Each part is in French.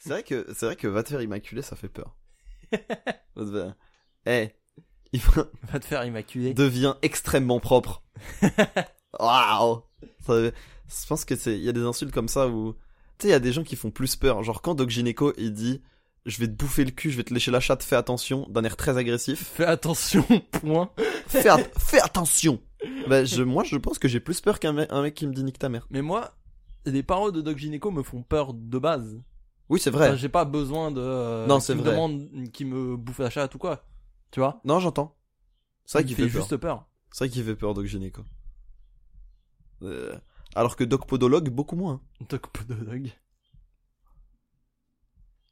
C'est vrai que c'est vrai que va te faire immaculer, ça fait peur. Va te faire- Eh, il Va te faire immaculer. devient extrêmement propre. Waouh. Ça- Je pense que c'est il y a des insultes comme ça où tu sais il y a des gens qui font plus peur. Genre quand Doc Gynéco il dit je vais te bouffer le cul, je vais te lécher la chatte, fais attention d'un air très agressif. Fais attention, point. Fais, at- fais attention. Bah, je moi je pense que j'ai plus peur qu'un mec, un mec qui me dit nique ta mère. Mais moi, les paroles de Doc Gynéco me font peur de base. Oui, c'est Enfin, vrai. j'ai pas besoin de. euh, Non, qu'il c'est me vrai. demande qui me bouffe la chatte ou quoi. Tu vois Non, j'entends. C'est vrai Il qu'il fait fait peur. juste peur. C'est vrai qu'il fait peur Doc Gynéco. Euh, alors que Doc Podologue, beaucoup moins. Doc Podologue.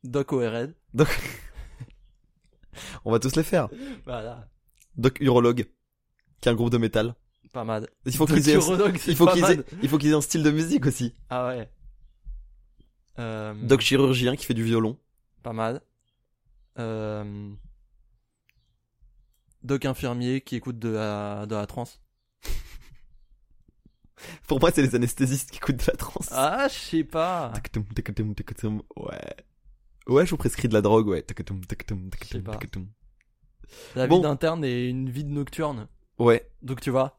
Doc ORL. On va tous les faire. Voilà. Doc Urologue, qui est un groupe de métal. Pas mal. Il faut Doc qu'ils aient, Urologue, c'est il faut pas qu'ils mal. aient- il faut qu'ils aient un style de musique aussi. Ah ouais. Euh, Doc Chirurgien, qui fait du violon. Pas mal. Euh, Doc infirmier qui écoute de la, de la trance. Pour moi, c'est les anesthésistes qui écoutent de la trance. Ah, je sais pas. Tac-toum, tac-toum, tac-toum, Ouais. Ouais, je vous prescris de la drogue, ouais. Tac-toum, tac-toum, Je sais tac-toum, pas. tac-toum. La Bon. vie d'interne et une vie de nocturne. Ouais. Donc tu vois,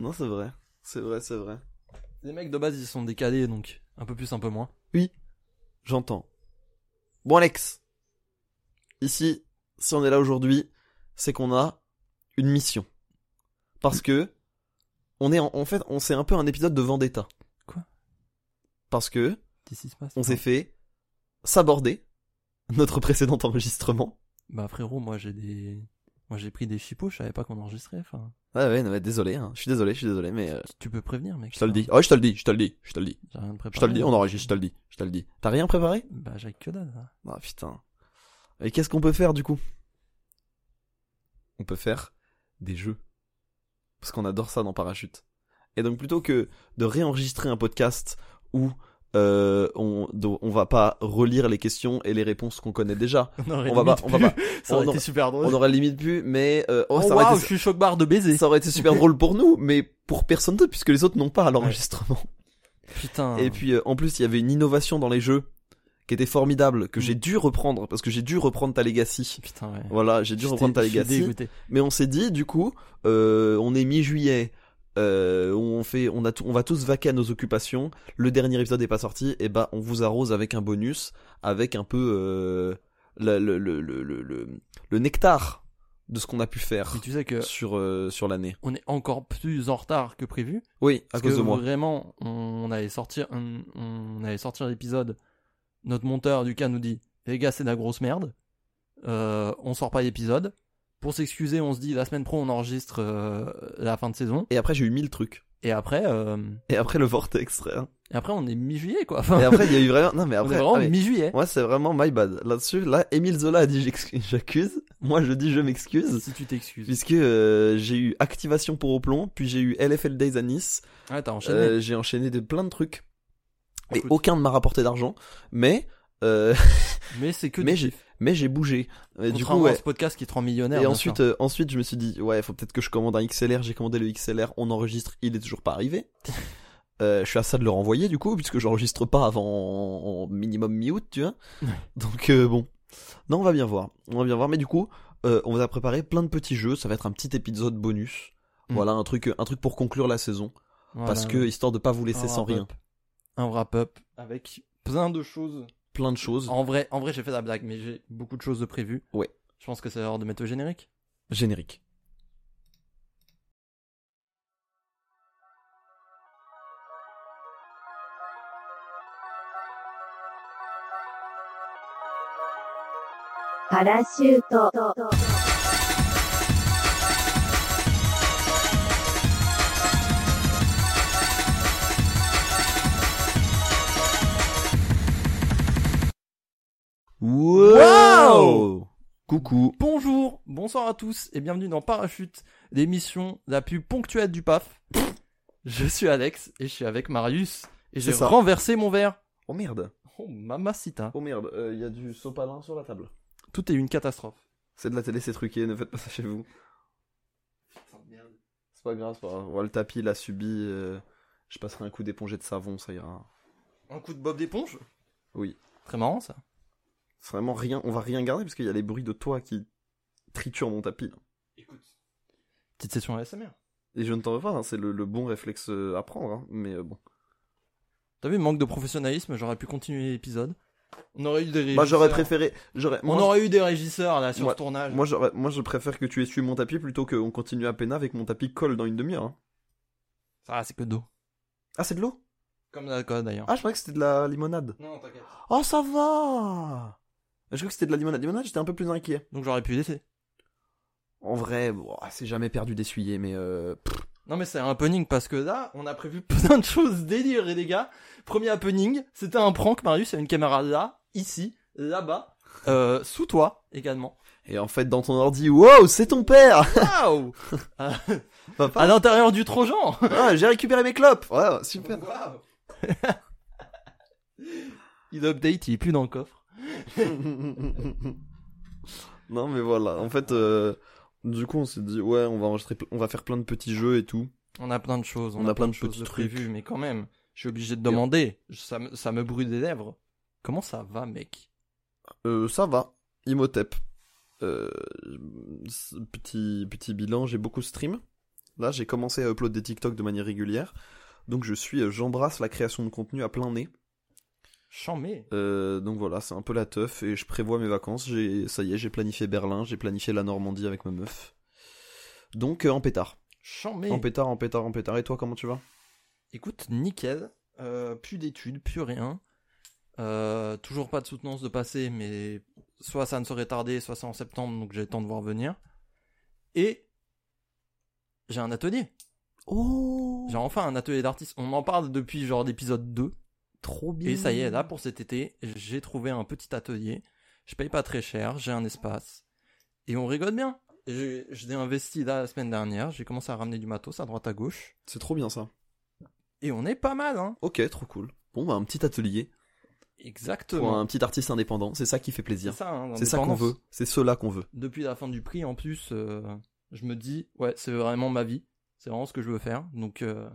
Non, c'est vrai. C'est vrai, c'est vrai. les mecs de base ils sont décalés donc un peu plus, un peu moins. J'entends. Bon Alex, ici, si on est là aujourd'hui, c'est qu'on a une mission. Parce que on est en, en fait, on c'est un peu un épisode de Vendetta. Quoi Parce que Qu'est-ce qui se passe on s'est fait saborder notre précédent enregistrement. Bah frérot, moi j'ai des. Moi j'ai pris des chipots, je savais pas qu'on enregistrait. Enfin, Ah ouais, non, mais désolé, hein. je suis désolé, je suis désolé, mais euh, tu- tu peux prévenir mec. je te le dis. Ouais, je te le dis, je te le dis, je te le dis, J'ai rien de préparé. je te le dis, on enregistre, je te le dis, je te le dis. T'as rien préparé Bah j'ai que dalle. là. Ah putain. Et qu'est-ce qu'on peut faire du coup On peut faire des jeux. Parce qu'on adore ça dans Parachute. Et donc plutôt que de réenregistrer un podcast où euh, on, do- on va pas relire les questions et les réponses qu'on connaît déjà, On, aurait on va pas, limite on va pu- pas, Ça aurait on été aurait- super drôle. on aurait limite pu, mais euh, oh, Oh, ça, waouh, aurait je été, suis choc barre de baiser. ça aurait été super drôle pour nous, mais pour personne d'autre puisque les autres n'ont pas à l'enregistrement. Putain. Et puis euh, en plus, il y avait une innovation dans les jeux qui était formidable Mm. que j'ai dû reprendre parce que j'ai dû reprendre ta Legacy. Putain ouais. Voilà, j'ai dû J'étais- reprendre ta je suis legacy. dégoûté. Mais on s'est dit, du coup, euh, on est mi-juillet, euh, on fait, on a, tout- on va tous vaquer à nos occupations. Le dernier épisode n'est pas sorti, et bah on vous arrose avec un bonus, avec un peu euh, la- le, le, le, le, le- le nectar de ce qu'on a pu faire Mais tu sais que sur euh, sur l'année. on est encore plus en retard que prévu. Oui, à Parce cause que de moi. Vraiment, on allait sortir, un- on allait sortir l'épisode. Notre monteur Lucas nous dit, les gars, c'est de la grosse merde. Euh, on sort pas l'épisode. Pour s'excuser, on se dit la semaine pro, on enregistre euh, la fin de saison. Et après j'ai eu mille trucs. Et après, euh, Et après le vortex, frère. et après, on est mi-juillet quoi. Enfin, Et après il y a eu vraiment. Non mais on est après. vraiment ah, mais- mi-juillet. Moi c'est vraiment my bad. Là-dessus, là, Émile Zola a dit j'excuse- j'accuse. Moi je dis je m'excuse. Si tu t'excuses. puisque euh, j'ai eu activation pour au plomb, puis j'ai eu LFL Days à Nice, Ouais, Ah, t'as enchaîné. euh, j'ai enchaîné de plein de trucs et Écoute. aucun ne m'a rapporté d'argent, mais euh, Mais c'est que mais du j'ai kiff. mais j'ai bougé. Et du coup Contrairement à ouais. ce podcast qui te rend millionnaire. Et bien ensuite sûr. euh, ensuite je me suis dit ouais, faut peut-être que je commande un XLR, j'ai commandé le XLR, on enregistre, il est toujours pas arrivé. Euh, je suis à ça de le renvoyer du coup puisque j'enregistre pas avant en minimum mi-août, tu vois. Donc euh, bon. Non, on va bien voir. On va bien voir mais du coup, euh, on vous a préparé plein de petits jeux, ça va être un petit épisode bonus. Mm. Voilà un truc un truc pour conclure la saison Voilà. parce que histoire de pas vous laisser Un sans rien. wrap-up. Un wrap-up avec plein de choses Plein de choses. En vrai, en vrai j'ai fait la blague, mais j'ai beaucoup de choses de prévues. Ouais. Je pense que c'est l'heure de mettre au générique. Générique. Parachute. Wow Coucou. Bonjour, bonsoir à tous et bienvenue dans Parachute, l'émission la plus ponctuelle du PAF. je suis Alex et je suis avec Marius et j'ai C'est ça. renversé mon verre. Oh merde. Oh mamacita. Oh merde, il y a du sopalin sur la table. Tout est une catastrophe. C'est de la télé, c'est truqué, ne faites pas ça chez vous. C'est pas grave, c'est pas grave. Ouais, le tapis, il a subi. euh, Je passerai un coup d'épongé de savon, ça ira. Un coup de bob d'éponge Oui. Très marrant ça. Vraiment rien, on va rien garder parce qu'il y a les bruits de toi qui triturent mon tapis. là. Petite session ASMR. Et je ne t'en veux pas, hein, c'est le, le bon réflexe euh, à prendre. hein, mais euh, bon. T'as vu, manque de professionnalisme, j'aurais pu continuer l'épisode. On aurait eu des régisseurs. Moi Bah, j'aurais préféré. J'aurais, On moi, aurait eu des régisseurs là sur Moi- ce tournage. moi, j'aurais- moi, je préfère que tu essuies mon tapis plutôt qu'on continue à peine avec mon tapis colle dans une demi-heure. hein. Ça va, c'est que d'eau. Ah, c'est de l'eau Comme la coda d'ailleurs. Ah, je croyais que c'était de la limonade. Non, t'inquiète. Oh, ça va Je croyais que c'était de la limonade. Limonade, j'étais un peu plus inquiet. Donc j'aurais pu laisser. En vrai, bon, c'est jamais perdu d'essuyer, mais euh, pff, Non mais c'est un happening parce que là, on a prévu plein de choses délire les gars. Premier happening, c'était un prank Marius, il y a une caméra là, ici, là-bas, euh, sous toi également. Et en fait, dans ton ordi, wow, c'est ton père Waouh Papa À l'intérieur du Trojan Ah, J'ai récupéré mes clopes Ouais, super Waouh Il update, il est plus dans le coffre. Non, mais voilà, en fait, euh, du coup, on s'est dit, ouais, on va enregistrer, pl- on va faire plein de petits jeux et tout. On a plein de choses, on, On a, a plein de choses petits de trucs. prévues, mais quand même, je suis obligé de demander. Je- Ça me, ça me brûle les lèvres. Comment ça va, mec Euh, ça va, Imhotep. Euh, c- petit, petit bilan, j'ai beaucoup stream. Là, j'ai commencé à upload des TikTok de manière régulière. Donc, je suis, euh, j'embrasse la création de contenu à plein nez. Chamé. Euh, donc voilà, c'est un peu la teuf et je prévois mes vacances. J'ai, ça y est, j'ai planifié Berlin, j'ai planifié la Normandie avec ma meuf. Donc euh, en pétard, Chamé. en pétard, en pétard, en pétard. Et toi, comment tu vas Écoute, nickel. Euh, plus d'études, plus rien. Euh, toujours pas de soutenance de passé, mais soit ça ne serait tardé, soit c'est en septembre, donc j'ai le temps de voir venir. Et j'ai un atelier. Oh, J'ai enfin un atelier d'artiste. On en parle depuis genre l'épisode 2. trop bien. Et ça y est, là pour cet été, j'ai trouvé un petit atelier. Je paye pas très cher, j'ai un espace. Et on rigole bien. J'ai- Je l'ai investi là la semaine dernière. J'ai commencé à ramener du matos à droite à gauche. C'est trop bien ça. Et on est pas mal, hein. Ok, trop cool. Bon, bah un petit atelier pour Exactement. un petit artiste indépendant, c'est ça qui fait C'est plaisir. ça, hein, C'est ça qu'on l'indépendance. veut. C'est cela qu'on veut. Depuis la fin du prix, en plus, euh, je me dis, ouais, c'est vraiment ma vie. C'est vraiment ce que je veux faire. Donc, euh,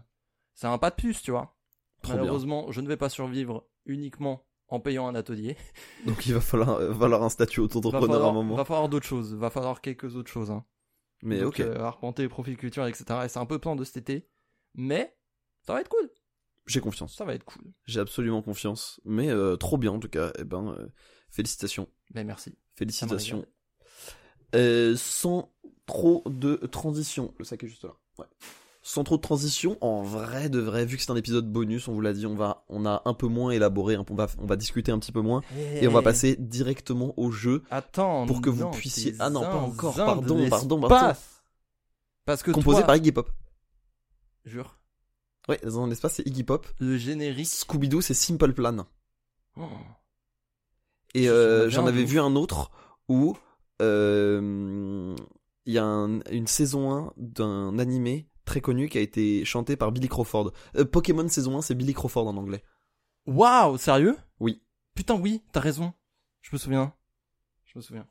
c'est un pas de plus, tu vois. Trop bien. Malheureusement, je ne vais pas survivre uniquement en payant un atelier. Donc il va falloir, euh, valoir un statut Va auto-entrepreneur à falloir, un moment. va falloir d'autres choses. Va falloir quelques autres choses. hein. Mais Donc, ok. euh, arpenter, profil culture, etc. Et c'est un peu plein de cet été. Mais ça va être cool. J'ai confiance. Ça va être cool. J'ai absolument confiance. Mais euh, trop bien en tout cas. Eh ben, euh, félicitations. Mais Ben, merci. Félicitations. Euh, sans trop de transition. Le sac est juste là. Ouais. Sans trop de transition, en vrai de vrai, vu que c'est un épisode bonus, on vous l'a dit, on va, on a un peu moins élaboré, hein, on va, on va discuter un petit peu moins, et on va passer directement au jeu Attends. pour que vous non, puissiez- t'es Ah non, pas zinzin encore, de pardon, pardon, l'espace. pardon. Parce que composé toi, par Iggy Pop. jure, Ouais, dans l'espace c'est Iggy Pop. le générique. Scooby-Doo c'est Simple Plan. Oh. Et Ça euh, me vient j'en de avais ouf. vu un autre où euh, il y a un- une saison 1 d'un animé très connu qui a été chanté par Billy Crawford. Euh, Pokémon saison 1, c'est Billy Crawford en anglais. Waouh, sérieux Oui. Putain, oui, t'as raison. Je me souviens. Je me souviens.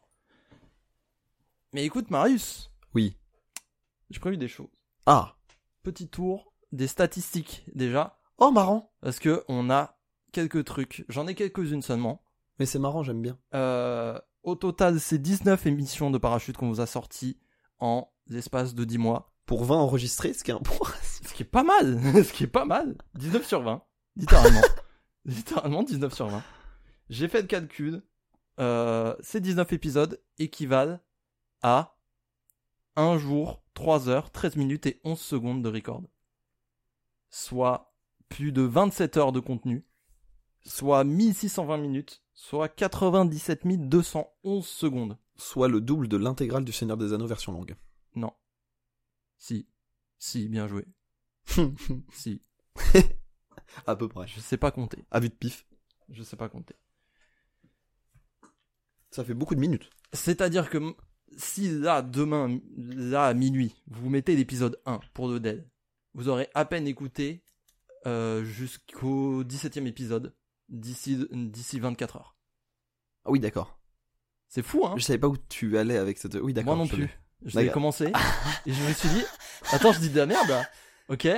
Mais écoute, Marius, Oui. j'ai prévu des choses. Ah Petit tour des statistiques déjà, Oh, marrant parce que on a quelques trucs. J'en ai quelques-unes seulement. Mais c'est marrant, j'aime bien. Euh, au total, c'est 19 émissions de parachute qu'on vous a sorties en l'espace de 10 mois. Pour 20 enregistrés, ce qui est un bon ratio. Ce qui est pas mal, ce qui est pas mal. 19 sur 20, littéralement. littéralement 19 sur 20. J'ai fait le calcul. Euh, ces 19 épisodes équivalent à 1 jour, 3 heures, 13 minutes et 11 secondes de record. Soit plus de 27 heures de contenu, soit 1620 minutes, soit 97 211 secondes. Soit le double de l'intégrale du Seigneur des Anneaux version longue. Non. Si. Si, bien joué. Si. à peu près. Je sais pas compter. À vue de pif. Je sais pas compter. Ça fait beaucoup de minutes. C'est-à-dire que m- si là, demain, là, à minuit, vous mettez l'épisode 1 pour The Dead, vous aurez à peine écouté euh, jusqu'au 17ème épisode d'ici d'ici 24 heures. Ah oui, d'accord. C'est fou, hein Je savais pas où tu allais avec cette... Oui, Moi d'accord. non je plus. l'ai. Je l'ai D'accord. commencé et je me suis dit, attends, je dis de la merde là. Ok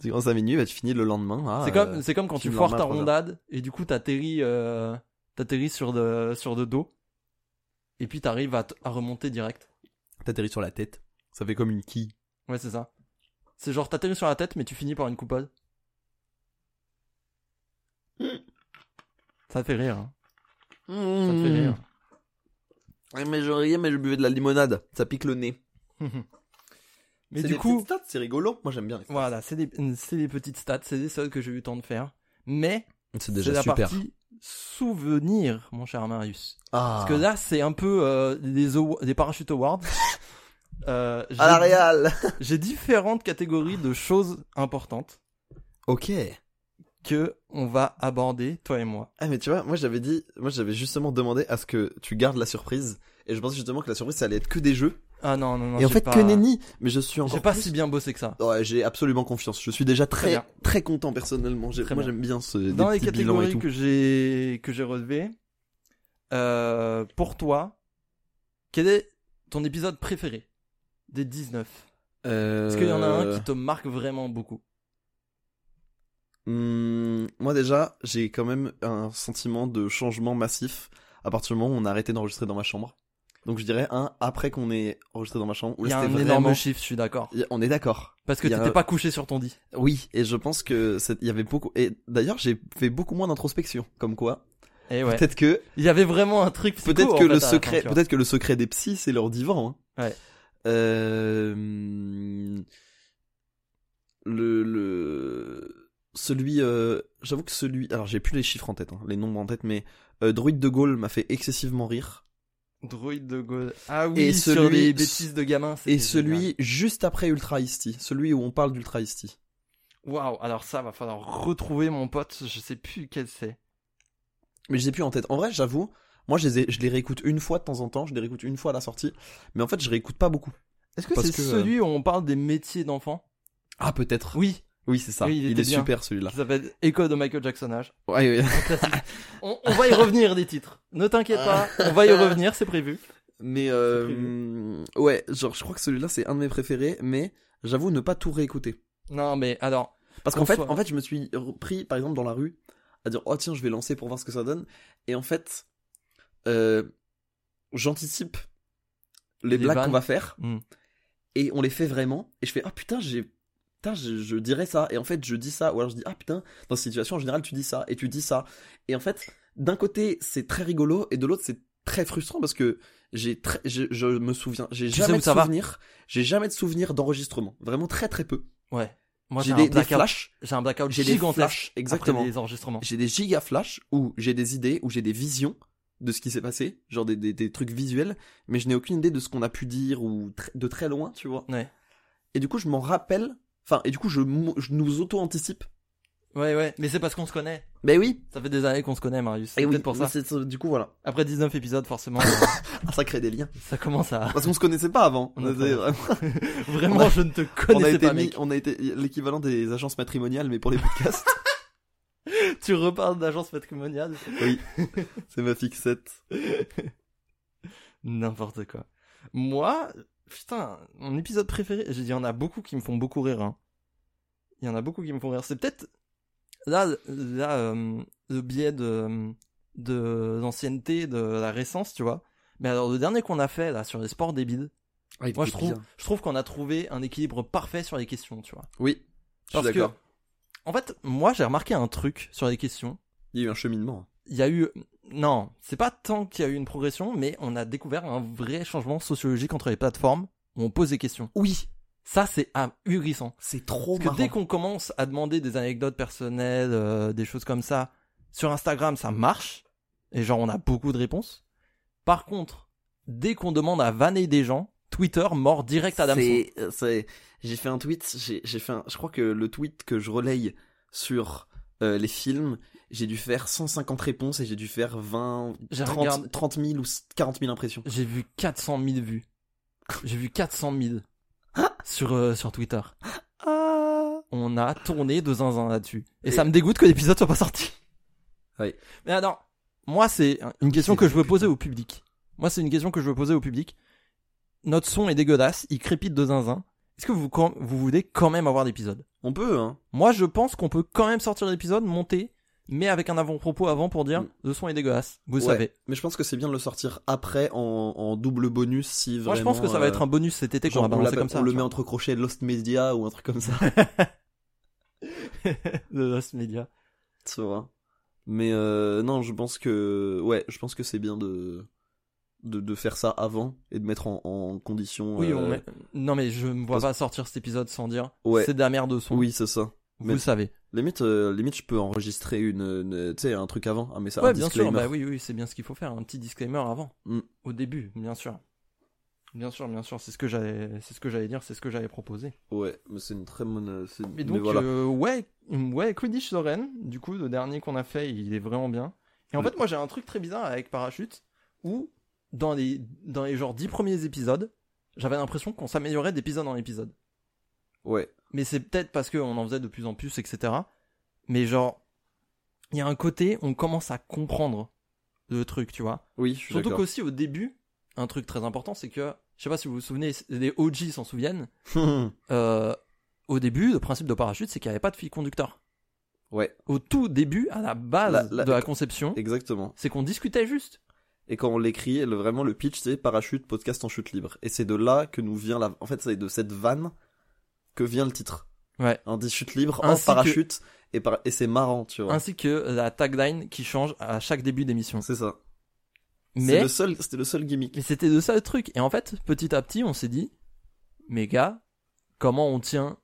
Tu commences à minuit, bah, tu finis le lendemain. ah, C'est euh, comme, c'est comme quand film tu foires lendemain, ta trois heures. rondade et du coup t'atterris euh, t'atterris sur de, sur le dos, et puis t'arrives à, t- à remonter direct. T'atterris sur la tête. Ça fait comme une quille. Ouais, c'est ça. C'est genre t'atterris sur la tête, mais tu finis par une coupade. Ça fait rire. hein. Ça te fait Hmm. rire. Ouais, mais je riais, mais je buvais de la limonade. Ça pique le nez. mais C'est du des coup, petites stats, c'est rigolo. Moi, j'aime bien. les stats. voilà, c'est des, c'est des petites stats, c'est des seules que j'ai eu le temps de faire. Mais C'est c'est la partie souvenir, mon cher Marius. Ah. Parce que là, c'est un peu euh, les, awa- les parachute awards. Euh, à la j'ai- Real. J'ai différentes catégories de choses importantes Ok. que on va aborder, toi et moi. Ah mais tu vois, moi j'avais dit, moi j'avais justement demandé à ce que tu gardes la surprise, et je pensais justement que la surprise ça allait être que des jeux, Ah non, non, non. et en j'ai fait pas- que nenni. Mais je suis encore. J'ai pas plus- si bien bossé que ça. Ouais, j'ai absolument confiance. Je suis déjà Très très bien. très, content personnellement. J'ai- Très Moi bien. j'aime bien ce Dans des les petits bilans et catégories tout. que j'ai que j'ai relevées, euh, pour toi, quel est ton épisode préféré des 19 Est-ce qu'il y en a Euh, un qui te marque vraiment beaucoup Hum, moi déjà, j'ai quand même un sentiment de changement massif à partir du moment où on a arrêté d'enregistrer dans ma chambre. Donc je dirais un après qu'on ait enregistré dans ma chambre. Où Il y là, a un c'était énorme vraiment- chiffre, je suis d'accord. Y- On est d'accord. Parce que Il y a t'étais un- pas couché sur ton lit. Oui, et je pense que c'est- il y avait beaucoup. Et d'ailleurs, j'ai fait beaucoup moins d'introspection, comme quoi. Et Eh ouais. Peut-être que Il y avait vraiment un truc. psycho, peut-être en que fait, à le la fin, secret, tu vois. peut-être que le secret des psys, c'est leur divan. hein. Ouais. Euh, Le le celui, euh, j'avoue que celui, alors j'ai plus les chiffres en tête, hein, les nombres en tête, mais euh, Druide de Gaulle m'a fait excessivement rire. Druide de Gaulle. Ah oui, Et sur celui- les bêtises de gamin. Et celui juste après Ultra Isti, celui où on parle d'Ultra Isti. Waouh, alors ça va falloir retrouver mon pote, je sais plus quel c'est. Mais je les ai plus en tête. En vrai, j'avoue, moi je les, ai- je les réécoute une fois de temps en temps, je les réécoute une fois à la sortie, mais en fait je réécoute pas beaucoup. Est-ce que Parce c'est que, euh, celui où on parle des métiers d'enfants Ah peut-être. Oui, Oui, c'est ça. Oui, il il était est bien. super celui-là. qui s'appelle Écho de Michael Jacksonage. Ouais, ouais. On, on va y revenir des titres. Ne t'inquiète pas, on va y revenir, c'est prévu. Mais euh, ouais, genre je crois que celui-là c'est un de mes préférés, mais j'avoue ne pas tout réécouter. Non mais alors, Parce Qu'on qu'en fait, soit- en fait, je me suis repris par exemple dans la rue à dire oh tiens je vais lancer pour voir ce que ça donne, et en fait, euh, j'anticipe les, Les blagues vannes. qu'on va faire Mm. et on les fait vraiment et je fais ah putain j'ai putain je, je dirais ça et en fait je dis ça ou alors je dis ah putain dans cette situation en général tu dis ça et tu dis ça et en fait d'un côté c'est très rigolo et de l'autre c'est très frustrant parce que j'ai très je, je me souviens j'ai Tu sais jamais où de ça va souvenir j'ai jamais de souvenir d'enregistrement vraiment très très peu ouais. Moi j'ai j'ai un, des, des blackout- flashs j'ai un blackout j'ai des gigantesque flashs exactement après les enregistrements. j'ai des giga flash où j'ai des idées, où j'ai des visions de ce qui s'est passé, genre des, des, des trucs visuels, mais je n'ai aucune idée de ce qu'on a pu dire ou tr- de très loin, tu vois. Ouais. Et du coup, je m'en rappelle, enfin, et du coup, je, mo- je nous auto-anticipe. Ouais ouais, mais c'est parce qu'on se connaît. Ben oui, Ça fait des années qu'on se connaît Marius. C'est et Eh oui, peut-être pour ça. c'est- c'est- du coup, voilà. Après 19 épisodes forcément, Ah, ça crée des liens. ça commence à Parce qu'on se connaissait pas avant. On On, a était pas- vraiment- vraiment On a- je ne te on a connaissais été pas mis- mec. on a été l'équivalent des agences matrimoniales, mais pour les podcasts. Tu reparles d'agence patrimoniale. oui, c'est ma fixette. N'importe quoi. Moi, putain, mon épisode préféré, j'ai dit, il y en a beaucoup qui me font beaucoup rire. hein. Il y en a beaucoup qui me font rire. C'est peut-être là, là euh, le biais de, de l'ancienneté, de la récence, tu vois. Mais alors, le dernier qu'on a fait, là, sur les sports débiles, moi, je trouve, je trouve qu'on a trouvé un équilibre parfait sur les questions, tu vois. Oui, je suis Parce que, d'accord. en fait, moi, j'ai remarqué un truc sur les questions. Il y a eu un cheminement. Il y a eu, non, c'est pas tant qu'il y a eu une progression, mais on a découvert un vrai changement sociologique entre les plateformes où on pose des questions. Oui, Ça, c'est ahurissant. c'est trop Parce que dès qu'on commence à demander des anecdotes personnelles, euh, des choses comme ça, sur Instagram, ça marche. Et genre, on a beaucoup de réponses. Par contre, dès qu'on demande à vanner des gens, Twitter mord direct à Damson. C'est, euh, c'est- j'ai fait un tweet, j'ai, j'ai fait un- je crois que le tweet que je relaye sur euh, les films, j'ai dû faire 150 réponses et j'ai dû faire 20, J'ai 30, regardé- 30 000 ou 40 000 impressions. J'ai vu 400 000 vues. J'ai vu 400 000 sur, euh, sur Twitter. On a tourné de zinzin là-dessus. Et, Et- ça me dégoûte que l'épisode soit pas sorti. Oui. Mais alors, moi, c'est une question C'est que je vrai, veux poser putain. au public. Moi, c'est une question que je veux poser au public. Notre son est dégueulasse, il crépite de zinzin. Est-ce que vous, quand- vous voulez quand même avoir l'épisode On peut, hein. Moi, je pense qu'on peut quand même sortir l'épisode, monter, mais avec un avant-propos avant pour dire Mm. le son est dégueulasse, vous Ouais. savez. Mais je pense que c'est bien de le sortir après en, en double bonus si vraiment. euh, Moi, je pense que ça va être un bonus cet été qu'on Genre, va on, balancer l'appelle- comme ça. on le tu met entre crochets Lost Media ou un truc comme ça, de Lost Media. tu vois. Mais euh, non, je pense que ouais, je pense que c'est bien de, de de faire ça avant et de mettre en, en condition. Oui, euh, on met- non mais je me vois parce- pas sortir cet épisode sans dire Ouais. c'est de la merde de son. Oui, c'est ça. vous mais- le savez. Limite, euh, limite, je peux enregistrer une, une- tu sais, un truc avant, Ah, un message, un ouais, bien disclaimer. sûr. Bah oui, oui, c'est bien ce qu'il faut faire, un petit disclaimer avant, Mm. au début, bien sûr. Bien sûr, bien sûr, c'est ce que j'allais, c'est ce que j'allais dire, c'est ce que j'allais proposer. Ouais, mais c'est une très bonne. euh, c'est- Mais Mais donc, voilà. euh, ouais, ouais, Quidditch Soren, du coup, le dernier qu'on a fait, il est vraiment bien. Et en Le- fait, moi, j'ai un truc très bizarre avec Parachute, où, dans les, dans les genre 10 premiers épisodes, j'avais l'impression qu'on s'améliorait d'épisode en épisode. Ouais. Mais c'est peut-être parce qu'on en faisait de plus en plus, etc. Mais genre, il y a un côté, on commence à comprendre le truc, tu vois. Oui, je suis Surtout d'accord. qu'aussi, au début, un truc très important, c'est que, je sais pas si vous vous souvenez, les OG s'en souviennent, euh, au début, le principe de parachute, c'est qu'il n'y avait pas de fil conducteur. ouais, Au tout début, à la base La- la- de la conception, exactement. c'est qu'on discutait juste. Et quand on l'écrit, le- vraiment le pitch, c'est parachute, podcast en chute libre. Et c'est de là que nous vient la. En fait, c'est de cette vanne que vient le titre. Ouais. Un des chutes libres Ainsi que- en parachute et, par... et c'est marrant, tu vois. Ainsi que la tagline qui change à chaque début d'émission. C'est ça. C'est Mais, le seul, c'était le seul gimmick. mais c'était de ça le truc. Et en fait, petit à petit, on s'est dit, mais gars, comment on tient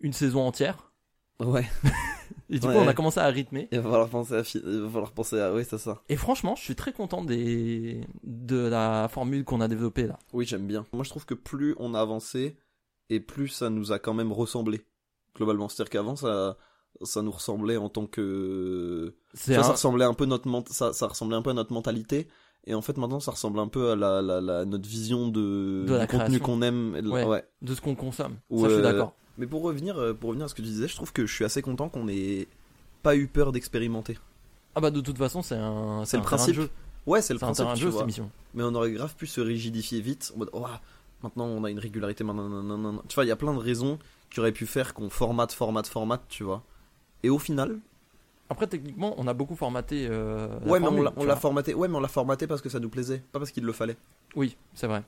une saison entière Ouais. Et du Ouais. coup, on a commencé à rythmer. Il va falloir penser à. fi- Il va falloir penser à. Oui, c'est ça. Et franchement, je suis très content des... de la formule qu'on a développée là. Oui, j'aime bien. Moi, je trouve que plus on a avancé, et plus ça nous a quand même ressemblé, globalement. C'est-à-dire qu'avant, ça, ça nous ressemblait en tant que... C'est Ça, ça un- ressemblait un peu notre ment- ça, ça ressemblait un peu à notre mentalité, et en fait, maintenant, ça ressemble un peu à la, la, la- notre vision de, De la du contenu création. qu'on aime. et de la- Ouais. ouais. de ce qu'on consomme. Ou, ça, je suis euh, d'accord. Mais pour revenir, euh, pour revenir à ce que tu disais, je trouve que je suis assez content qu'on ait pas eu peur d'expérimenter. Ah bah de toute façon, c'est un. C'est le un terrain de principe. jeu. Ouais, c'est le C'est un principe, terrain de tu jeu, vois. cette émission. mais on aurait grave pu se rigidifier vite en mode Ouah, maintenant on a une régularité maintenant, nan, nan, nan. tu vois il y a plein de raisons qui auraient pu faire qu'on formate formate formate tu vois et au final Après, techniquement, on a beaucoup formaté. euh, la ouais mais on formule, l'a- on tu l'a vois. formaté ouais mais on l'a formaté parce que ça nous plaisait pas parce qu'il le fallait Oui, c'est vrai,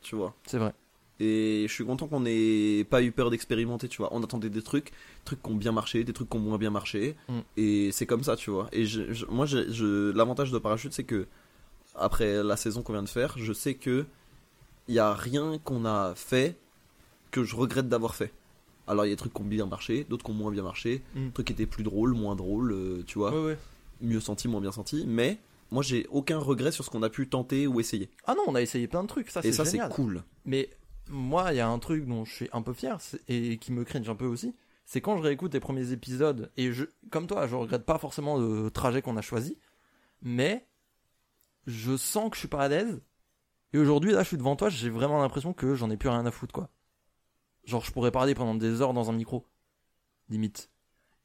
tu vois c'est vrai. et je suis content qu'on ait pas eu peur d'expérimenter tu vois on attendait des trucs trucs qui ont bien marché des trucs qui ont moins bien marché Mm. et c'est comme ça tu vois et je- je- moi je- je- l'avantage de parachute c'est que après la saison qu'on vient de faire je sais que il y a rien qu'on a fait que je regrette d'avoir fait. Alors il y a des trucs qui ont bien marché, d'autres qui ont moins bien marché, Mm. des trucs qui étaient plus drôles, moins drôles, euh, tu vois, Ouais, ouais. mieux senti, moins bien senti, mais moi j'ai aucun regret sur ce qu'on a pu tenter ou essayer. Ah non, on a essayé plein de trucs, ça Et c'est ça c'est génial. cool. Mais moi, il y a un truc dont je suis un peu fier c'est- et qui me cringe un peu aussi, c'est quand je réécoute les premiers épisodes et je, comme toi, je regrette pas forcément le trajet qu'on a choisi, mais je sens que je suis pas à l'aise. Et aujourd'hui, là, je suis devant toi, j'ai vraiment l'impression que j'en ai plus rien à foutre, quoi. Genre, je pourrais parler pendant des heures dans un micro, limite.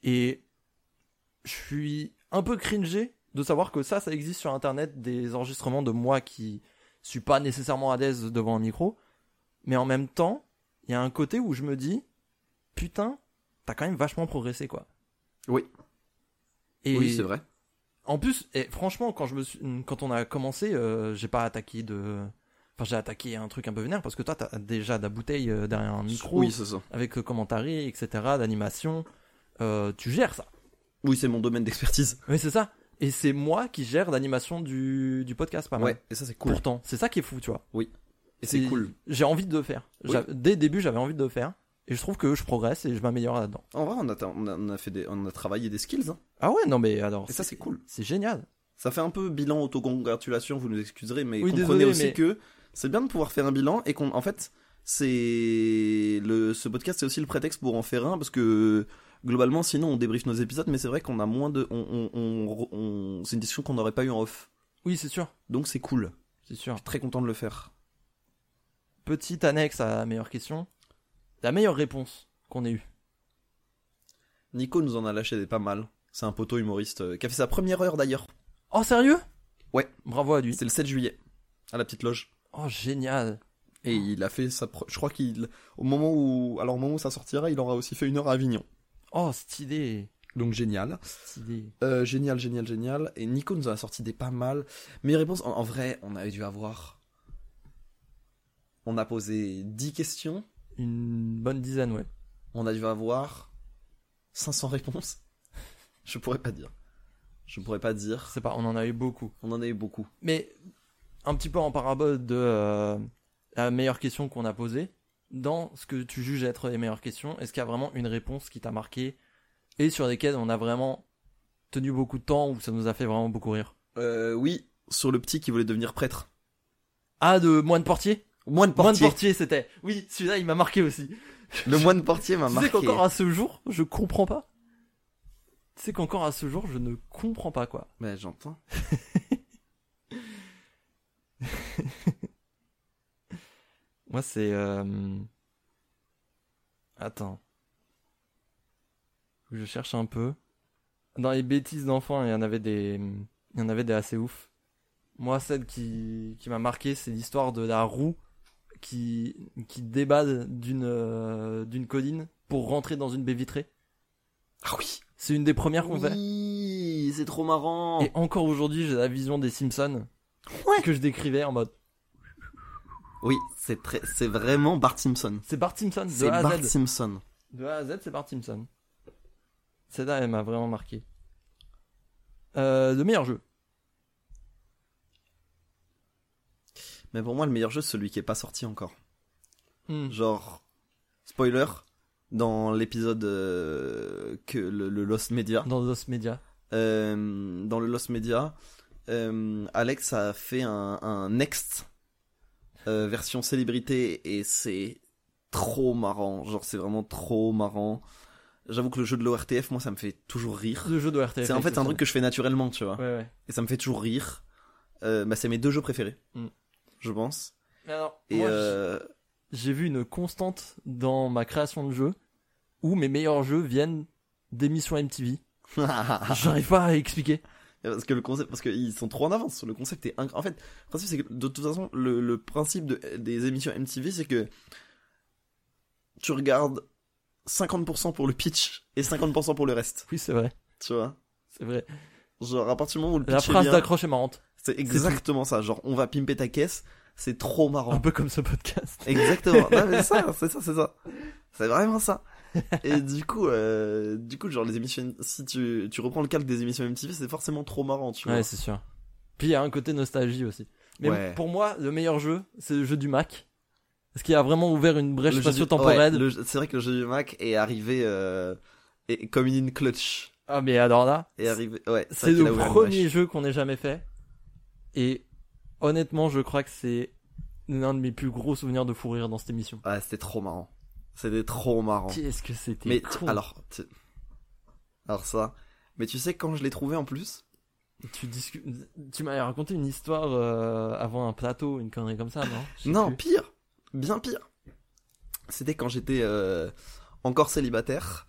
Et je suis un peu cringé de savoir que ça, ça existe sur Internet, des enregistrements de moi qui suis pas nécessairement à l'aise devant un micro, mais en même temps, il y a un côté où je me dis, putain, t'as quand même vachement progressé, quoi. Oui. Et Oui c'est vrai. en plus, et franchement, quand je me suis, quand on a commencé, euh, j'ai pas attaqué de, enfin j'ai attaqué un truc un peu vénère parce que toi t'as déjà de la bouteille euh, derrière un micro Oui c'est ça. avec le commentary, etc, d'animation, Euh, tu gères ça. Oui c'est mon domaine d'expertise. Oui c'est ça. Et c'est moi qui gère l'animation du du podcast, pas mal. Ouais et ça c'est cool. Pourtant, c'est ça qui est fou, tu vois. Et c'est Et cool. J'ai envie de le faire. Oui. J'a- Dès le début, j'avais envie de le faire. Et je trouve que je progresse et je m'améliore là-dedans. En vrai on a, on a, on a fait des, on a travaillé des skills. hein. Ah ouais, non mais alors. Et ça c'est cool. C'est génial. Ça fait un peu bilan autocongratulation, vous nous excuserez, mais Oui, comprenez désolé, aussi mais- que c'est bien de pouvoir faire un bilan et qu'on, en fait, c'est le ce podcast c'est aussi le prétexte pour en faire un parce que globalement sinon on débriefe nos épisodes, mais c'est vrai qu'on a moins de, on, on, on- on- c'est une discussion qu'on n'aurait pas eu en off, Oui, c'est sûr. donc c'est cool. C'est sûr. Je suis très content de le faire. Petite annexe à la meilleure question. La meilleure réponse qu'on ait eue. Nico nous en a lâché des pas mal. C'est un poteau humoriste euh, qui a fait sa première heure d'ailleurs. Oh, sérieux Ouais. Bravo à lui. C'était le 7 juillet à la petite loge. Oh, génial. Et Ah. il a fait sa. pro- Je crois qu'il. Au moment où. Alors, au moment où ça sortira, il aura aussi fait une heure à Avignon. Oh, stylé. Donc génial. Stylé. Euh, génial, génial, génial. Et Nico nous en a sorti des pas mal. Mes réponses, en, en vrai, on avait dû avoir. On a posé 10 questions. Une bonne dizaine, ouais. On a dû avoir 500 réponses. Je pourrais pas dire. Je pourrais pas dire. C'est pas, on en a eu beaucoup. On en a eu beaucoup. Mais un petit peu en parabole de euh, la meilleure question qu'on a posée, dans ce que tu juges être les meilleures questions, est-ce qu'il y a vraiment une réponse qui t'a marqué et sur lesquelles on a vraiment tenu beaucoup de temps ou ça nous a fait vraiment beaucoup rire Euh, oui, sur le petit qui voulait devenir prêtre. Ah, de Moine Portier Moine Moine portier. Portier, c'était. Oui, celui-là, il m'a marqué aussi. Le moine portier m'a Tu sais marqué. qu'encore à ce jour, je comprends pas. Tu sais qu'encore à ce jour, je ne comprends pas quoi. Mais j'entends. Moi, c'est. euh, Attends. Faut que Je cherche un peu. Dans les bêtises d'enfants, il y en avait des. Il y en avait des assez ouf. Moi, celle qui, qui m'a marqué, c'est l'histoire de la roue qui, qui déballe d'une euh, d'une colline pour rentrer dans une baie vitrée. Ah oui. C'est une des premières qu'on fait. Oui, c'est trop marrant. Et encore aujourd'hui, j'ai la vision des Simpsons Ouais. que je décrivais en mode. Oui, c'est très, c'est vraiment Bart Simpson. C'est Bart Simpson de C'est A à Bart Z. Simpson. De A à Z, c'est Bart Simpson. Celle-là, elle m'a vraiment marqué. Euh, le meilleur jeu. Mais pour moi, le meilleur jeu, c'est celui qui est pas sorti encore. Hmm. Genre, spoiler, dans l'épisode euh, que le, le Lost Media, Dans Dos Media. euh, dans le Lost Media, euh, Alex a fait un, un next euh, version célébrité et c'est trop marrant. Genre, c'est vraiment trop marrant. J'avoue que le jeu de l'ORTF, moi, ça me fait toujours rire. Le jeu de RTF. C'est en fait un truc que je fais naturellement, tu vois. Ouais, ouais. Et ça me fait toujours rire. Euh, bah, c'est mes deux jeux préférés, Mm. je pense. Mais alors, Et moi, euh, j'ai vu une constante dans ma création de jeux où mes meilleurs jeux viennent d'émissions MTV. Ah. J'arrive pas à expliquer. Parce que le concept, parce qu'ils sont trop en avance. Le concept est incroyable. En fait, le principe, c'est que de toute façon, le, le principe de- des émissions MTV, c'est que tu regardes 50% pour le pitch et 50% pour le reste. Oui, c'est vrai. Tu vois C'est vrai. Genre, à partir du moment où le La pitch est phrase bien, d'accroche est marrante. c'est exactement ça. Genre, on va pimper ta caisse, c'est trop Un marrant. peu comme ce podcast. Exactement. Non, mais c'est ça, c'est ça, c'est ça. C'est vraiment ça. Et du coup, euh, du coup, genre, les émissions, si tu, tu reprends le calque des émissions MTV, c'est forcément trop marrant, tu vois. Ouais, c'est sûr. Puis il y a un côté nostalgie aussi. Mais Ouais. pour moi, le meilleur jeu, c'est le jeu du Mac. Parce qu'il a vraiment ouvert une brèche Le jeu du- spatio-temporelle. ouais, le jeu- c'est vrai que le jeu du Mac est arrivé euh, et, comme une clutch. Ah, mais alors là, Est arrivé, ouais, c'est vrai qu'il le a ouvert une premier brèche. jeu qu'on ait jamais fait. Et honnêtement, je crois que c'est l'un de mes plus gros souvenirs de fou rire dans cette émission. Ah, c'était trop marrant. C'était trop marrant. Qu'est-ce que c'était Mais con. tu- alors, tu- alors ça. Mais tu sais quand je l'ai trouvé en plus Tu, discu- tu m'avais raconté une histoire euh, avant un plateau, une connerie comme ça, non Je sais Non, plus. pire, bien pire. C'était quand j'étais euh, encore célibataire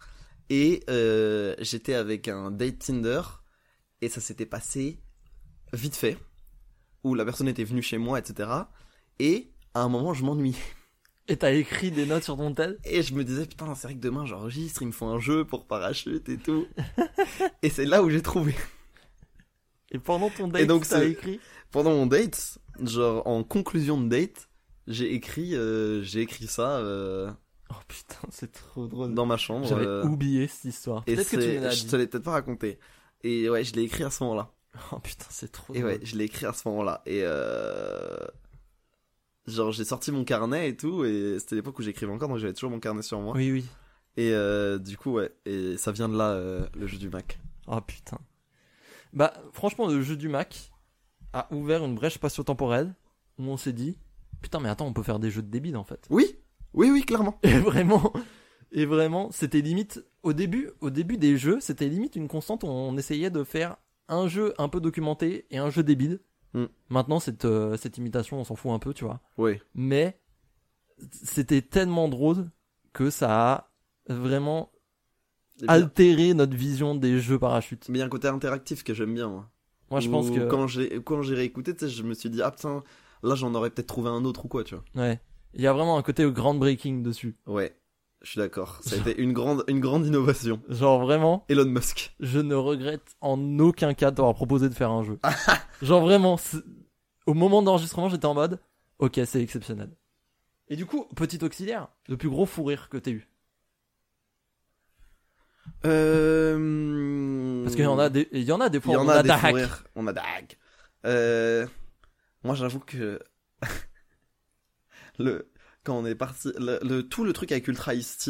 et euh, j'étais avec un date Tinder et ça s'était passé vite fait où la personne était venue chez moi, etc. Et à un moment, je m'ennuie. Et t'as écrit des notes sur ton tel Et je me disais, putain, c'est vrai que demain j'enregistre, il me faut un jeu pour parachute et tout. et c'est là où j'ai trouvé. Et pendant ton date, donc, t'as c'est- écrit Pendant mon date, genre en conclusion de date, j'ai écrit, euh, j'ai écrit ça euh, Oh putain, c'est trop drôle. dans ma chambre. J'avais euh, oublié cette histoire. et Peut-être que tu c'est- me l'as je dit. te l'ai peut-être pas raconté. Et ouais, je l'ai écrit à ce moment-là. Oh putain, c'est trop Et drôle. ouais, je l'ai écrit à ce moment-là. Et euh... genre j'ai sorti mon carnet et tout. Et c'était l'époque où j'écrivais encore, donc j'avais toujours mon carnet sur moi. Oui, oui. Et euh, du coup, ouais, et ça vient de là euh, le jeu du Mac. Oh putain. Bah, franchement, le jeu du Mac a ouvert une brèche spatio-temporelle où on s'est dit Putain, mais attends, on peut faire des jeux de débiles en fait. Oui, oui, oui, clairement. Et vraiment, et vraiment, c'était limite. Au début, au début des jeux, c'était limite une constante où on essayait de faire un jeu un peu documenté et un jeu débile. Mm. Maintenant, cette, euh, cette imitation, on s'en fout un peu, tu vois. Oui. mais c'était tellement drôle que ça a vraiment Et puis, altéré notre vision des jeux parachutes. Mais il y a un côté interactif que j'aime bien, moi. Moi, je Où pense que Quand j'ai, quand j'ai réécouté, tu sais, je me suis dit, ah putain, là j'en aurais peut-être trouvé un autre ou quoi, tu vois. ouais, il y a vraiment un côté groundbreaking dessus. Ouais. Je suis d'accord. Ça a été une grande, une grande innovation. Genre vraiment, Elon Musk. je ne regrette en aucun cas d'avoir proposé de faire un jeu. Genre vraiment, c'est- au moment d'enregistrement, j'étais en mode, ok, c'est exceptionnel. Et du coup, petit auxiliaire, le plus gros fou rire que t'aies eu. Euh... Parce qu'il y en a des, il y en a des Il fois, y où en on a, a des ta fous hack. rires. On a des hacks. Euh, Moi, j'avoue que le quand on est parti, le, le- tout le truc avec Ultra Ice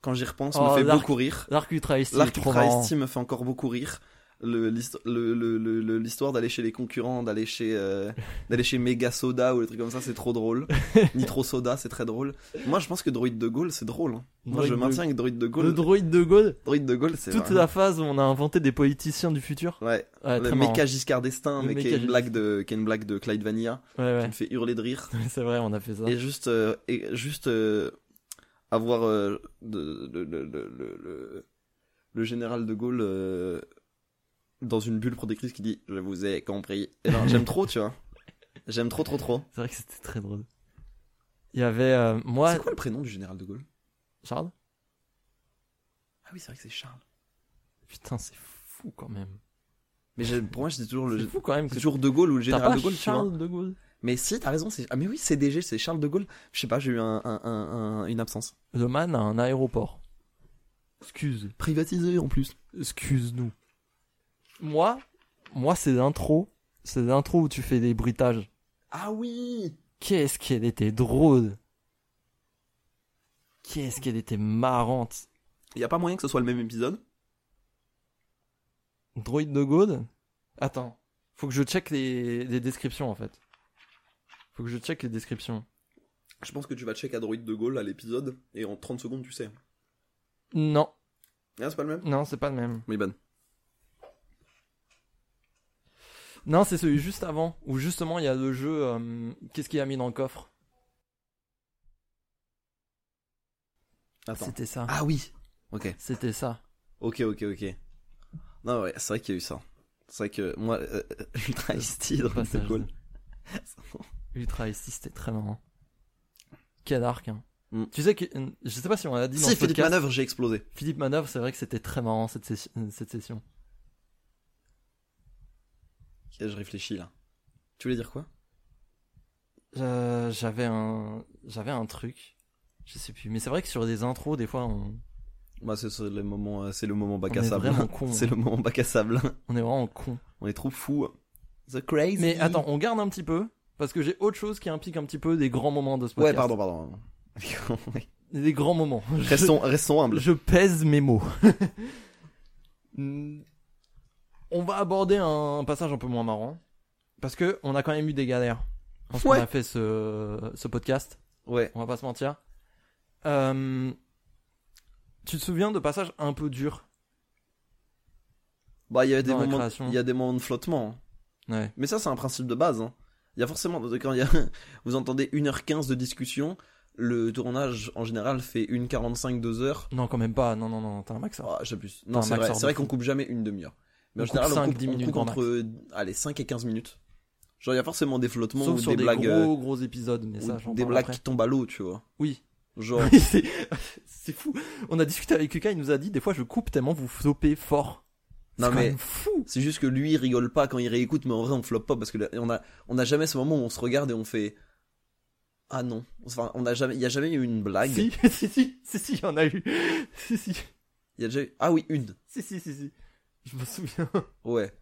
quand j'y repense, Oh, me fait l'arc- beaucoup rire. L'arc ultra ice, L'arc trop Ultra marrant. Ice me fait encore beaucoup rire. Le- l'histo- le- le- le- le- L'histoire d'aller chez les concurrents, d'aller chez, euh, d'aller chez Mega Soda ou des trucs comme ça, c'est trop drôle. Nitro Soda, c'est très drôle. Moi, je pense que Droid de Gaulle, c'est drôle. hein. Moi, Droïde je de- maintiens que Droid de Le Gaulle, droïde de Gaulle, Droid de Gaulle, c'est toute vraiment- la phase où on a inventé des politiciens du futur. Ouais, Ouais, le très marrant. méca Giscard d'Estaing, Le mais qui méca est, une Giscard. blague de, qui est une blague de Clyde Vanilla, qui Ouais, ouais. me fait hurler de rire. C'est vrai, on a fait ça. Et juste, euh, et juste euh, avoir euh, de- de- de- de- le, le- le général de Gaulle euh, dans une bulle pour des crises qui dit Je vous ai compris. Et non, j'aime trop, tu vois. J'aime trop, trop, trop. C'est vrai que c'était très drôle. Il y avait euh, moi, C'est quoi le prénom du général de Gaulle Charles. Ah oui, c'est vrai que c'est Charles. Putain, c'est fou quand même. Mais j'ai- pour moi, je dis toujours, le, C'est fou quand même c'est que toujours de Gaulle ou le t'as général pas de Gaulle, tu vois. Charles de Gaulle. Mais si, t'as raison, c'est. Ah, mais oui, CDG, c'est Charles de Gaulle. Je sais pas, j'ai eu un- un- un- un- une absence. Le man a un aéroport. Excuse, privatisé en plus. excuse-nous. Moi, moi, c'est l'intro, c'est l'intro où tu fais des bruitages. Ah oui Qu'est-ce qu'elle était drôle. Qu'est-ce qu'elle était marrante. Il y a pas moyen que ce soit le même épisode Droïde de Gaulle. Attends, faut que je check les, les descriptions en fait. Faut que je check les descriptions. Je pense que tu vas check à Droid de Gaulle à l'épisode et en 30 secondes tu sais. Non, Ah, c'est pas le même non, c'est pas le même. Oui, ben. Non, c'est celui juste avant, où justement il y a le jeu. euh, Qu'est-ce qu'il a mis dans le coffre Attends. C'était ça. Ah oui Ok. C'était ça. Ok, ok, ok. Non, ouais, c'est vrai qu'il y a eu ça. C'est vrai que moi, euh, Ultra Ice-T, Le Droid de passage Gaulle. de Ultra Ice, c'était très marrant. Quel arc. hein. Mm. Tu sais que. Je sais pas si on l'a dit dans si, le Philippe podcast. Manœuvre, j'ai explosé. Philippe Manœuvre, c'est vrai que c'était très marrant cette, sessi- euh, cette session. Ok, je réfléchis là. Tu voulais dire quoi Euh, J'avais un. J'avais un truc. Je sais plus. Mais c'est vrai que sur des intros, des fois, on, Bah, c'est c'est le moment, euh, c'est le moment bac On à est sable. vraiment con. C'est le moment bac à sable. on est vraiment con. On est trop fous. The crazy. Mais attends, on garde un petit peu. Parce que j'ai autre chose qui implique un petit peu des grands moments de ce Ouais, podcast. pardon, pardon. Oui. Des grands moments. restons, restons humbles. Je pèse mes mots. Hmm. on va aborder un passage un peu moins marrant. Parce que on a quand même eu des galères. Quand Ouais. on a fait ce, ce podcast. Ouais. On va pas se mentir. Euh, tu te souviens de passages un peu durs Bah, il y a des Dans la moments, création. il y a des moments de flottement. hein. Ouais. Mais ça, c'est un principe de base. hein. Il y a forcément, quand il y a, vous entendez 1h15 de discussion, le tournage en général fait 1h45, 2h. Non, quand même pas. Non, non, non, t'as un max. Ah, j'abuse. Non, un c'est vrai, maxeur c'est de vrai fou. qu'on coupe jamais une demi-heure. Mais On en général, coupe on cinq, coupe, dix on minutes coupe grand entre allez, 5 et 15 minutes. Genre, il y a forcément des flottements Sauf ou sur des, des, blagues, euh, gros, gros épisodes. Mais ou ça, j'en des parle blagues après. qui tombent à l'eau, tu vois. Oui. Genre, Oui, c'est- c'est fou. On a discuté avec Lucas, il nous a dit des fois je coupe tellement vous flopez fort. C'est Non, quand mais- même fou. c'est juste que lui, il rigole pas quand il réécoute, mais en vrai, on floppe pas parce que là, on a, on a jamais ce moment où on se regarde et on fait, ah non. Enfin, on a jamais, il y a jamais eu une blague. Si, si, si, si, si, il y en a eu. Si, si, Il y a déjà eu- Ah oui, une. si, si, si, si. Je me souviens. Ouais.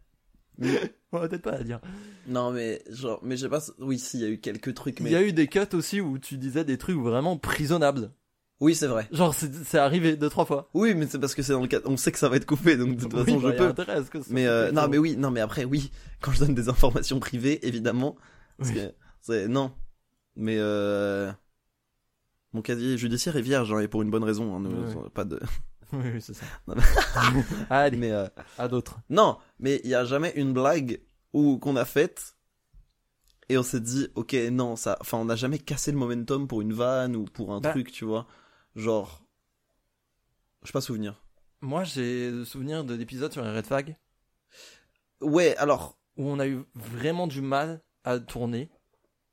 On va peut-être pas la dire. Non, mais genre, mais je sais pas. si- Oui, si, il y a eu quelques trucs, Il mais. y a eu des cuts aussi où tu disais des trucs vraiment prisonnables. Oui, c'est vrai. Genre, c'est c'est arrivé deux, trois fois. bah, Oui, mais c'est parce que c'est dans le cadre. On sait que ça va être coupé, donc de toute façon, je peux. Mais euh, non, mais oui, non, mais après, oui. Quand je donne des informations privées, évidemment. Parce Oui. que c'est. Non. Mais euh. Mon casier judiciaire est vierge, hein, et pour une bonne raison. hein, nous- Ouais, Pas de. Oui, oui, c'est ça. Non, mais- Allez, Mais euh, à d'autres. non, mais il y a jamais une blague ou qu'on a faite. Et on s'est dit, ok, non, ça. Enfin, on n'a jamais cassé le momentum pour une vanne ou pour un Bah. truc, tu vois. Genre. Je sais pas souvenir. Moi, j'ai le souvenir de l'épisode sur les Red Flag Ouais, alors. où on a eu vraiment du mal à tourner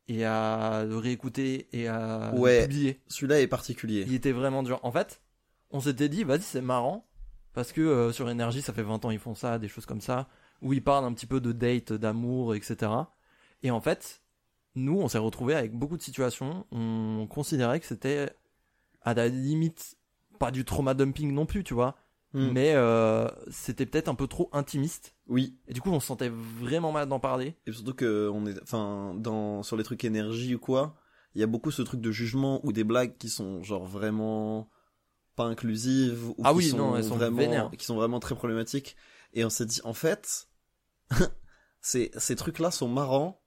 et à le réécouter et à le Ouais. publier. Celui-là est particulier. Il était vraiment dur. En fait, on s'était dit, vas-y, c'est marrant. Parce que euh, sur Énergie, ça fait 20 ans, ils font ça, des choses comme ça. Où ils parlent un petit peu de date, d'amour, etc. Et en fait, nous, on s'est retrouvés avec beaucoup de situations. On considérait que c'était à la limite, pas du trauma dumping non plus, tu vois. Hmm. Mais euh, c'était peut-être un peu trop intimiste. Oui. Et du coup, on se sentait vraiment mal d'en parler. Et surtout que on est, enfin, dans sur les trucs énergie ou quoi, il y a beaucoup ce truc de jugement ou des blagues qui sont genre vraiment pas inclusives ou Ah qui oui, sont non, elles sont vraiment vénères. qui sont vraiment très problématiques. Et on s'est dit en fait, ces ces trucs-là sont marrants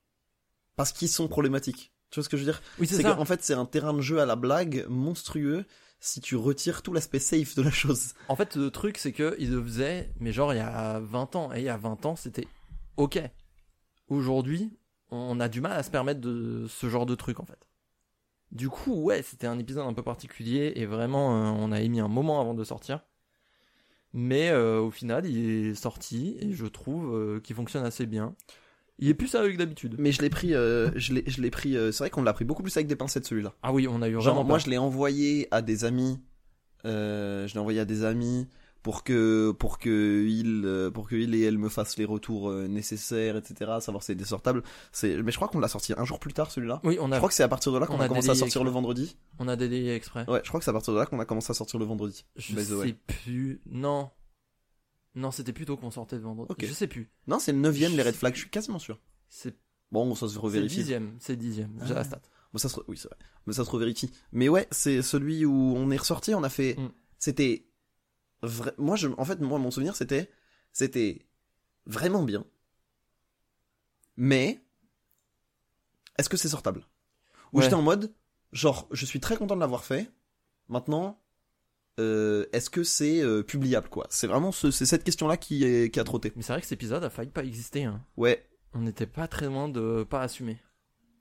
parce qu'ils sont problématiques. Tu vois ce que je veux dire Oui, c'est C'est ça. qu'en fait c'est un terrain de jeu à la blague monstrueux si tu retires tout l'aspect safe de la chose. En fait, le truc, c'est que ils le faisaient, mais genre il y a 20 ans. Et il y a 20 ans, c'était OK. Aujourd'hui, on a du mal à se permettre de ce genre de truc, en fait. Du coup, ouais, c'était un épisode un peu particulier et vraiment, euh, on a émis un moment avant de sortir. Mais euh, au final, il est sorti et je trouve euh, qu'il fonctionne assez bien. Il est plus sérieux que d'habitude. Mais je l'ai pris, euh, je l'ai je l'ai pris. euh, c'est vrai qu'on l'a pris beaucoup plus avec des pincettes celui-là. Ah oui, on a eu Genre vraiment. moi peur. je l'ai envoyé à des amis, euh, je l'ai envoyé à des amis pour que pour que il euh, pour que il et elle me fassent les retours euh, nécessaires etc. Savoir si c'est désortable. C'est mais je crois qu'on l'a sorti un jour plus tard celui-là. Oui, on Je a, crois que c'est à partir de là qu'on on a, a commencé à délayé, sortir quoi. le vendredi. on a délayé exprès. Ouais, je crois que c'est à partir de là qu'on a commencé à sortir le vendredi. Je Mais sais ouais. plus. Non. Non, c'était plutôt qu'on sortait de vendredi. Ok. Je sais plus. Non, c'est le 9 les Je red sais flags, je suis quasiment sûr. C'est Bon, ça se c'est revérifie. dixième. C'est dixième. J'ai Ah. la stat. Bon, ça se... re- Oui, c'est vrai. Mais ça se revérifie. Mais ouais, c'est celui où on est ressorti, on a fait... Mm. C'était... vra- Moi, je... En fait, moi, mon souvenir, c'était... C'était vraiment bien. Mais... Est-ce que c'est sortable Ou Ouais. j'étais en mode, genre, je suis très content de l'avoir fait. Maintenant, euh, est-ce que c'est euh, publiable, quoi C'est vraiment ce... c'est cette question-là qui, est... qui a trotté. Mais c'est vrai que cet épisode a failli pas exister. hein. Ouais. On n'était pas très loin de pas assumer.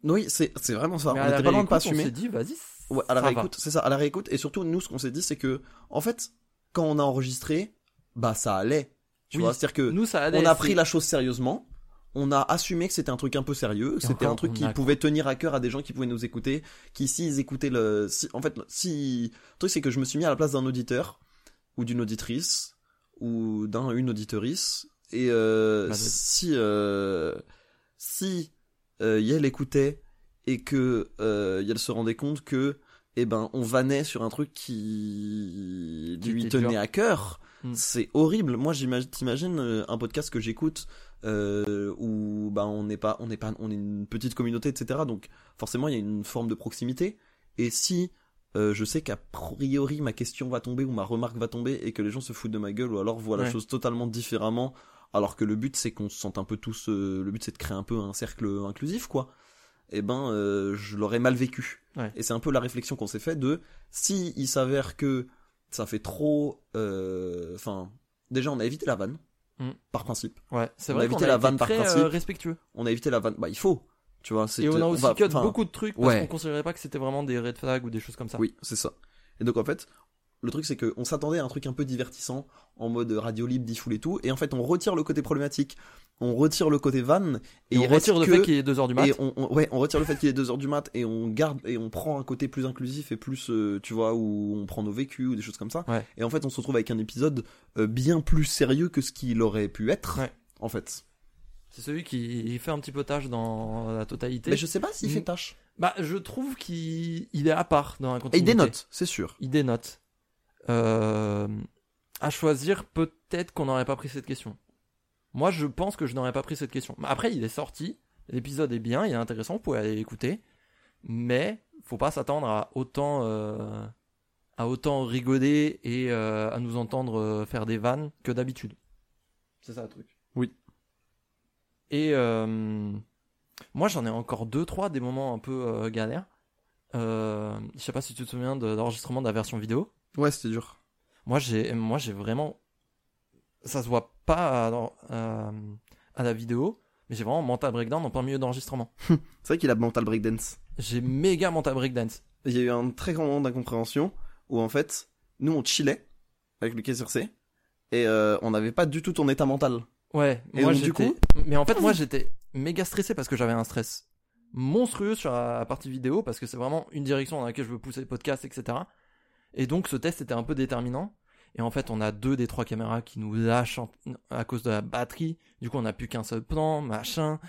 Oui, c'est c'est vraiment ça. Mais on à la n'était pas loin de réécoute, pas On assumer. s'est dit, vas-y. Ouais, à la ça va. réécoute, c'est ça, à la réécoute. Et surtout, nous, ce qu'on s'est dit, c'est que, en fait, quand on a enregistré, bah, ça allait. Tu Oui. vois, c'est-à-dire que, Nous, ça allait. on a c'est- pris la chose sérieusement. On a assumé que c'était un truc un peu sérieux, que c'était encore, un truc on qui a- pouvait tenir à cœur à des gens qui pouvaient nous écouter, qui s'ils écoutaient le, si- en fait, si, le truc c'est que je me suis mis à la place d'un auditeur, ou d'une auditrice, ou d'un, une auditorice, et euh, Bah, de- si, euh, si euh, Yel écoutait, et que euh, Yel se rendait compte que, eh ben, on vannait sur un truc qui Qui lui était dur. tenait à cœur, Mm. c'est horrible. Moi, j'imagine, t'imagines euh, un podcast que j'écoute euh, où bah on n'est pas, on n'est pas, on est une petite communauté, etc. Donc forcément, il y a une forme de proximité. Et si euh, je sais qu'a priori ma question va tomber ou ma remarque va tomber et que les gens se foutent de ma gueule ou alors voient la Ouais. chose totalement différemment, alors que le but c'est qu'on se sente un peu tous, euh, le but c'est de créer un peu un cercle inclusif, quoi. Eh ben, euh, je l'aurais mal vécu. Ouais. Et c'est un peu la réflexion qu'on s'est fait de si il s'avère que ça fait trop, euh, enfin, déjà on a évité la vanne Mm. par principe. Ouais, c'est on a vrai. qu'on évité a la été vanne par très, euh, principe. respectueux. On a évité la vanne, bah il faut, tu vois. Et c'était- on a on aussi va- cut enfin, beaucoup de trucs parce ouais. qu'on considérait pas que c'était vraiment des red flags ou des choses comme ça. Oui, c'est ça. Et donc en fait, le truc c'est que on s'attendait à un truc un peu divertissant en mode radio libre, difoule et tout, et en fait on retire le côté problématique, on retire le côté vanne et, Et, il on reste retire le que- fait qu'il est 2h du mat. et on, on- ouais, on retire le fait qu'il est 2h du mat et on garde et on prend un côté plus inclusif et plus euh, tu vois où on prend nos vécus ou des choses comme ça. Ouais. Et en fait, on se retrouve avec un épisode euh, bien plus sérieux que ce qu'il aurait pu être Ouais. en fait. C'est celui qui fait un petit peu tâche dans la totalité. Mais je sais pas s'il fait Mm. tâche. Bah, je trouve qu'il il est à part dans Et la il continuité. dénote, c'est sûr. Il dénote. Euh, à choisir, peut-être qu'on n'aurait pas pris cette question. Moi, je pense que je n'aurais pas pris cette question. Mais Après, il est sorti. L'épisode est bien, il est intéressant, vous pouvez aller l'écouter. Mais faut pas s'attendre à autant euh, à autant rigoler et euh, à nous entendre euh, faire des vannes que d'habitude. C'est ça le truc. Oui. Et euh, moi, j'en ai encore deux, trois des moments un peu euh, galères. Euh, je sais pas si tu te souviens de l'enregistrement de la version vidéo. Ouais, c'était dur. Moi, j'ai, moi, j'ai vraiment, ça se voit pas à, euh, à la vidéo, mais j'ai vraiment mental breakdown en plein milieu d'enregistrement. C'est vrai qu'il a mental breakdance. J'ai méga mental breakdance. il y a eu un très grand moment d'incompréhension où en fait, nous on chillait avec Lucas Circé et euh, on n'avait pas du tout ton état mental. Ouais. Et moi, donc, du j'étais- coup mais en fait, moi, j'étais méga stressé parce que j'avais un stress monstrueux sur la la partie vidéo parce que c'est vraiment une direction dans laquelle je veux pousser le podcast, etc. Et donc ce test était un peu déterminant. Et en fait, on a deux des trois caméras qui nous lâchent en- à cause de la batterie. Du coup, on n'a plus qu'un seul plan, machin.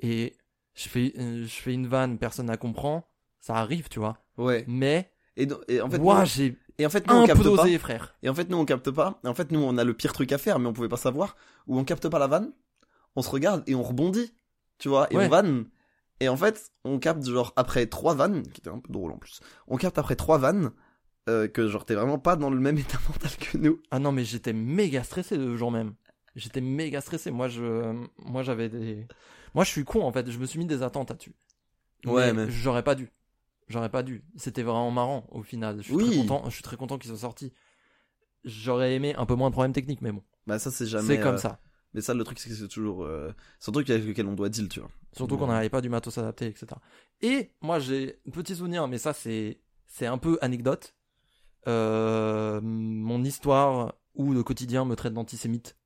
Et je fais, euh, je fais une vanne, personne ne la comprend. Ça arrive, tu vois. Ouais. Mais, Et, donc- et en fait, ouah, nous- j'ai et en fait, nous, on un peu capte pas. dosé, frère. Et en fait, nous, on capte pas. Et en fait, nous, on a le pire truc à faire, mais on pouvait pas savoir. Où on capte pas la vanne, on se regarde et on rebondit. Tu vois, et Ouais. on vanne. Et en fait, on capte, genre, après trois vannes, qui était un peu drôle en plus, on capte après trois vannes, euh, que genre, t'es vraiment pas dans le même état mental que nous. Ah non, mais j'étais méga stressé le jour même. J'étais méga stressé. Moi, je, moi, j'avais des. Moi, je suis con en fait. Je me suis mis des attentes là-dessus. Ouais, mais- J'aurais pas dû. J'aurais pas dû. C'était vraiment marrant au final. Je suis Oui. très content. Je suis très content qu'ils soient sortis. J'aurais aimé un peu moins de problèmes techniques, mais bon, Bah, ça, c'est jamais. c'est comme euh, ça. Mais ça, le truc, c'est que c'est toujours. euh, c'est un truc avec lequel on doit deal, tu vois. Surtout qu'on Ouais. n'avait pas du matos adapté, etc. Et moi, j'ai un petit souvenir, mais ça, c'est c'est un peu anecdote. Euh, mon histoire où le quotidien me traite d'antisémite.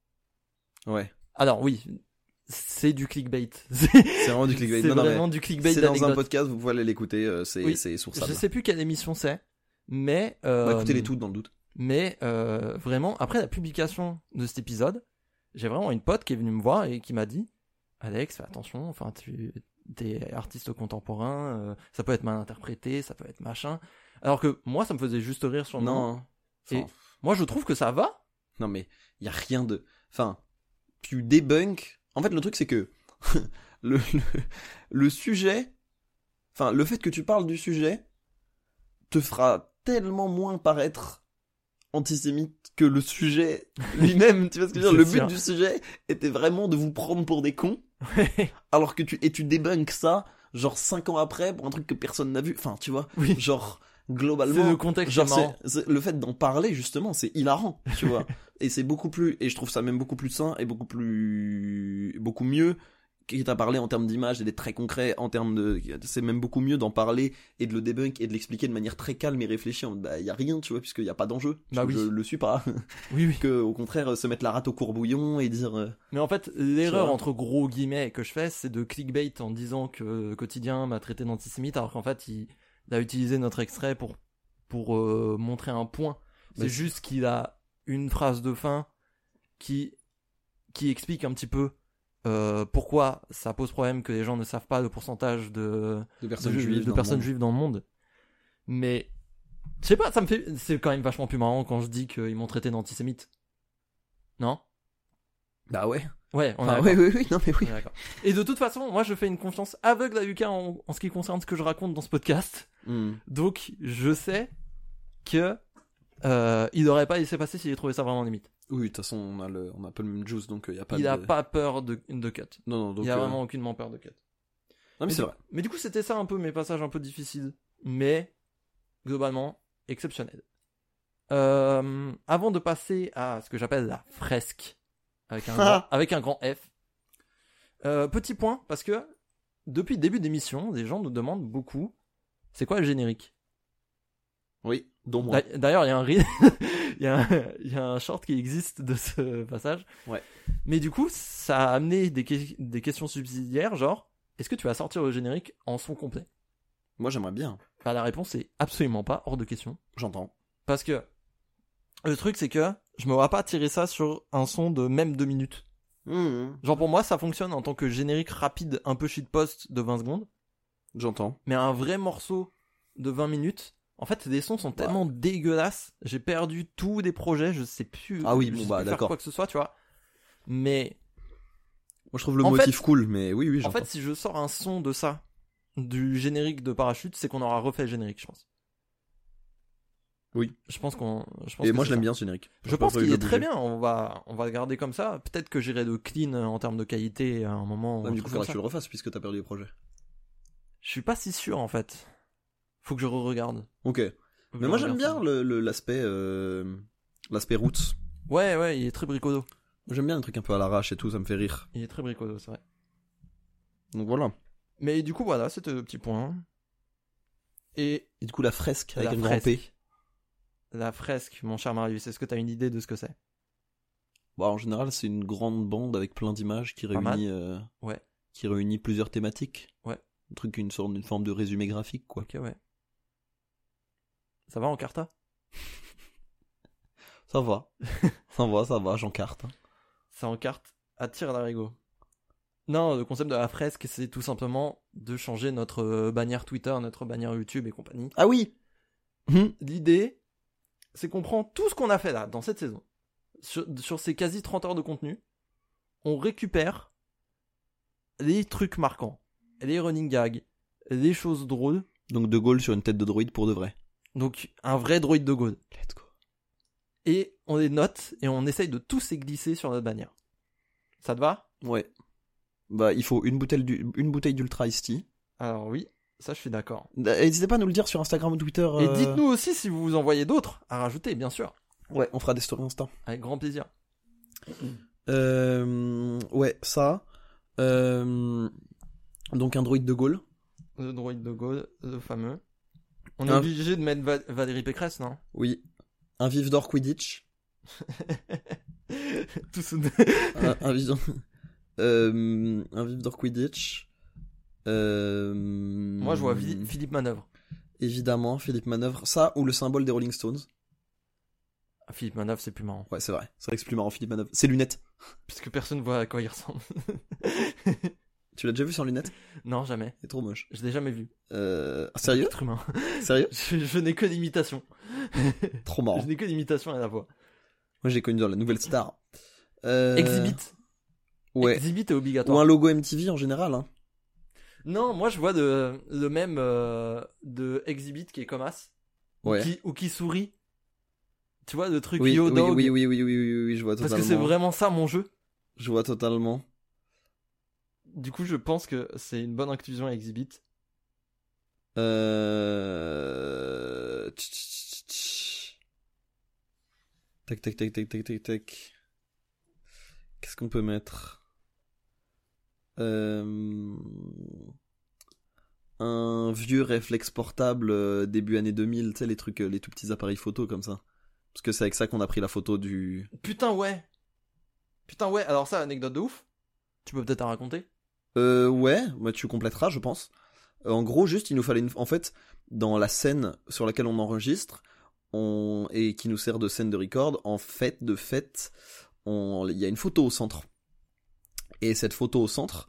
Ouais. Alors oui, c'est du clickbait. C'est C'est vraiment du clickbait. c'est Non, non, mais vraiment du clickbait c'est dans un d'anecdote. podcast, vous pouvez aller l'écouter, euh, c'est Oui. c'est sourçable. Je sais plus quelle émission c'est, mais euh, Bah, écoutez-les toutes dans le doute. Mais euh, vraiment, après la publication de cet épisode, j'ai vraiment une pote qui est venue me voir et qui m'a dit Alex, fais attention, enfin, tu es artiste contemporain, euh, ça peut être mal interprété, ça peut être machin. Alors que moi, ça me faisait juste rire sur le moment. Non. hein. Et- Enfin, Moi, je trouve que ça va. Non mais il y a rien de. Enfin, tu débunk. En fait, le truc c'est que le, le le sujet, enfin le fait que tu parles du sujet, te fera tellement moins paraître antisémite que le sujet lui-même. tu vois ce que je veux dire Le C'est but sûr. du sujet était vraiment de vous prendre pour des cons, alors que tu et tu débunkes ça genre cinq ans après pour un truc que personne n'a vu. Enfin, tu vois, Oui. genre C'est globalement. le contexte qui est Genre, marrant. c'est- c'est- le fait d'en parler, justement, c'est hilarant, tu vois. et c'est beaucoup plus, et je trouve ça même beaucoup plus sain et beaucoup plus, beaucoup mieux qu'il à parlé en termes d'image et d'être très concret en termes de, c'est même beaucoup mieux d'en parler et de le débunk et de l'expliquer de manière très calme et réfléchie. En mode, bah, il y a rien, tu vois, puisqu'il n'y a pas d'enjeu. Bah Je- oui. Je le suis pas. Oui, oui. que, au contraire, se mettre la rate au courbouillon et dire, euh, Mais en fait, C'est l'erreur vrai. entre gros guillemets que je fais, c'est de clickbait en disant que le quotidien m'a traité d'antisémite, alors qu'en fait, il, il a utilisé notre extrait pour, pour euh, montrer un point. Mais- C'est juste qu'il a une phrase de fin qui, qui explique un petit peu euh, pourquoi ça pose problème que les gens ne savent pas le pourcentage de, de de, personnes de juives. dans le personnes monde. juives dans le monde. Mais, je sais pas, ça me fait. C'est quand même vachement plus marrant quand je dis qu'ils m'ont traité d'antisémite. Non Bah ouais. Ouais, on est Enfin, d'accord. ouais, oui, oui, non, mais oui. On est d'accord. Et de toute façon, moi je fais une confiance aveugle à Lucas en, en ce qui concerne ce que je raconte dans ce podcast. Hmm. Donc je sais que euh, il n'aurait pas laissé passer s'il avait trouvé ça vraiment limite. Oui, de toute façon, on a le, on a un peu le même juice, donc il y a pas il de. n'a pas peur de, de cut. Non, non, donc. il a euh, vraiment aucunement peur de cut. Non, mais c'est vrai. Mais du coup, c'était ça un peu mes passages un peu difficiles. Mais globalement, exceptionnels. Euh, avant de passer à ce que j'appelle la fresque, avec un grand, avec un grand F, euh, petit point, parce que depuis le début d'émission, des gens nous demandent beaucoup c'est quoi le générique Oui, dont moi. D'a- D'ailleurs, il y a un ri- il y, a un- il y a un short qui existe de ce passage. Ouais. Mais du coup, ça a amené des, que- des questions subsidiaires, genre, est-ce que tu vas sortir le générique en son complet Moi, j'aimerais bien. Bah, la réponse est absolument pas, hors de question. J'entends. Parce que le truc, c'est que je me vois pas tirer ça sur un son de même deux minutes. Genre, pour moi, ça fonctionne en tant que générique rapide, un peu shitpost de 20 secondes. J'entends. mais un vrai morceau de 20 minutes. En fait, les sons sont tellement dégueulasses. J'ai perdu tous des projets, je sais plus. Ah oui, je bon, sais bah, plus faire d'accord. Quoi que ce soit, tu vois. Mais Moi, je trouve le En motif cool, mais oui, oui, en j'entends. fait, si je sors un son de ça, du générique de parachute, c'est qu'on aura refait le générique, je pense. Oui. Je pense qu'on. je pense Et que moi, c'est je l'aime ça. bien, ce générique. Je pense pas qu'il le est très bouger. bien. On va, on va le garder comme ça. Peut-être que j'irai de clean euh, en termes de qualité à un moment. ou Ouais, un mais du truc coup, comme faudra que ça. tu le refasses puisque t'as perdu les projets. Je suis pas si sûr en fait. Faut que je re-regarde. Ok. Faut que Mais je moi, re-regarde j'aime ça. bien le- le- l'aspect, euh, l'aspect roots. Ouais, ouais, il est très bricodo. J'aime bien les trucs un peu à l'arrache et tout, ça me fait rire. Il est très bricodo, c'est vrai. Donc voilà. Mais du coup, voilà, c'était le petit point. Et Et du coup, la fresque avec la un grand fresque. P. La fresque, mon cher Marius, est-ce que t'as une idée de ce que c'est Bon, Bah, en général, c'est une grande bande avec plein d'images qui mal. réunit, euh, Ouais. qui réunit plusieurs thématiques. Ouais. Un truc, une sorte, une forme de résumé graphique, quoi. Ok, ouais. Ça va en carta Ça va. ça va, ça va, j'encarte. hein. Ça en carte à tir d'arigot. Non, le concept de la fresque, c'est tout simplement de changer notre euh, bannière Twitter, notre bannière YouTube et compagnie. Ah oui Hum, L'idée, c'est qu'on prend tout ce qu'on a fait là, dans cette saison, sur, sur ces quasi 30 heures de contenu, on récupère les trucs marquants, les running gags, les choses drôles. Donc De Gaulle sur une tête de droïde pour de vrai. Donc, un vrai droïde de God. Let's go. Et on les note et on essaye de tous les glisser sur notre bannière. Ça te va Ouais. Bah, il faut une bouteille du- une bouteille d'Ultra Ice Tea. Alors oui, ça je suis d'accord. Euh, N'hésitez pas à nous le dire sur Instagram ou Twitter. Et euh, dites-nous aussi si vous vous en voyez d'autres à rajouter, bien sûr. Ouais, on fera des stories Insta. Avec grand plaisir. Euh, ouais, ça. Euh, donc un droïde de Gaulle. Le droïde de God, le fameux. On est Ah. obligé de mettre Va- Valérie Pécresse, non Oui. Un vif d'or Quidditch. Tout ce- un, un vif Euh, un vif d'or Quidditch. Euh, Moi, je vois Vi- Philippe Manœuvre. Évidemment, Philippe Manœuvre. Ça ou le symbole des Rolling Stones. Ah, Philippe Manœuvre, c'est plus marrant. Ouais, c'est vrai. C'est vrai que c'est plus marrant, Philippe Manœuvre. Ses lunettes. Puisque personne voit à quoi il ressemble. Tu l'as déjà vu sans lunettes non, jamais. C'est trop moche. Je l'ai jamais vu. Euh, ah, sérieux Être humain. Sérieux Je, je n'ai que l'imitation. Trop Je marrant. n'ai que l'imitation à la voix. Moi, j'ai connu dans la Nouvelle Star. Euh, Exhibit. Ouais. Exhibit est obligatoire. Ou un logo MTV en général. Hein. Non, moi je vois de, le même euh, de Exhibit qui est comme As. ou Ouais. qui- Ou, qui, sourit. Tu vois, le truc Oui, Yo oui, Dog. oui, oui, oui, oui, oui, oui, je vois parce totalement. que c'est vraiment ça mon jeu. Je vois totalement. Du coup, je pense que c'est une bonne inclusion à Exhibit. Euh... tch, tch, tch, tch. Tac, tac, tac, tac, tac, tac, tac. Qu'est-ce qu'on peut mettre Euh, Un vieux réflexe portable euh, début année 2000, tu sais, les trucs, euh, les tout petits appareils photo comme ça. Parce que c'est avec ça qu'on a pris la photo du... Putain, ouais. Putain, ouais. Alors, ça, anecdote de ouf. Tu peux peut-être la raconter. Euh, ouais, bah, tu compléteras, je pense. Euh, en gros, juste, il nous fallait une... En fait, dans la scène sur laquelle on enregistre, on... et qui nous sert de scène de record, en fait, de fait, on... il y a une photo au centre. Et cette photo au centre,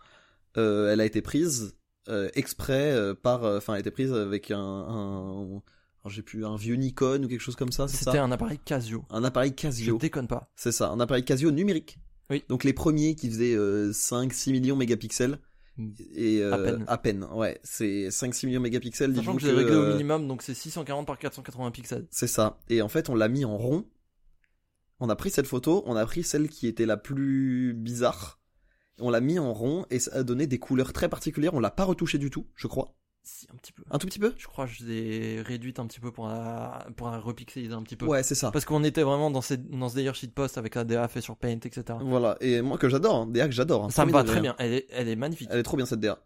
euh, elle a été prise euh, exprès euh, par... euh, Enfin, elle a été prise avec un... un... alors, j'ai plus... Un vieux Nikon ou quelque chose comme ça, Ah, c'est C'était ça un appareil Casio. Un appareil Je Casio. déconne pas. C'est ça, un appareil Casio numérique. Oui. Donc les premiers qui faisaient 5-6 millions mégapixels. Mm. Et, euh, À peine. ouais. C'est 5-6 millions mégapixels. Sachant dis-vous que j'ai réglé euh, au minimum, donc c'est 640 par 480 pixels. C'est ça. Et en fait, on l'a mis en rond. On a pris cette photo, on a pris celle qui était la plus bizarre. On l'a mis en rond et ça a donné des couleurs très particulières. On l'a pas retouché du tout, je crois. Si, un petit peu. Un tout petit peu Je crois que je l'ai réduite un petit peu pour la, pour la repixeliser un petit peu. Ouais, c'est ça. Parce qu'on était vraiment dans, ces, dans ce délire shitpost avec la DA fait sur Paint, etc. Voilà. Et moi que j'adore, hein. Déa que j'adore. hein. Ça me va Premier très degré. bien. Elle est, elle est magnifique. Elle est trop bien cette DA.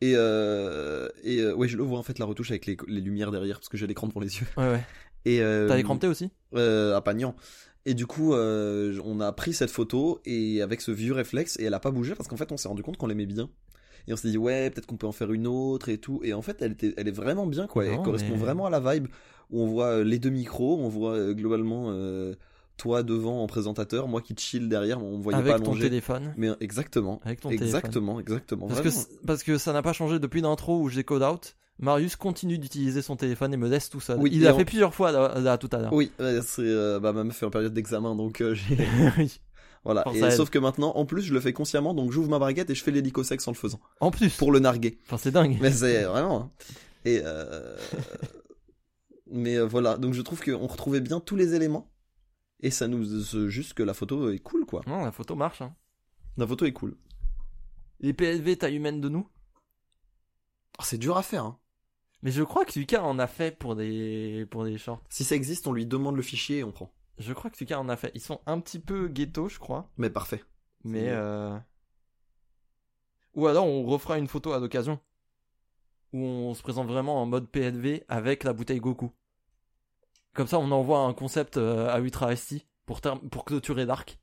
Et, euh, et euh, ouais, je le vois en fait la retouche avec les, les lumières derrière parce que j'ai l'écran devant les yeux. Ouais, ouais. Et euh, T'as les crampes aussi euh, à Pagnan. Et du coup, euh, on a pris cette photo et avec ce vieux réflexe et elle a pas bougé parce qu'en fait on s'est rendu compte qu'on l'aimait bien. Et on s'est dit ouais peut-être qu'on peut en faire une autre et tout. Et en fait elle était, elle est vraiment bien quoi. elle Non, correspond mais- vraiment à la vibe où on voit euh, les deux micros, on voit euh, globalement euh, toi devant en présentateur, moi qui chill derrière, on me voyait pas Avec ton allongé. téléphone. Mais exactement, Avec ton téléphone. exactement, exactement. Parce que, vraiment. c- parce que ça n'a pas changé depuis l'intro où j'ai code out. Marius continue d'utiliser son téléphone et me laisse tout seul. Oui, il et l'a on- fait plusieurs fois là, là, tout à l'heure. Oui, ouais, c'est euh, bah, ma meuf est en période d'examen donc euh, j'ai Oui. Voilà. Pense à Et elle. sauf que maintenant, en plus, je le fais consciemment, donc j'ouvre ma braguette et je fais l'hélico sexe en le faisant. En plus. Pour le narguer. Enfin, c'est dingue. Mais c'est vraiment. hein. Et euh... Mais euh, voilà. Donc je trouve qu'on retrouvait bien tous les éléments. Et ça nous. c'est Juste que la photo est cool, quoi. Non, la photo marche. hein. La photo est cool. Les PLV taille humaine de nous. Ah, c'est dur à faire, hein. Mais je crois que Lucas en a fait pour des, pour des shorts. Si ça existe, on lui demande le fichier et on prend. Je crois que Lucas en a fait. Ils sont un petit peu ghetto, je crois. Mais parfait. Mais. C'est- euh, Ou alors on refera une photo à l'occasion. Où on se présente vraiment en mode PNV avec la bouteille Goku. Comme ça, on envoie un concept euh, à Ultra ST pour, term- pour clôturer l'arc.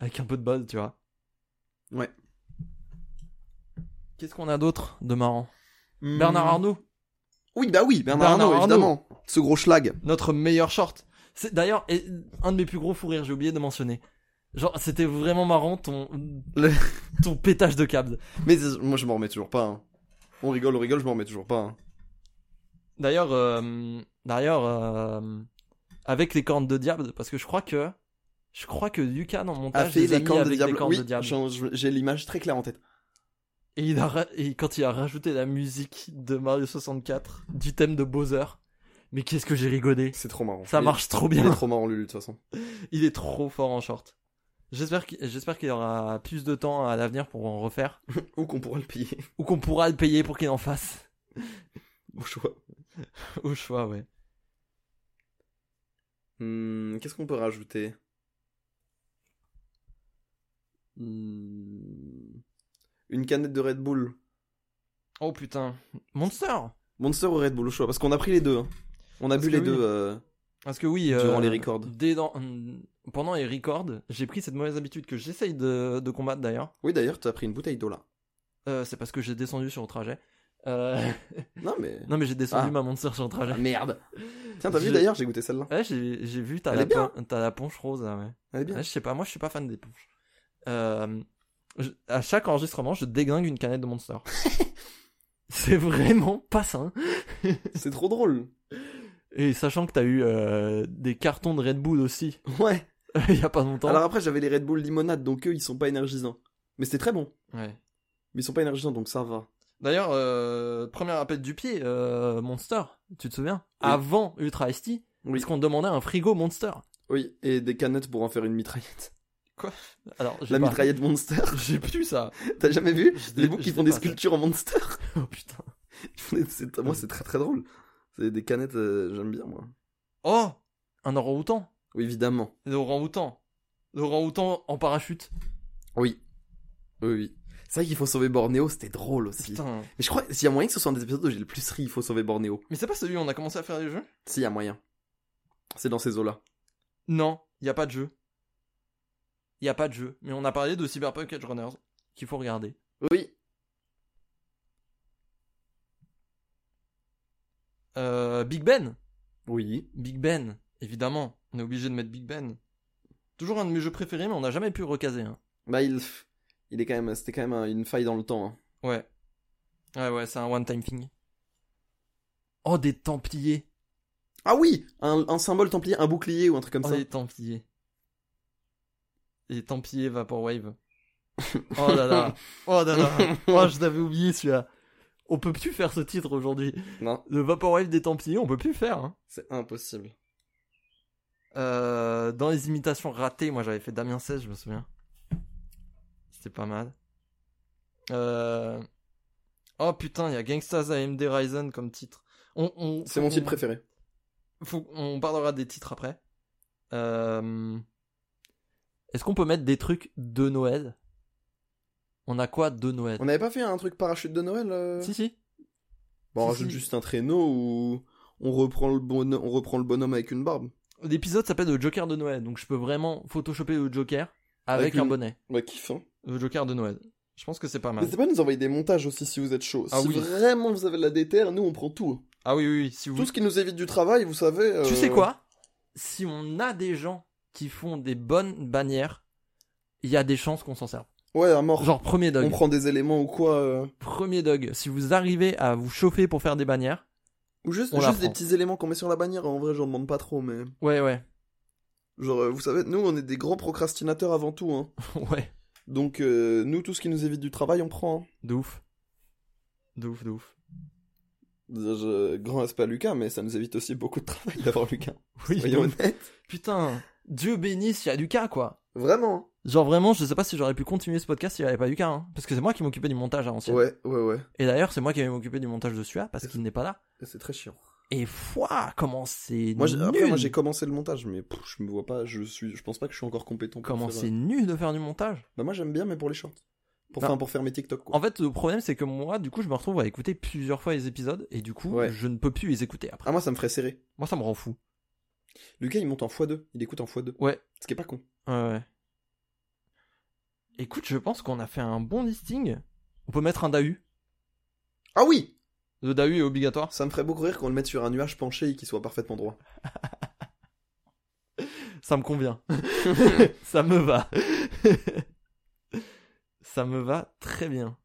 Avec un peu de buzz, tu vois. Qu'est-ce qu'on a d'autre de marrant Hmm. Bernard Arnault, Oui, bah oui, Bernard, Bernard Arnault, Arnault. évidemment. Ce gros schlag. notre meilleur short. C'est d'ailleurs et- un de mes plus gros fous rires, j'ai oublié de mentionner. Genre, c'était vraiment marrant ton, Le- ton pétage de câble. Mais euh, moi, je m'en remets toujours pas. hein. On rigole, on rigole, je m'en remets toujours pas. hein. D'ailleurs, euh, d'ailleurs, euh, avec les cornes de diable, parce que je crois que, je crois que Lucas dans le A montage fait Ah, les a les mis cornes de avec des diable. cornes Oui, de diable. j'en- j'ai l'image très claire en tête. Et, il a ra- et quand il a rajouté la musique de Mario 64 du thème de Bowser, mais qu'est-ce que j'ai rigolé C'est trop marrant. Ça Il- marche trop Il est bien. trop marrant, Lulu, de toute façon. Il est trop fort en short. J'espère qu'il j'espère qu'il aura plus de temps à l'avenir pour en refaire Ou qu'on pourra le payer. ou qu'on pourra le payer pour qu'il en fasse. Au choix. Au choix, ouais. Hmm, Qu'est-ce qu'on peut rajouter Hmm, Une canette de Red Bull. Oh putain, Monster. Monster ou Red Bull au choix Parce qu'on a pris les deux. hein. On a Parce bu que les oui. deux. euh, Parce que oui, Durant euh, les records. dès dans- hum, pendant les records, j'ai pris cette mauvaise habitude que j'essaye de, de combattre d'ailleurs. Oui, d'ailleurs, t'as pris une bouteille d'eau là. Euh, c'est parce que j'ai descendu sur le trajet. Euh, Non, mais. non mais j'ai descendu Ah. ma monster sur le trajet. Ah, merde Tiens, t'as vu Je- d'ailleurs, j'ai goûté celle-là. Ouais, j'ai j'ai vu, Ah. t'as Elle la, est bien. pon- t'as la ponche rose, là, ouais. Elle est bien. Ouais, je sais pas, moi je suis pas fan des ponches. Euh, je- à chaque enregistrement, je déglingue une canette de Monster. c'est vraiment pas sain. C'est trop drôle. Et sachant que t'as eu euh, des cartons de Red Bull aussi, Ouais. il y a pas longtemps. Alors après, j'avais les Red Bull limonade, donc eux, ils sont pas énergisants. Mais c'était très bon. Ouais. Mais ils sont pas énergisants, donc ça va. D'ailleurs, euh, premier appel du pied, euh, Monster, tu te souviens Oui. Avant Ultra ST, Oui. parce qu'on demandait un frigo Monster. Oui, et des canettes pour en faire une mitraillette. Alors, j'ai La pas- mitraillette Monster, J'ai plus ça. t'as jamais vu Je l'ai- Les boucs je qui l'ai font des pas, ça. sculptures en Monster Oh putain. Ils font des- c'est- Moi, c'est très très drôle. C'est des canettes, euh, j'aime bien, moi. Oh Un orang-outan Oui, évidemment. L'orang-outan. L'orang-outan en parachute. Oui. Oui, oui. C'est vrai qu'il faut sauver Bornéo, c'était drôle aussi. Putain. Mais je crois, s'il y a moyen que ce soit un des épisodes où j'ai le plus ri, il faut sauver Bornéo. Mais c'est pas celui où on a commencé à faire des jeux S'il y a moyen. C'est dans ces eaux-là. Non, y a pas de jeu. Y a pas de jeu. Mais on a parlé de Cyberpunk Edge Runners, qu'il faut regarder. Oui. Euh, Big Ben Oui. Big Ben, évidemment. On est obligé de mettre Big Ben. Toujours un de mes jeux préférés, mais on n'a jamais pu recaser. hein. Bah, il, il est quand même, c'était quand même un- une faille dans le temps. hein. Ouais. Ouais, ouais, c'est un one-time thing. Oh, des Templiers. Ah oui un, un symbole templier, un bouclier ou un truc comme oh, ça. les Templiers. Les Templiers Vaporwave. oh là là. Oh là là. Oh, je t'avais oublié celui-là. On peut plus faire ce titre aujourd'hui. Non, Le Vaporwave des Templiers, on peut plus faire. hein. c'est impossible. Euh, dans les imitations ratées, moi j'avais fait Damien 16, je me souviens. C'était pas mal. Euh... Oh putain, il y a Gangstas AMD Ryzen comme titre. On, on- C'est faut mon qu'on- titre préféré. faut- on parlera des titres après. Euh, Est-ce qu'on peut mettre des trucs de Noël On a quoi de Noël On n'avait pas fait un truc parachute de Noël euh Si, si. Bon, on si, rajoute si. juste un traîneau ou on reprend le bon, on reprend le bonhomme avec une barbe. L'épisode s'appelle le Joker de Noël, donc je peux vraiment photoshopper le Joker avec, Avec une- un bonnet. Bah kiffant. Le Joker de Noël. Je pense que c'est pas mal. N'hésitez pas à nous envoyer des montages aussi si vous êtes chaud. Ah si oui. vraiment vous avez de la déterre, nous on prend tout. Ah oui, oui, oui, si vous... Tout ce qui nous évite du travail, vous savez. euh, Tu sais quoi Si on a des gens qui font des bonnes bannières, il y a des chances qu'on s'en serve. Ouais, à mort. Genre premier Oh. on dog. prend des éléments ou quoi. euh, Premier dog. Si vous arrivez à vous chauffer pour faire des bannières, Ou juste, On la juste des prend. petits éléments qu'on met sur la bannière. En vrai, j'en demande pas trop, mais. ouais, ouais, Genre, euh, vous savez, nous on est des grands procrastinateurs avant tout. Hein. ouais, Donc, euh, nous, tout ce qui nous évite du travail, on prend. hein. de ouf, de ouf, de ouf. Je- Grand respect à Lucas, mais ça nous évite aussi beaucoup de travail d'avoir Lucas. Oui. Soyons de ouf. honnêtes. Putain, Dieu bénisse, il y a Lucas quoi. Vraiment hein. Genre vraiment, je sais pas si j'aurais pu continuer ce podcast s'il n'y avait pas Lucas, hein. parce que c'est moi qui m'occupais du montage à l'ancienne. Ouais, ouais, ouais. Et d'ailleurs, c'est moi qui vais m'occuper du montage de celui-là parce qu'il n'est pas là. C'est très chiant. Et foi, comment c'est Moi, j'ai- après, nul. moi, j'ai commencé le montage, mais pff, je me vois pas, je suis, je pense pas que je suis encore compétent. pour Comment faire, c'est euh, nul de faire du montage. Bah, moi, j'aime bien, mais pour les shorts. Pour, Non. enfin, pour faire mes TikTok, quoi. En fait, le problème, c'est que moi, du coup, je me retrouve à écouter plusieurs fois les épisodes et du coup, Ouais. je ne peux plus les écouter après. Ah, moi, ça me ferait serrer. Moi, ça me rend fou. Lucas, il monte en x2. Il écoute en x2. Ouais. Ce qui est pas con. Ouais, ouais. Écoute, je pense qu'on a fait un bon listing. On peut mettre un DAU. Ah oui Le DAU est obligatoire. Ça me ferait beaucoup rire qu'on le mette sur un nuage penché et qu'il soit parfaitement droit. Ça me convient. ça me va. ça me va très bien.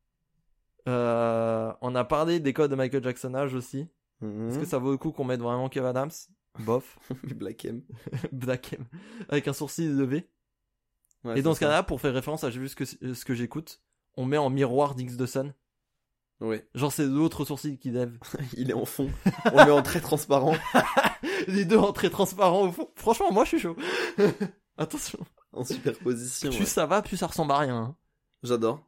Euh, on a parlé des codes de Michael Jackson âge aussi. Mhm. Est-ce que ça vaut le coup qu'on mette vraiment Kev Adams Bof. Black M. Black M. Avec un sourcil levé. Ouais, Et dans c'est ce cas-là, pour faire référence à j'ai vu ce que, ce que j'écoute, on met en miroir Dix de Sun. ça. Ouais. Genre c'est l'autre sourcil qui lève. Il est en fond. On le met en très transparent. Les deux entrées transparents au fond. Franchement, moi je suis chaud. Attention. En superposition. Plus ouais. ça va, plus ça ressemble à rien. hein. J'adore.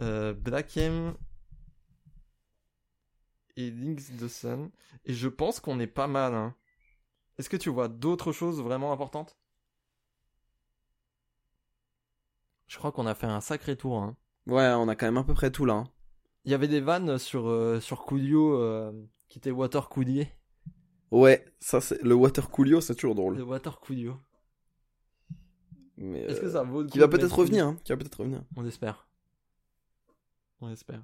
Euh, Black M et Links de Sun. Et je pense qu'on est pas mal. hein. Est-ce que tu vois d'autres choses vraiment importantes Je crois qu'on a fait un sacré tour. hein. Ouais, on a quand même à peu près tout là. hein. Il y avait des vannes sur, euh, sur Coolio euh, qui était Water Coolier. Ouais, ça c'est le water coolio, c'est toujours drôle. Le Euh, Water Coolio. Mais, Est-ce que euh, ça vaut le Qui coup va de peut-être mettre Coolio revenir, hein, qui va peut-être revenir. On espère. On espère.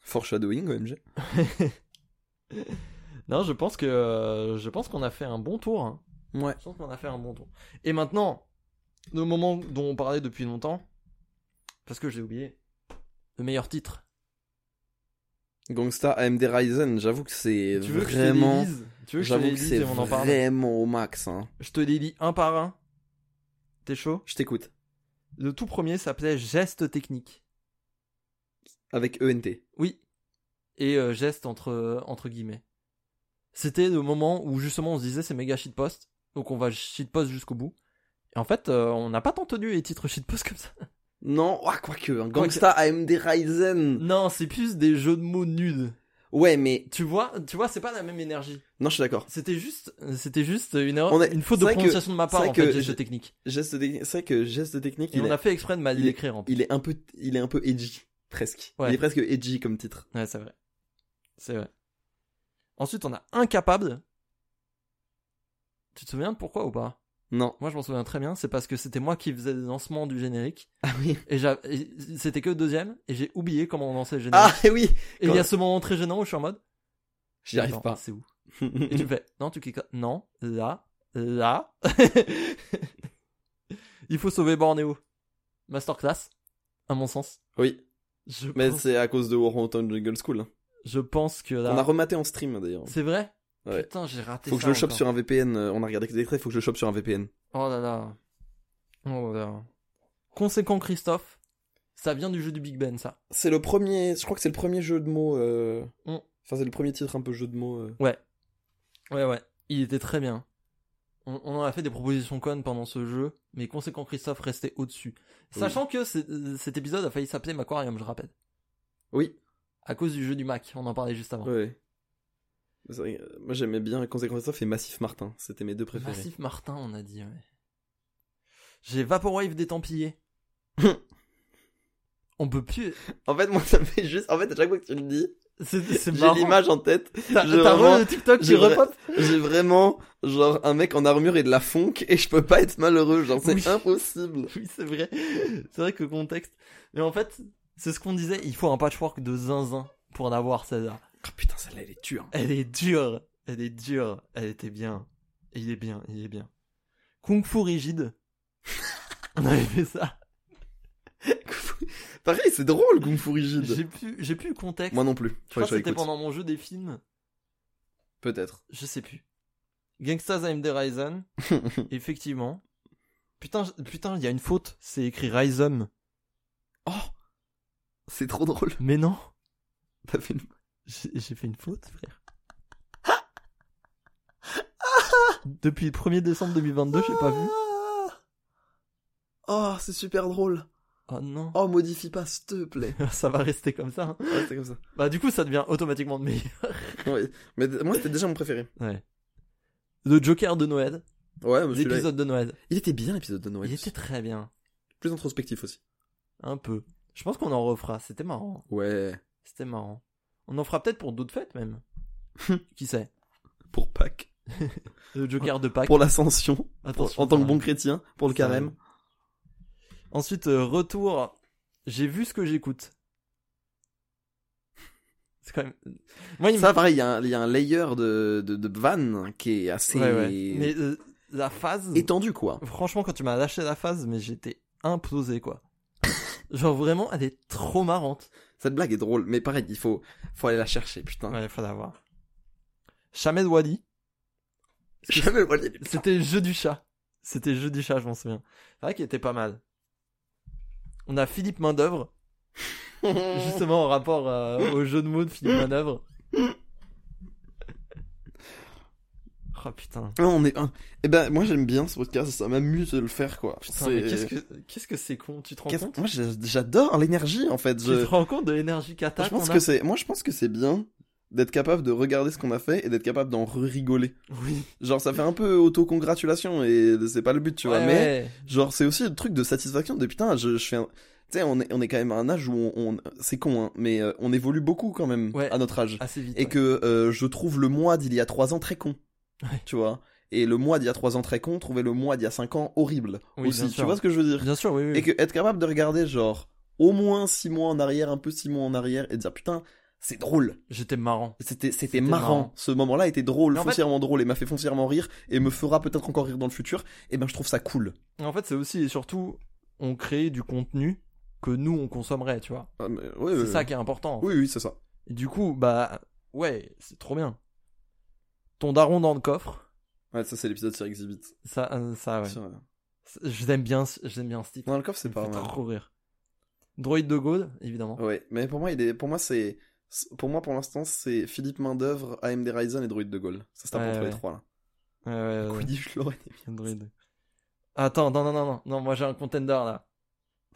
Foreshadowing, OMG. non, je pense que euh, je pense qu'on a fait un bon tour. hein. Ouais. Je pense qu'on a fait un bon tour. Et maintenant, le moment dont on parlait depuis longtemps, parce que j'ai oublié, le meilleur titre. Gangsta AMD Ryzen, j'avoue que c'est tu veux que vraiment. je te les lise Tu veux que je te J'avoue les que lise c'est et on en parle vraiment au max. hein. Je te les lis un par un. T'es chaud Je t'écoute. Le tout premier s'appelait Geste technique. Avec E ENT. Oui. Et euh, geste entre, entre guillemets. C'était le moment où justement on se disait c'est méga shitpost. Donc on va shitpost jusqu'au bout. Et en fait, euh, on n'a pas tant tenu les titres shitpost comme ça. Non, ah, quoique, hein, Quoique. Gangsta AMD Ryzen. Non, c'est plus des jeux de mots nuls. Ouais, mais. Tu vois, tu vois, c'est pas la même énergie. Non, je suis d'accord. C'était juste, c'était juste une erreur, On est- une faute c'est de vrai que- prononciation de ma part c'est en vrai fait, que geste je- technique. Geste technique- C'est vrai que geste technique, Et il, on est... a fait exprès de mal il est- l'écrire. En... plus. il est un peu, il est un peu edgy, presque. Ouais. Il est presque edgy comme titre. Ouais, c'est vrai. C'est vrai. Ensuite, on a incapable. Tu te souviens de pourquoi ou pas Non. Moi, je m'en souviens très bien. C'est parce que c'était moi qui faisais le lancement du générique. Ah oui. Et, j'a- et c'était que le deuxième. Et j'ai oublié comment on lançait le générique. Ah eh oui. et il y a ce moment très gênant où je suis en mode. J'y arrive attends, pas. C'est où Et tu fais. Non, tu cliques là. Non, là. Là. il faut sauver Bornéo. Masterclass. À mon sens. oui. Je Mais pense, c'est à cause de Warhunton Jungle School. hein. je pense que On a là. rematé en stream d'ailleurs. C'est vrai Ouais. Putain, j'ai raté Faut que ça je le chope encore. sur un VPN. euh, On a regardé que des traits, faut que je le chope sur un VPN. Oh là là. Oh là là. Conséquent Christophe, ça vient du jeu du Big Ben, ça. C'est le premier. Je crois que c'est le premier jeu de mots. euh, Mm. Enfin, c'est le premier titre un peu jeu de mots. euh. Ouais, ouais. Il était très bien. On, on en a fait des propositions connes pendant ce jeu, mais conséquent Christophe restait au-dessus. Oui. Sachant que c'est- euh, cet épisode a failli s'appeler Macquarium, je rappelle. Oui. À cause du jeu du Mac, on en parlait juste avant. Ouais. C'est vrai que, euh, Moi j'aimais bien Conséquence Off et Massif Martin, c'était mes deux préférés. Massif Martin, on a dit, ouais. J'ai Vaporwave des Templiers. on peut plus. En fait, moi ça me fait juste. En fait, à chaque fois que tu le dis, C'est c'est j'ai marrant. l'image en tête. T'as je t'as re vraiment- le TikTok qui je vra- repop J'ai vraiment, genre, un mec en armure et de la funk et je peux pas être malheureux, genre, c'est Oui. impossible. Oui, c'est vrai. C'est vrai que contexte. Mais en fait, c'est ce qu'on disait, il faut un patchwork de zinzin pour l'avoir, celle-là. Oh putain, celle-là, elle est dure. Elle est dure. Elle est dure. Elle était bien. Il est bien, il est bien. Kung Fu rigide. On avait fait ça. Pareil, c'est drôle, Kung Fu Rigide. J'ai plus, j'ai plus le contexte. Moi non plus. je Faudrait crois que que c'était l'écoute. pendant mon jeu des films. Peut-être. Je sais plus. Gangsta's AMD Ryzen. Effectivement. Putain, je- putain, il y a une faute. C'est écrit Ryzen. Oh C'est trop drôle. Mais non. T'as fait une- J'ai j'ai fait une faute, frère. Depuis le 1er décembre 2022, j'ai pas vu. Ah. Oh, c'est super drôle. Oh non. Oh, modifie pas, s'il te plaît. Ça va rester comme ça. hein. Ouais, c'était comme ça. Bah du coup, ça devient automatiquement de meilleur. Oui. Mais d- moi, c'était déjà mon préféré. Ouais. Le Joker de Noël. Ouais, mais Oh, celui-là, L'épisode de Noël. Il était bien, l'épisode de Noël. Il était très bien. plus introspectif aussi. Un peu. Je pense qu'on en refera. C'était marrant. Ouais. C'était marrant. On en fera peut-être pour d'autres fêtes même. Qui sait Pour Pâques. Le Joker de Pâques. Pour l'ascension. Attention, en tant que ça bon arrive. chrétien. Pour le Ça carême. arrive. Ensuite, euh, retour. J'ai vu ce que j'écoute. quand même. Moi, il me- Ça, pareil, il y, a un- il y a un layer de, de, de vanne qui est assez Ouais, ouais. Mais euh, la phase. étendu, quoi. Franchement, quand tu m'as lâché la phase, mais j'étais implosé, quoi. Genre vraiment, elle est trop marrante. Cette blague est drôle, mais pareil, il faut, faut aller la chercher, putain. Ouais, faut la voir. Chamed Wadi, Jamais le voyais. c'était le jeu du chat. C'était le jeu du chat, je m'en souviens. C'est vrai qu'il était pas mal. On a Philippe Main-d'œuvre, justement en rapport euh, au jeu de mots de Philippe Main-d'œuvre. Oh putain. Ah, on est un. Eh ben, moi j'aime bien ce podcast, ça m'amuse de le faire, quoi. Putain, mais qu'est-ce que qu'est-ce que c'est con, tu te rends Qu'est-ce- compte Moi j'a- j'adore l'énergie, en fait. Tu te Je... rends compte de l'énergie cata je pense qu'on a que c'est. Moi je pense que c'est bien d'être capable de regarder ce qu'on a fait et d'être capable d'en rigoler. Oui, Genre, ça fait un peu autocongratulation et c'est pas le but, tu vois. Ouais, mais ouais. Genre, c'est aussi le truc de satisfaction de putain, je, je fais un. Tu sais, on est, on est quand même à un âge où on. on- c'est con, hein, mais euh, on évolue beaucoup quand même Ouais. à notre âge. assez vite. Et ouais. que euh, je trouve le mois d'il y a 3 ans très con. Ouais. Tu vois Et le mois d'il y a 3 ans très con, trouver le mois d'il y a 5 ans horrible. Oui, bien aussi, tu sûr. vois ce que je veux dire Bien sûr, oui, oui. Et que être capable de regarder, genre, au moins 6 mois en arrière, un peu 6 mois en arrière, et de dire putain, c'est drôle. J'étais marrant. C'était, C'était c'était marrant. marrant. Ce moment-là était drôle, Mais en fait- foncièrement drôle, et m'a fait foncièrement rire, et me fera peut-être encore rire dans le futur. Et ben, je trouve ça cool. Et En fait, c'est aussi et surtout, on crée du contenu que nous, on consommerait, tu vois. Ah, mais- ouais, c'est ouais, ça qui est important. Oui, oui, c'est ça. Et du coup, bah, ouais, c'est trop bien. Ton daron dans le coffre, Ouais, ça c'est l'épisode sur Exhibit. ça, euh, ça ouais. Sur- C'est- Je l'aime bien, ce- je l'aime bien ce titre. Non, le coffre c'est Ça pas me fait mal. trop rire. Droïde de Gaulle, évidemment. Ouais, mais pour moi, il est... pour moi c'est, c'est- pour moi pour l'instant c'est Philippe Maindœuvre, AMD Ryzen et Droid de Gaulle. Ça se tape Ouais, entre ouais. les trois là. Ouais, ouais, ouais. Quidditch, l'aurait été bien. Droïde. Attends, non, non, non, non, non, moi j'ai un contender là.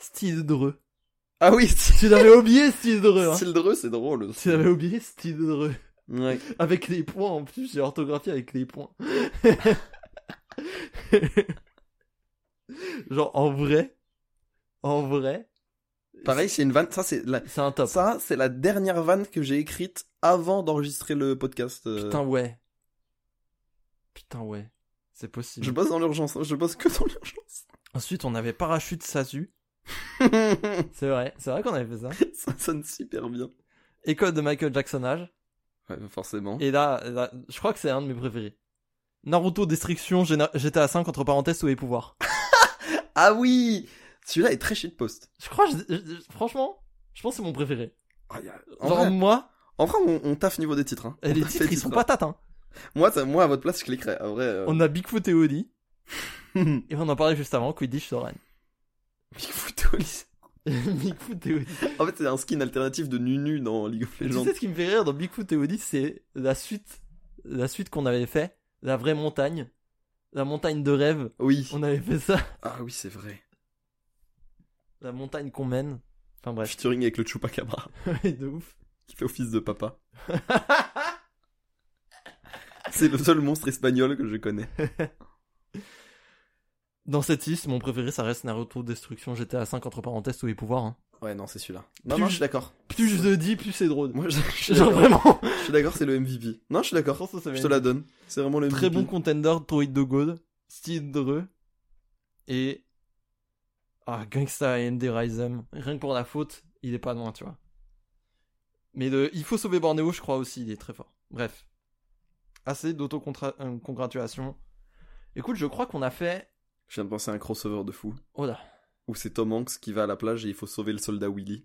Style Dreux. Ah oui, Tu l'avais oublié, Style Dreux. Hein. style dreux, c'est drôle. aussi. Tu l'avais oublié, Style Dreux. Ouais. Avec les points en plus, j'ai orthographié avec les points. Genre en vrai, en vrai, Pareil, c'est une vanne. Ça c'est la... c'est un top. ça c'est la dernière vanne que j'ai écrite avant d'enregistrer le podcast. euh, Putain ouais. Putain ouais, c'est possible. Je bosse dans l'urgence. hein, Je bosse que dans l'urgence. Ensuite, on avait parachute Sasu. C'est vrai, c'est vrai qu'on avait fait ça. ça sonne super bien. École de Michael Jacksonage. Ouais, forcément. Et là, là, je crois que c'est un de mes préférés. Naruto Destruction Géna- GTA 5 entre parenthèses tous les pouvoirs. Ah oui, celui-là est très shitpost. Je crois, je- je- je- franchement, je pense que c'est mon préféré. Ah, il y a- en Genre vrai- moi, En vrai, on, on taffe niveau des titres. Hein. Et On les taffe titres, ils sont titres, hein. patates, hein. Moi, ça- moi, à votre place, je cliquerais. En vrai. euh, On a Bigfoot et Oli, et on en parlait juste avant, Quidditch Soren. Bigfoot Oli. Bigfoot et Oli. En fait, c'est un skin alternatif de Nunu dans League of Tu Legends. sais ce qui me fait rire dans Bigfoot et Oli, c'est la suite, la suite qu'on avait fait, la vraie montagne, la montagne de rêve. Oui. On avait fait ça, Ah oui, c'est vrai. la montagne qu'on mène. Enfin bref, Featuring avec le Chupacabra, Ouais, de ouf. qui fait office de papa. c'est le seul monstre espagnol que je connais. Dans cette liste, mon préféré, ça reste Naruto Destruction GTA 5 entre parenthèses tous les pouvoirs. Hein. Ouais, non, c'est celui-là. Plus Non, non, je- je suis d'accord. Plus je le dis, plus c'est drôle. Moi, je, je suis Genre d'accord. vraiment. Je suis d'accord, c'est le MVP. Non, je suis d'accord. Je te la donne. C'est vraiment le MVP. Très bon contender, Droid de God, Steve Dreux et. Ah, Gangsta AMD Ryzen. Rien que pour la faute, il est pas loin, tu vois. Mais le Il faut sauver Bornéo, je crois aussi, il est très fort. Bref. Assez d'autocongratulations. Écoute, je crois qu'on a fait. Je viens de penser à un crossover de fou. Oh là. Où c'est Tom Hanks qui va à la plage et il faut sauver le soldat Willy.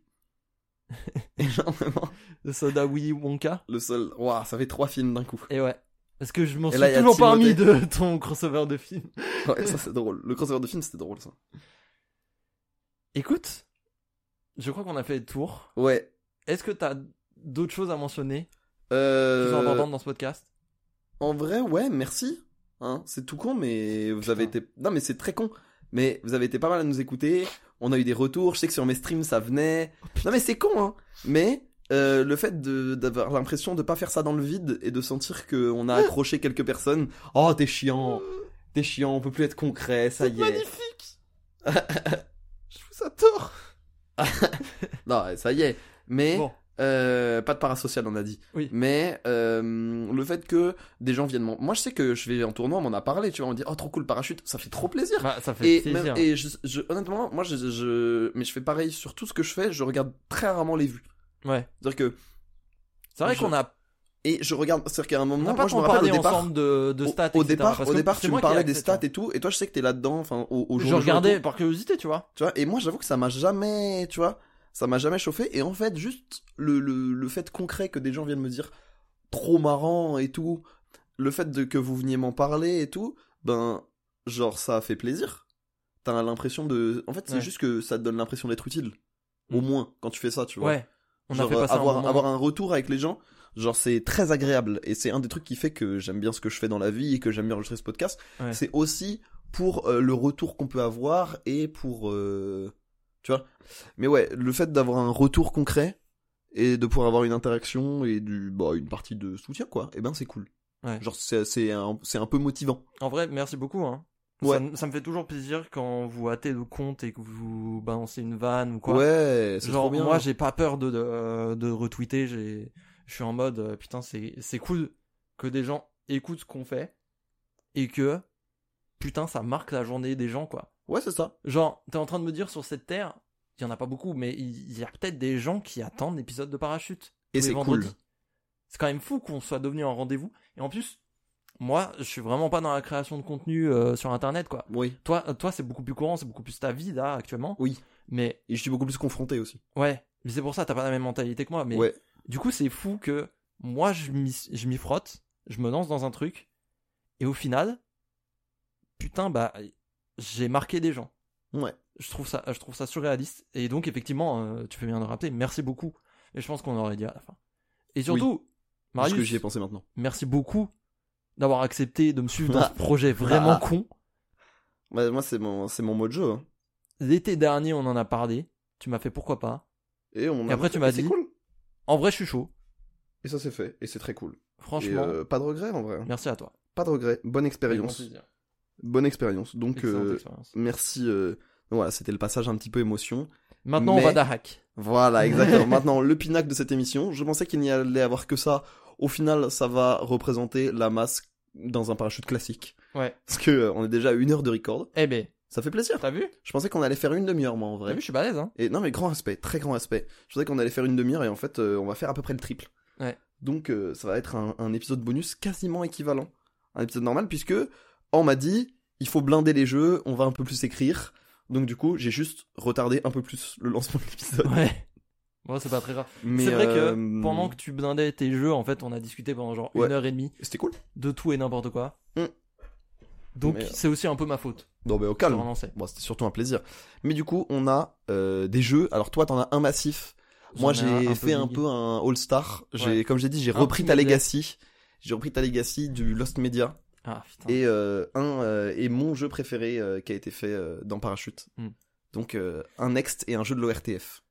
et genre, vraiment, Le soda Willy Wonka. le sol. Waouh, ça fait trois films d'un coup. Et ouais. Parce que je m'en Et suis là, il y a toujours pas remis Timothée. de ton crossover de film. Ouais, ça c'est drôle. Le crossover de film, c'était drôle ça. Écoute, je crois qu'on a fait le tour. Ouais. Est-ce que t'as d'autres choses à mentionner qui Euh, sont importantes dans ce podcast En vrai, ouais, merci. Hein, c'est tout con, mais vous avez été. Non, mais c'est très con. Mais vous avez été pas mal à nous écouter. On a eu des retours. Je sais que sur mes streams, ça venait. non, mais c'est con, hein. Mais euh, le fait de- d'avoir l'impression de pas faire ça dans le vide et de sentir qu'on a accroché quelques personnes. Oh, t'es chiant. T'es chiant. On peut plus être concret. Ça y est. magnifique Je vous adore Non, ça y est. Mais. Bon, Euh, pas de parasocial, on a dit. Oui. Mais euh, le fait que des gens viennent. m'en- Moi, je sais que je vais en tournoi, on m'en a parlé, tu vois. On dit, oh, trop cool, parachute, ça fait trop plaisir. bah, ça fait Et, plaisir. même- et je, je- honnêtement, moi, je, je- Mais je fais pareil sur tout ce que je fais, je regarde très rarement les vues. Ouais, C'est-à-dire que C'est vrai Je- qu'on a, Et je regarde, c'est-à-dire qu'à un on moment, a moi pas je me trop rappelle parlé au départ, ensemble de, de au- stats. au, etc., départ, parce au que départ, c'est tu moi me qui parlais ai des accès, stats tu et tout, et toi je sais que t'es là-dedans, enfin au, au jour vois. Je le jour et regardais tout, par curiosité, tu vois. tu vois. Et moi j'avoue que ça m'a jamais, tu vois, ça m'a jamais chauffé. Et en fait, juste le, le, le fait concret que des gens viennent me dire trop marrant et tout, le fait de que vous veniez m'en parler et tout, ben genre ça fait plaisir. T'as l'impression de, en fait c'est Ouais. juste que ça te donne l'impression d'être utile, au Mm. moins quand tu fais ça, tu vois. Ouais. On Genre, a fait passer avoir, un bon avoir moment. un retour avec les gens, genre c'est très agréable et c'est un des trucs qui fait que j'aime bien ce que je fais dans la vie et que j'aime bien enregistrer ce podcast. Ouais. C'est aussi pour euh, le retour qu'on peut avoir et pour euh, tu vois. Mais ouais, le fait d'avoir un retour concret et de pouvoir avoir une interaction et du bah une partie de soutien quoi. Et ben c'est cool. Ouais. Genre c'est c'est un c'est un peu motivant. En vrai, merci beaucoup. Hein. Ouais. Ça, me- ça me fait toujours plaisir quand vous hâtez le compte et que vous balancez une vanne ou quoi. ouais, c'est Genre, trop bien. hein. moi, j'ai pas peur de, de, de retweeter. j'ai- Je suis en mode, euh, putain, c'est c'est cool que des gens écoutent ce qu'on fait et que, putain, ça marque la journée des gens, quoi. ouais, c'est ça. Genre, t'es en train de me dire sur cette terre, il y en a pas beaucoup, mais il il y a peut-être des gens qui attendent l'épisode de parachute. Et tous les c'est cool. vendredis. C'est quand même fou qu'on soit devenu un rendez-vous. Et en plus, moi, je suis vraiment pas dans la création de contenu euh, sur internet, quoi. Oui. Toi, euh, toi c'est beaucoup plus courant, c'est beaucoup plus ta vie, là, actuellement. Oui. Mais, Et je suis beaucoup plus confronté aussi. ouais. Mais c'est pour ça, t'as pas la même mentalité que moi. Mais Ouais. du coup, c'est fou que moi, je m'y je m'y frotte, je me lance dans un truc, et au final, putain, bah, j'ai marqué des gens. Ouais. Je trouve ça, je trouve ça surréaliste. Et donc, effectivement, euh, tu fais bien de le rappeler, merci beaucoup. Et je pense qu'on aurait dit à la fin. Et surtout, Parce que Marius, j'y ai pensé maintenant. merci beaucoup d'avoir accepté de me suivre dans ce projet Bah. vraiment con. Ouais, Bah, moi c'est mon c'est mon mojo. hein. L'été dernier, on en a parlé. Tu m'as fait pourquoi pas. Et, on Et après, tu m'as c'est dit- cool. En vrai, je suis chaud. Et ça c'est fait, et c'est très cool. Et, Franchement, euh, pas de regret en vrai. merci à toi. Pas de regret, bonne Avec grand expérience. plaisir. Bonne expérience. Donc Excellente euh, expérience. merci. euh, Voilà, c'était le passage un petit peu émotion. Maintenant, mais- on va d'Ahac. Voilà, exactement. Maintenant, le pinacle de cette émission. Je pensais qu'il n'y allait avoir que ça. Au final, ça va représenter la masse dans un parachute classique. Ouais. Parce que euh, on est déjà à une heure de record. Eh ben, Ça fait plaisir. t'as vu Je pensais qu'on allait faire une demi-heure moi en T'as vrai. vu, je suis balèze, hein Et non mais grand aspect, très grand aspect. Je pensais qu'on allait faire une demi-heure et en fait euh, on va faire à peu près le triple. Ouais. Donc euh, ça va être un, un épisode bonus quasiment équivalent. à Un épisode normal puisque on m'a dit il faut blinder les jeux, on va un peu plus écrire. Donc du coup j'ai juste retardé un peu plus le lancement de l'épisode. Ouais. Bon, c'est pas très grave. Mais c'est vrai euh, que pendant que tu blindais tes jeux, en fait, on a discuté pendant genre Ouais. une heure et demie c'était cool. de tout et n'importe quoi. Mm. Donc, Mais, euh, c'est aussi un peu ma faute. Non mais au de calme. relancer. Bon c'était surtout un plaisir. Mais du coup on a euh, des jeux. Alors toi t'en as un massif. Moi J'en ai un- j'ai un fait un big. peu un All Star. J'ai Ouais. comme j'ai dit j'ai Un repris petit ta medley. legacy. J'ai repris ta legacy du Lost Media. Ah putain. et euh, un euh, et mon jeu préféré euh, qui a été fait euh, dans Parachute. Hmm. Donc euh, un next et un jeu de l'ORTF.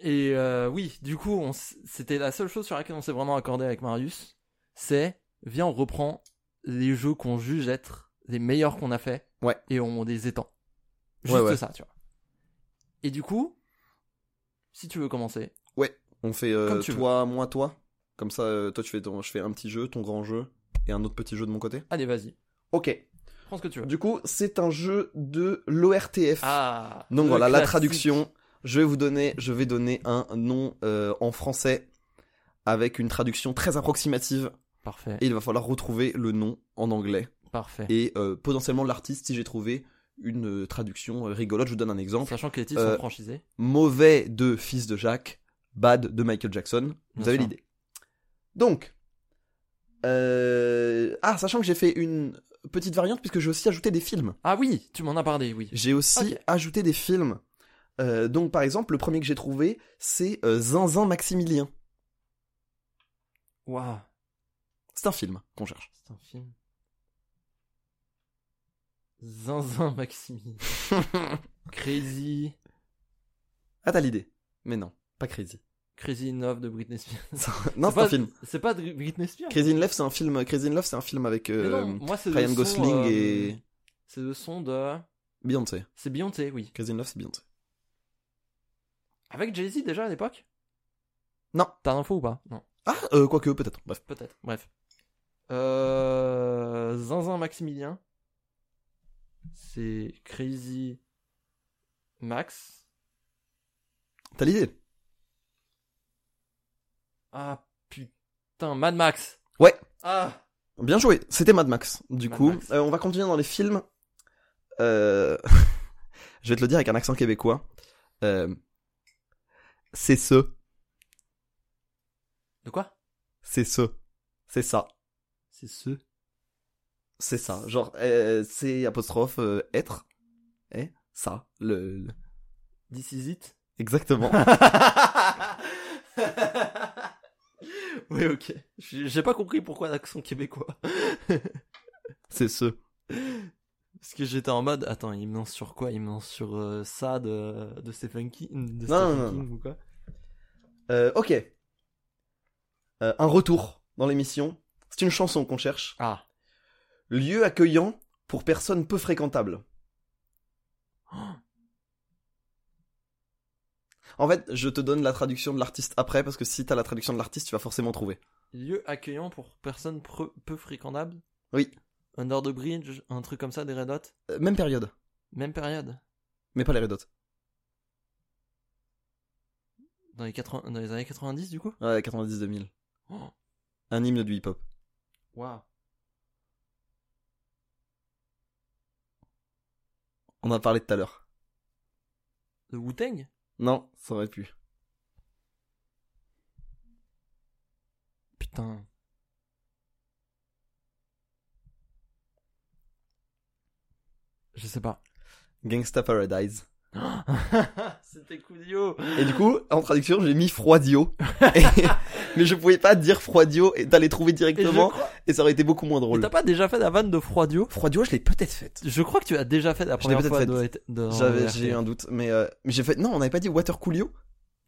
Et euh, oui, du coup, on s- c'était la seule chose sur laquelle on s'est vraiment accordé avec Marius. C'est, viens, on reprend les jeux qu'on juge être les meilleurs qu'on a fait. Ouais. Et on les étend. Juste Ouais, ouais. ça, tu vois. Et du coup, si tu veux commencer. On fait euh, Comme tu toi, moi, toi. Comme ça, euh, toi tu fais ton, je fais un petit jeu, ton grand jeu et un autre petit jeu de mon côté. Allez, vas-y. Ok. Prends ce que tu veux. Du coup, c'est un jeu de l'ORTF. Ah. Donc le voilà la classique. traduction. Je vais vous donner, je vais donner un nom euh, en français avec une traduction très approximative Parfait. et il va falloir retrouver le nom en anglais. Parfait. et euh, potentiellement l'artiste si j'ai trouvé une euh, traduction euh, rigolote. Je vous donne un exemple. Sachant que les titres euh, sont franchisés. Mauvais de Fils de Jacques, Bad de Michael Jackson. Vous Bien avez sûr. l'idée. Donc, euh, ah, sachant que j'ai fait une petite variante puisque j'ai aussi ajouté des films. Ah oui, tu m'en as parlé, oui. J'ai aussi Ok. ajouté des films. Euh, donc par exemple, le premier que j'ai trouvé, c'est euh, Zinzin Maximilien. Waouh, C'est un film qu'on cherche. c'est un film. Zinzin Maximi. Crazy. Ah, t'as l'idée. Mais non, pas Crazy. Crazy in Love de Britney Spears. non, c'est pas- un film. C'est pas de Britney Spears. Crazy in Love, c'est un film. Crazy in Love, c'est un film avec Mais euh, non, moi, c'est le Ryan son, Gosling euh, et C'est le son de. Beyoncé. C'est Beyoncé, oui. Crazy in Love, c'est Beyoncé. Avec Jay-Z déjà à l'époque Non. T'as l'info ou pas Non, Ah, euh, quoique, peut-être. Bref. peut-être. Bref. Euh... Zinzin Maximilien. C'est Crazy Max. T'as l'idée Ah, Putain, Mad Max. Ouais. Ah. Bien joué, c'était Mad Max. Du Mad coup, Max. Euh, on va continuer dans les films. Euh, Je vais te le dire avec un accent québécois. Euh, C'est ce, De quoi c'est ce, c'est ça, C'est ce. c'est ça. Genre, euh, c'est apostrophe euh, être, et ça, le, le- This is it. exactement. oui, ok. J'ai j'ai pas compris pourquoi l'accent québécois. c'est ce. Parce que j'étais en mode, attends, il me lance sur quoi Il me lance sur euh, ça de, de Stephen King, de Non, Stephen non, non, King ou quoi Euh, ok. Euh, un retour dans l'émission. C'est une chanson qu'on cherche. Ah. Lieu accueillant pour personnes peu fréquentables. En fait, je te donne la traduction de l'artiste après parce que si t'as la traduction de l'artiste, tu vas forcément trouver. Lieu accueillant pour personnes pre- peu fréquentables Oui. Under the Bridge, un truc comme ça, des Red Hot Euh, même période, Même période mais pas les Red Hot. dans les, 80 dans les années 90 du coup Ouais, 90 2000. Oh. Un hymne du hip-hop. Waouh On en a parlé tout à l'heure. The Wu-Tang Non, ça aurait pu. Putain. Je sais pas. Gangsta Paradise. C'était Coolio Et du coup, en traduction, j'ai mis Froidio. Et- mais je pouvais pas dire Froidio et d'aller trouver Et je directement. crois- Et, ça aurait été beaucoup moins Et drôle. T'as pas déjà fait la vanne de Froidio Froidio, je l'ai peut-être faite. Je crois que tu as déjà fait la Je l'ai première peut-être fois faite. de, de- J'avais, de- j'ai eu un doute, mais, euh, mais j'ai fait. Non, on n'avait pas dit Water Coolio.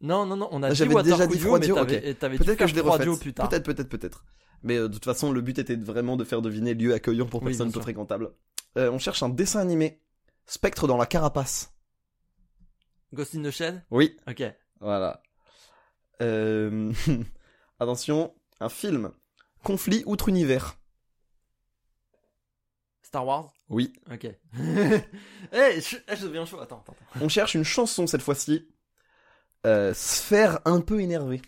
Non, non, non, on a Ah, dit j'avais déjà dit Watercoolio, mais Froidio, t'avais- ok. et t'avais dû Peut-être que faire je l'ai Froidio refaite. plus tard. Peut-être, peut-être, peut-être. Mais euh, de toute façon, le but était de- vraiment de faire deviner lieu accueillant pour Oui, personnes bien peu sûr. fréquentables. Euh, on cherche un dessin animé. Spectre dans la carapace. Ghost in the Shell Oui. Ok. Voilà. Euh, Attention, un film. Conflit outre-univers. Star Wars Oui. Ok. Eh, je, eh, je deviens chaud. Attends, attends. attends. On cherche une chanson cette fois-ci. Euh, sphère un peu énervée.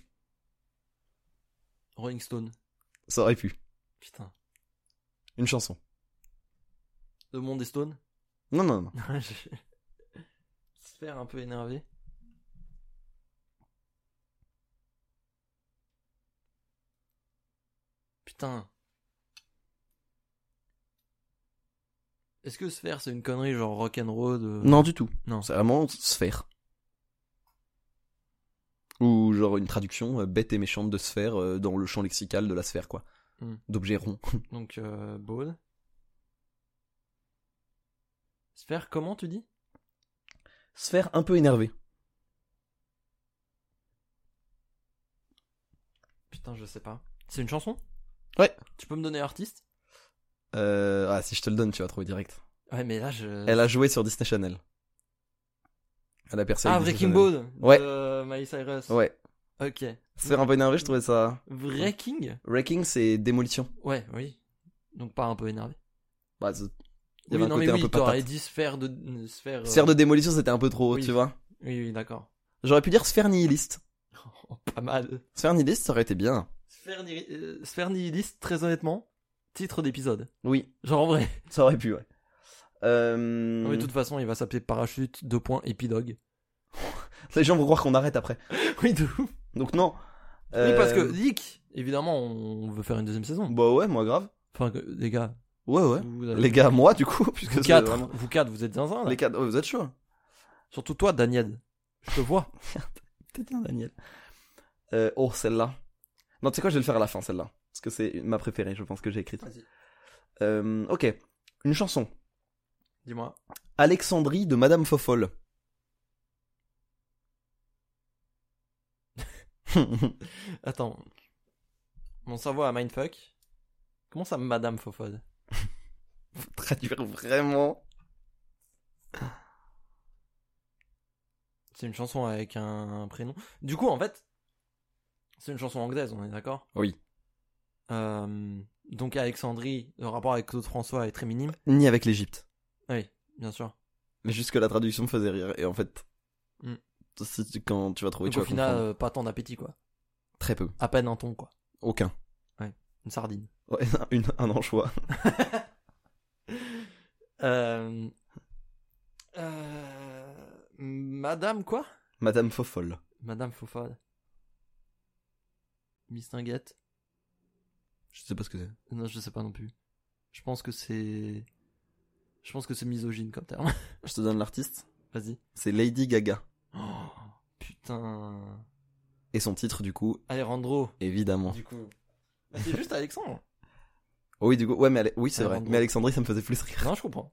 Rolling Stone. Ça aurait pu. Putain. Une chanson. Le monde est Stone Non, non, non. Je- Sphère un peu énervé. Putain. Est-ce que sphère c'est une connerie genre rock'n'roll de... Non, du tout. Euh, Non. C'est vraiment sphère. Ou genre une traduction euh, bête et méchante de sphère euh, dans le champ lexical de la sphère, quoi. Hmm. D'objet rond. Donc euh, ball. Sphère comment tu dis Sphère un peu énervée. Putain je sais pas. C'est une chanson Ouais. Tu peux me donner artiste Euh, ah, si je te le donne, tu vas trouver direct. Ouais mais là je... Elle a joué sur Disney Channel. Elle a percé ah avec Disney Breaking Channel. Ball de Ouais. Miley Cyrus. Ouais. Ok. Sphère un peu énervée, je trouvais ça. Breaking Wrecking, c'est démolition. Ouais, oui. Donc pas un peu énervé. Bah, c'est- il y avait Oui, un non, côté mais un oui, peu t'aurais patate. dit sphère de... euh, Sphère, euh, Sphère de démolition, c'était un peu trop, Oui. tu vois. Oui, oui, d'accord. J'aurais pu dire sphère nihiliste. Oh, pas mal. Sphère nihiliste, ça aurait été bien. Sphère, ni- euh, sphère nihiliste, très honnêtement, titre d'épisode. Oui, Genre en vrai. ça aurait pu, ouais. Euh... Non, mais de toute façon, il va s'appeler Parachute, deux points, épilogue. Les gens vont croire qu'on arrête après. Oui, de ouf. Donc non. Oui, parce que Euh, Leak, évidemment, on veut faire une deuxième saison. Bah ouais, moi grave. Enfin, que- les gars. Ouais, ouais. Vous, Les gars, moi du coup, puisque vous c'est quatre, vraiment- vous quatre, vous êtes zinzin, là. Les quatre, ouais, vous êtes chaud. hein. Surtout toi, Daniel. Je te vois. T'es bien, Daniel. Euh, oh, celle-là. Non, tu sais quoi, je vais le faire à la fin, celle-là. Parce que c'est ma préférée, je pense que j'ai écrite. Euh, ok. Une chanson. Dis-moi. Alexandrie de Madame Fofolle. Attends. Mon cerveau à mindfuck. Comment ça, Madame Fofode Traduire vraiment. C'est une chanson avec un prénom. Du coup, en fait, c'est une chanson anglaise, on est d'accord Oui. Euh, donc Alexandrie, le rapport avec Claude François est très minime. Ni avec l'Égypte. Oui, bien sûr. Mais juste que la traduction me faisait rire. Et en fait, Hmm. si tu- quand tu vas trouver, donc tu au vas final, comprendre. euh, pas tant d'appétit, quoi. Très peu. À peine un ton, quoi. Aucun. Une sardine. Ouais, une, un anchois. Euh, euh, Madame quoi Madame Fofolle. Madame Fofade. Mistinguette. Je sais pas ce que c'est. Non, je sais pas non plus. Je pense que c'est. Je pense que c'est misogyne comme terme. Je te donne l'artiste. Vas-y. C'est Lady Gaga. Oh, putain. Et son titre, du coup, Alejandro, évidemment. du coup. Bah, C'est juste Alexandre. Oh oui, du coup, ouais, mais Ale- oui, c'est Ah, vrai. pardon. Mais Alexandrie, ça me faisait plus rire. non, je comprends.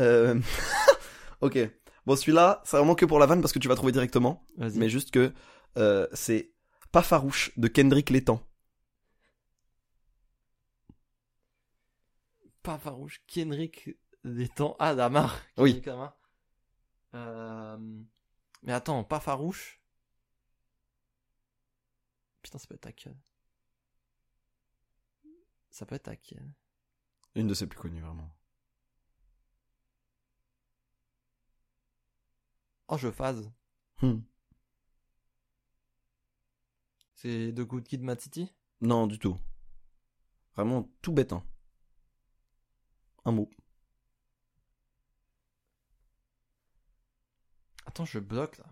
Euh, ok. Bon, celui-là, c'est vraiment que pour la vanne parce que tu vas trouver directement. Vas-y. Mais juste que euh, c'est Pas Farouche de Kendrick Létan. Pas farouche. Kenrick des temps. Ah, Damar. Oui. Kenrick Damar. Euh... Mais attends, pas farouche. Putain, ça peut être à quel. Ça peut être à quel. Une de ses plus connues, vraiment. Oh, je phase. Hmm. C'est deux coups de Kid Mad City Non, du tout. Vraiment tout bête. hein. Un mot. Attends, je bloque là.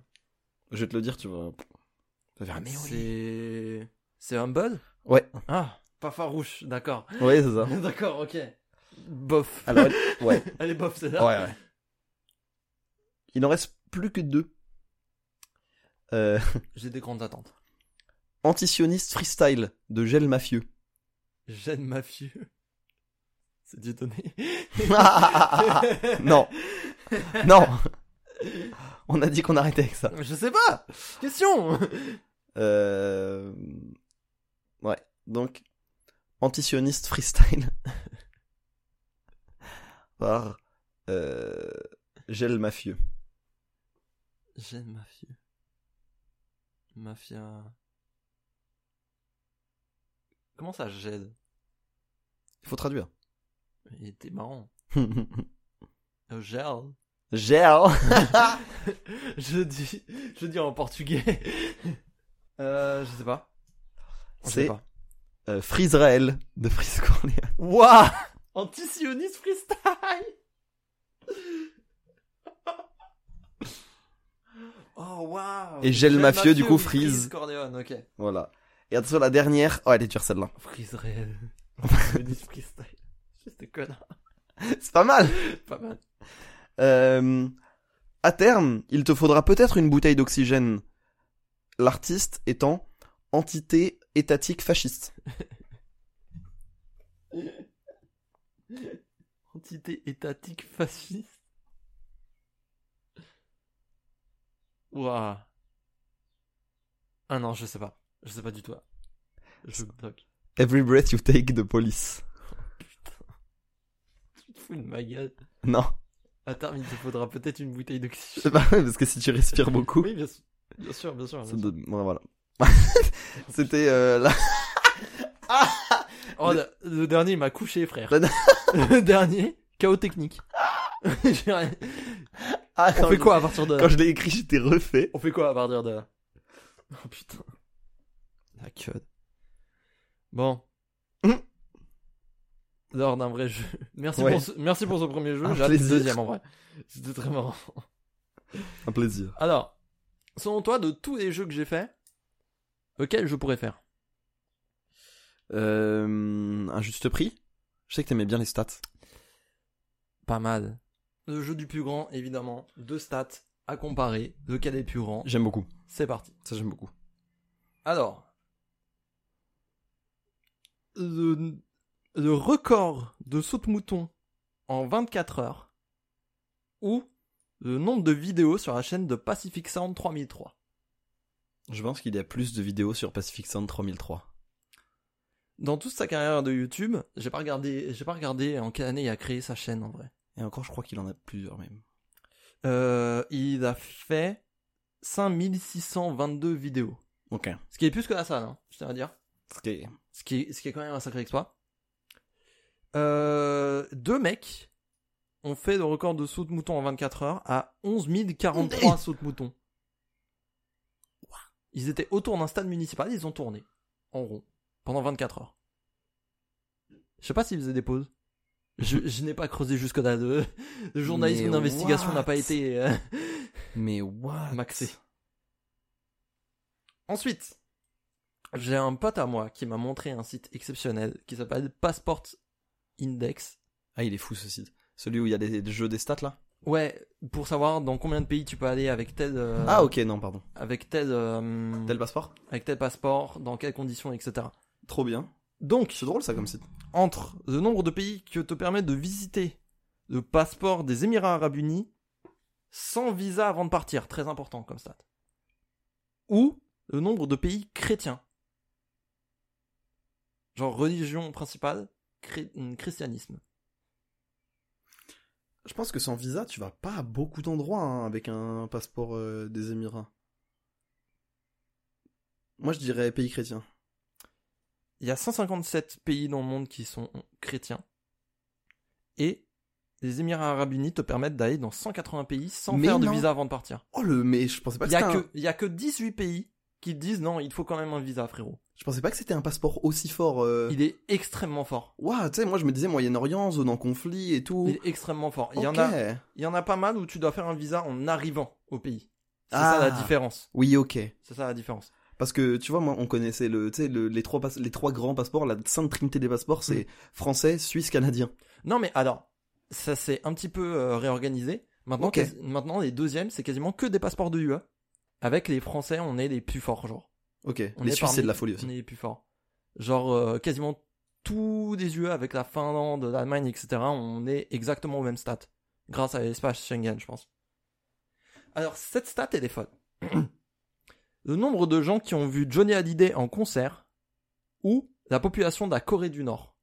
Je vais te le dire, tu vas. Ça va faire, mais oui. C'est. C'est Humble Ouais, Ah Ah, pas farouche, d'accord. ouais, c'est ça. d'accord, ok. Bof. Alors, ouais, Elle est bof, c'est ouais, là. ouais. Il en reste plus que deux. Euh, J'ai des grandes attentes. Antisioniste freestyle de Gel Mafieux. Jeanne Mafieux. C'est du donné. Ah, non, non. On a dit qu'on arrêtait avec ça. Je sais pas Question Euh... Ouais, donc antisioniste freestyle par euh... Gel Mafieux. Jeanne Mafieux. Mafia. Comment ça, Jed Il faut traduire. Il était marrant. Euh, Gel. Gel. je dis, je dis en portugais. euh, je sais pas. Je sais C'est- pas. Euh, Frisrael de Fris Corleone. Waouh Antisioniste freestyle. oh waouh. Et Gel Gel Mafieux, du coup, Freeze. Freeze. Corleone, ok. Voilà. Et attention la dernière. Oh elle est dure celle-là. Freeze réel. Antisioniste freestyle. Juste des connards. C'est pas mal. Pas mal. Euh, à terme, il te faudra peut-être une bouteille d'oxygène. L'artiste étant entité étatique fasciste. Entité étatique fasciste. Waouh. Ah non, je sais pas. Je sais pas du tout. Je bloque. Every breath you take de police. Tu te fous de ma gueule. Non, À terme, il te faudra peut-être une bouteille d'oxygène. c'est pas vrai, parce que si tu respires beaucoup, Oui, bien sûr, bien sûr. Bien sûr, ça donne- ouais, voilà. C'était euh, la... Oh, le... le dernier, il m'a couché, frère. Le- le dernier, chaos technique. J'ai rien- Ah, On fait quoi à partir de là Quand je l'ai écrit, j'étais refait. On fait quoi à partir de là Oh putain. La queue. Bon. Hum. L'heure d'un vrai jeu. Merci, Ouais. pour ce... Merci pour ce premier jeu. Un J'ai hâte du plaisir. deuxième en vrai. C'était très marrant. Un plaisir. Alors, selon toi, de tous les jeux que j'ai fait, lequel je pourrais faire Euh, un juste prix Je sais que t'aimais bien les stats. Pas mal. Le jeu du plus grand, évidemment. Deux stats à comparer. Lequel est le plus grand J'aime beaucoup. C'est parti. Ça, j'aime beaucoup. Alors, le, le record de saut de mouton en 24 heures ou le nombre de vidéos sur la chaîne de Pacific Sound 3003. Je pense qu'il y a plus de vidéos sur Pacific Sound 3003. Dans toute sa carrière de YouTube, j'ai pas regardé, j'ai pas regardé en quelle année il a créé sa chaîne en vrai. Et encore, je crois qu'il en a plusieurs même. Euh, il a fait 5622 vidéos. Ok. Ce qui est plus que la salle, hein, je tiens à dire. Ce qui est- Ce qui, est- ce qui est quand même un sacré exploit. Euh, deux mecs ont fait le record de sauts de mouton en 24 heures à 11 043 sauts de mouton. Ils étaient autour d'un stade municipal, ils ont tourné en rond. pendant 24 heures. Je sais pas s'ils faisaient des pauses. Je, je n'ai pas creusé jusque là. Le, le journalisme Mais d'investigation n'a pas what été euh, Mais what maxé. Ensuite, j'ai un pote à moi qui m'a montré un site exceptionnel qui s'appelle Passport Index. Ah, il est fou ce site. Celui où il y a des, des jeux des stats là Ouais, pour savoir dans combien de pays tu peux aller avec tel euh, Ah, ok, non, pardon. avec tel euh, Tel passeport avec tel passeport, dans quelles conditions, etc. Trop bien. Donc, C'est drôle ça comme site. entre le nombre de pays que te permet de visiter le passeport des Émirats Arabes Unis sans visa avant de partir, très important comme stat. Ou le nombre de pays chrétiens. Genre religion principale, chré- hum, christianisme. Je pense que sans visa, tu vas pas à beaucoup d'endroits hein, avec un passeport euh, des Émirats. Moi, je dirais pays chrétien. Il y a 157 pays dans le monde qui sont chrétiens. Et les Émirats Arabes Unis te permettent d'aller dans 180 pays sans Mais faire de non. visa avant de partir. Oh le, mais je pensais pas Il que y c'était a, un... que, il y a que 18 pays qui te disent non, il te faut quand même un visa, frérot. je pensais pas que c'était un passeport aussi fort. Euh... Il est extrêmement fort. Ouah, tu sais, moi je me disais Moyen-Orient, zone en conflit et tout. Il est extrêmement fort. Il, y en Oh. Ok. a, il y en a pas mal où tu dois faire un visa en arrivant au pays. C'est Ah. ça la différence. Oui, ok. C'est ça la différence. Parce que tu vois, moi, on connaissait le, tu sais, le- les trois passe- les trois grands passeports, la sainte trinité des passeports, c'est français, suisse, canadien. Non mais alors, ça s'est un petit peu euh, réorganisé. Maintenant, Ok. quasi- maintenant les deuxièmes, c'est quasiment que des passeports de UE. Avec les Français, on est les plus forts, genre. Ok. On les est suisses, parmi- c'est de la folie aussi. On est les plus forts. Genre, euh, quasiment tous les UE avec la Finlande, l'Allemagne, etc., on est exactement au même stat. Grâce à l'espace Schengen, je pense. Alors, cette stat, elle est folle. Le nombre de gens qui ont vu Johnny Hallyday en concert ou la population de la Corée du Nord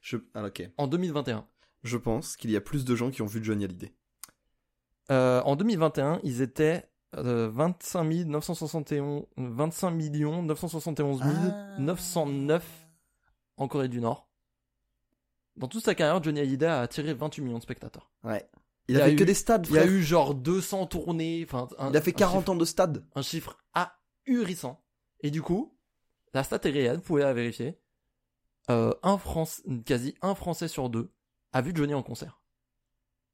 Je, ah, ok. en 2021. Je pense qu'il y a plus de gens qui ont vu Johnny Hallyday. Euh, en 2021, ils étaient euh, 25 971 25 millions 971 909 en Corée du Nord. Dans toute sa carrière, Johnny Hallyday a attiré 28 millions de spectateurs. Ouais. Il, Il y a a fait que eu- des stades. Il y a frère. eu genre 200 tournées, enfin un- Il a fait un 40 chiffre- ans de stade. un chiffre ahurissant. Et du coup, la stat est réelle, vous pouvez la vérifier. Euh, un France, quasi un Français sur deux a vu Johnny en concert.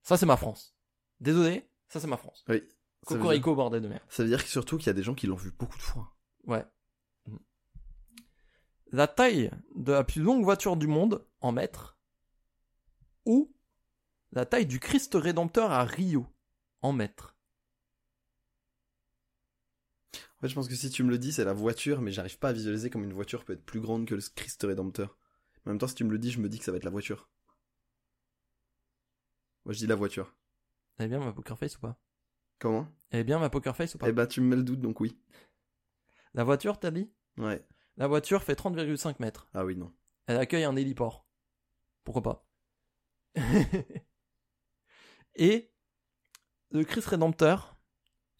Ça c'est ma France. Désolé, ça c'est ma France. Oui. Ça veut dire- Cocorico bordel de merde. Ça veut dire que surtout qu'il y a des gens qui l'ont vu beaucoup de fois. Ouais. Mm. La taille de la plus longue voiture du monde en mètres ou la taille du Christ Rédempteur à Rio en mètres. En fait, je pense que si tu me le dis, c'est la voiture, mais j'arrive pas à visualiser comme une voiture peut être plus grande que le Christ Rédempteur. En même temps, si tu me le dis, je me dis que ça va être la voiture. Moi, je dis la voiture. Elle est bien ma poker face ou pas Comment Elle est bien ma poker face ou pas Eh bah, tu me mets le doute, donc oui. La voiture, t'as dit Ouais. La voiture fait 30,5 mètres. Ah oui, non. Elle accueille un héliport. Pourquoi pas Et le Christ Rédempteur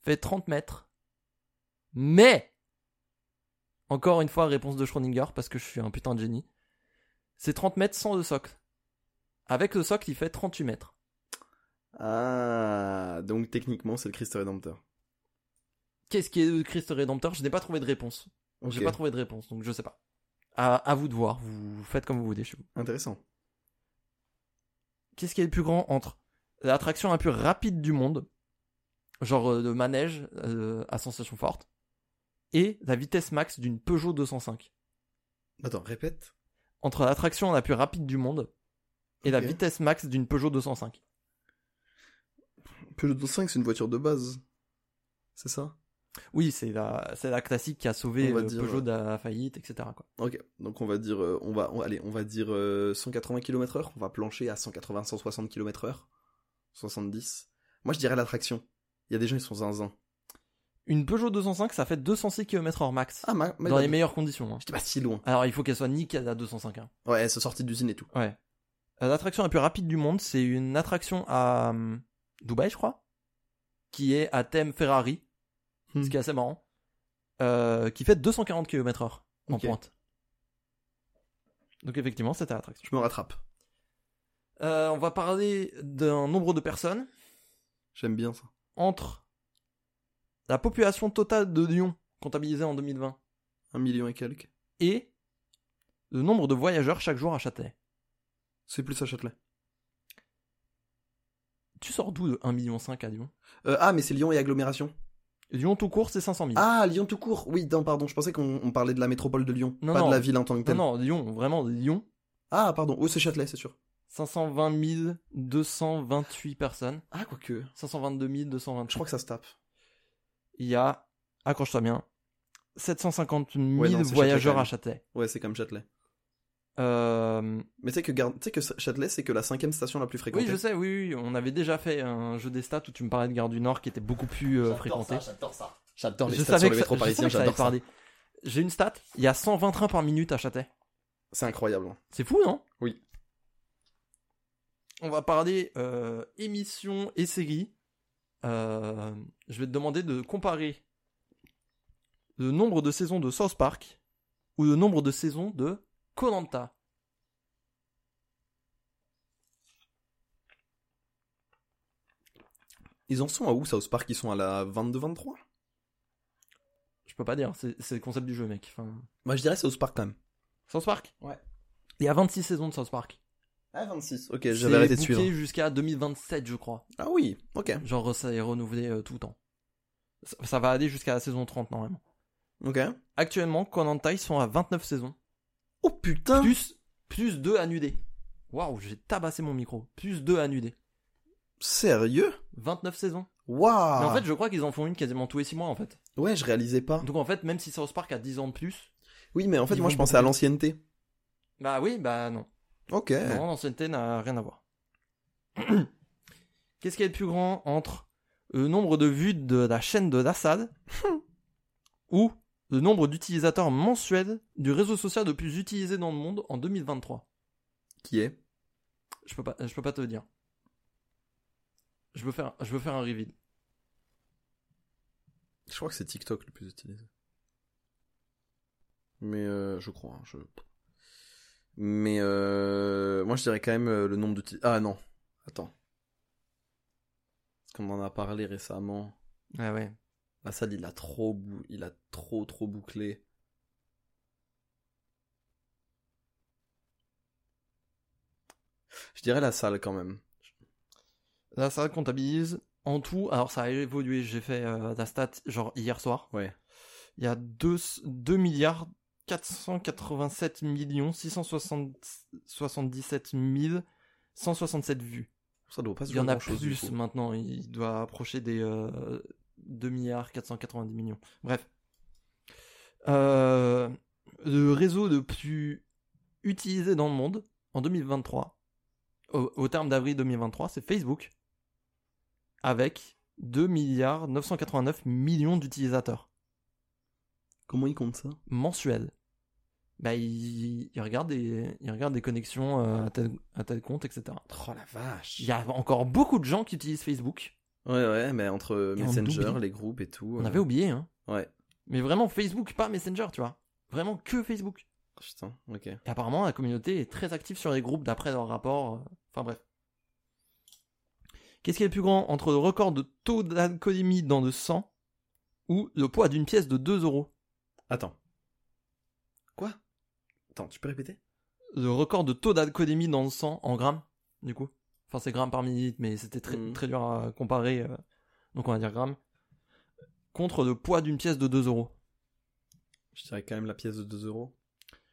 fait 30 mètres. Mais Encore une fois, réponse de Schrödinger, parce que je suis un putain de génie. C'est 30 mètres sans le socle. Avec le socle, il fait 38 mètres. Ah, donc techniquement, c'est le Christ Rédempteur. Qu'est-ce qui est le Christ Rédempteur Je n'ai pas trouvé de réponse. Ok, J'ai pas trouvé de réponse, donc je sais pas. À, à vous de voir, vous faites comme vous voulez chez vous. intéressant. qu'est-ce qui est le plus grand entre l'attraction la plus rapide du monde, genre euh, de manège euh, à sensation forte, et la vitesse max d'une Peugeot 205 Attends, répète. Entre l'attraction la plus rapide du monde et la Ok. vitesse max d'une Peugeot 205. Peugeot 205, c'est une voiture de base. C'est ça Oui, c'est la, c'est la classique qui a sauvé On va euh, dire, Peugeot ouais. de la faillite, etc. quoi. Ok, donc on va dire, euh, on va, on- allez, on va dire euh, 180 km heure, on va plancher à 180, 160 km heure, 70. Moi je dirais l'attraction. Il y a des gens ils sont zinzin. Une Peugeot 205, ça fait 206 km/h max, Ah ma, ma dans les bad. meilleures conditions. hein. J'étais pas si loin. Alors il faut qu'elle soit nickel à 205. hein. Ouais, elles sont sorties d'usine et tout. Ouais. Euh, L'attraction la plus rapide du monde, c'est une attraction à euh, Dubaï, je crois, qui est à thème Ferrari, Hmm. ce qui est assez marrant, euh, qui fait 240 km/h en Ok. pointe. Donc effectivement, c'était l'attraction. Je me rattrape. Euh, on va parler d'un nombre de personnes J'aime bien ça. entre la population totale de Lyon, comptabilisée en 2020, Un million et quelques. et le nombre de voyageurs chaque jour à Châtelet. C'est plus à Châtelet. Tu sors d'où de 1,5 million à Lyon Euh, ah, mais c'est Lyon et agglomération. Lyon tout court, c'est 500 000. Ah, Lyon tout court. Oui, non, pardon, je pensais qu'on on parlait de la métropole de Lyon, Non, pas non. de la ville en tant que non, telle. non, Lyon, vraiment, Lyon, Ah, pardon. Oh, c'est Châtelet, c'est sûr. 520 228 personnes. Ah, quoique. 522 220. Je crois que ça se tape. Il y a, accroche-toi bien, 750 000 Ouais, non, c'est voyageurs à Châtelet. Ouais, c'est comme Châtelet. Euh, Mais tu sais que, Gar- tu sais que Châtelet, c'est que la cinquième station la plus fréquentée. oui, je sais, oui, oui, on avait déjà fait un jeu des stats où tu me parlais de Gare du Nord qui était beaucoup plus euh, fréquenté. J'adore ça. J'adore les je stations savais de que ça, métro je savais parisien, que ça allait j'adore ça. parler. J'ai une stat, il y a 120 trains par minute à Châtelet. C'est incroyable. hein. C'est fou, non Oui. On va parler euh, émissions et séries. Euh, je vais te demander de comparer le nombre de saisons de South Park ou le nombre de saisons de Konanta. Ils en sont à où, South Park Ils sont à la 22-23 Je peux pas dire, c'est c'est le concept du jeu, mec. Enfin, Moi, je dirais South Park quand même. South Park Ouais. Il y a 26 saisons de South Park. Ah, 26. Ok, C'est j'avais arrêté de booké suivre. jusqu'à 2027, je crois. Ah oui, ok. Genre, ça est renouvelé euh, tout le temps. Ça, ça va aller jusqu'à la saison 30, normalement. Ok. Actuellement, Konanta, ils sont à 29 saisons. Oh putain Plus, plus 2 annulés. Waouh, j'ai tabassé mon micro. Plus 2 annulés. Sérieux 29 saisons. Waouh Mais en fait, je crois qu'ils en font une quasiment tous les 6 mois, en fait. Ouais, je réalisais pas. Donc, en fait, même si South Park a 10 ans de plus, Oui, mais en fait, Ils moi, vont je pensais à beaucoup- l'ancienneté. bah oui, bah non. Ok. Non, l'ancienneté n'a rien à voir. Qu'est-ce qui est le plus grand entre le nombre de vues de la chaîne de Lassad ou le nombre d'utilisateurs mensuels du réseau social le plus utilisé dans le monde en 2023 Qui est Je peux pas, je peux pas te le dire. Je veux faire, je veux faire un reveal. Je crois que c'est TikTok le plus utilisé. Mais euh, je crois. hein, je... Mais euh, moi, je dirais quand même euh, le nombre d'utilisateurs. Ah non, attends. Parce qu'on en a parlé récemment. Ah ouais. La salle, il a trop, bou- il a trop, trop bouclé. Je dirais la salle quand même. Là, ça comptabilise en tout. Alors, ça a évolué. J'ai fait euh, la stat genre hier soir. Ouais. Il y a 2, 2 milliards 487 millions 677 000 167 vues. Ça doit pas se Il y en jouer a grand-chose, du plus coup. maintenant. Il doit approcher des euh, 2 milliards 490 millions. Bref. Euh, le réseau le plus utilisé dans le monde en 2023, au, au terme d'avril 2023, c'est Facebook, avec 2 milliards 989 millions d'utilisateurs Comment il compte ça mensuel. Bah, il, il regarde des, il regarde des connexions euh, à, tel, à tel compte, etc. Oh la vache. Il y a encore beaucoup de gens qui utilisent Facebook. Ouais, ouais, mais entre Et on Messenger, oublie. les groupes et tout. On euh, avait oublié, hein. Ouais. Mais vraiment Facebook, pas Messenger, tu vois. Vraiment que Facebook. oh, Putain, ok. Et apparemment, la communauté est très active sur les groupes d'après leur rapport. euh, Enfin bref. Qu'est-ce qui est le plus grand entre le record de taux d'alcoolémie dans le sang ou le poids d'une pièce de 2 euros Attends. Quoi Attends, tu peux répéter le record de taux d'alcoolémie dans le sang en grammes, du coup. Enfin, c'est grammes par minute, mais c'était très, Mhm. très dur à comparer. euh, donc, on va dire grammes. Contre le poids d'une pièce de 2 euros. Je dirais quand même la pièce de 2 euros.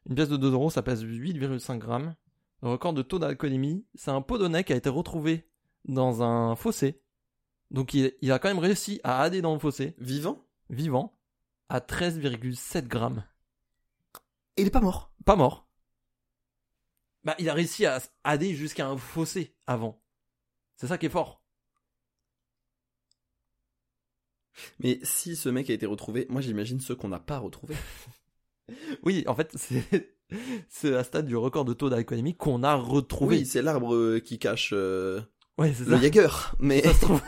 Une pièce de 2 euros, ça pèse 8,5 grammes. Le record de taux d'alcoolémie, c'est un Polonais qui a été retrouvé dans un fossé. Donc, il, il a quand même réussi à aller dans le fossé, Vivant vivant, à 13,7 grammes. Et il est pas mort. Pas mort. Bah, il a réussi à s- aller jusqu'à un fossé avant. C'est ça qui est fort. Mais si ce mec a été retrouvé, moi j'imagine ceux qu'on n'a pas retrouvés. Oui, en fait, c'est c'est la stade du record de taux d'alcoolémie qu'on a retrouvé. Oui, c'est l'arbre euh, qui cache euh, ouais, c'est le ça. Jaeger. Mais Ça se trouve,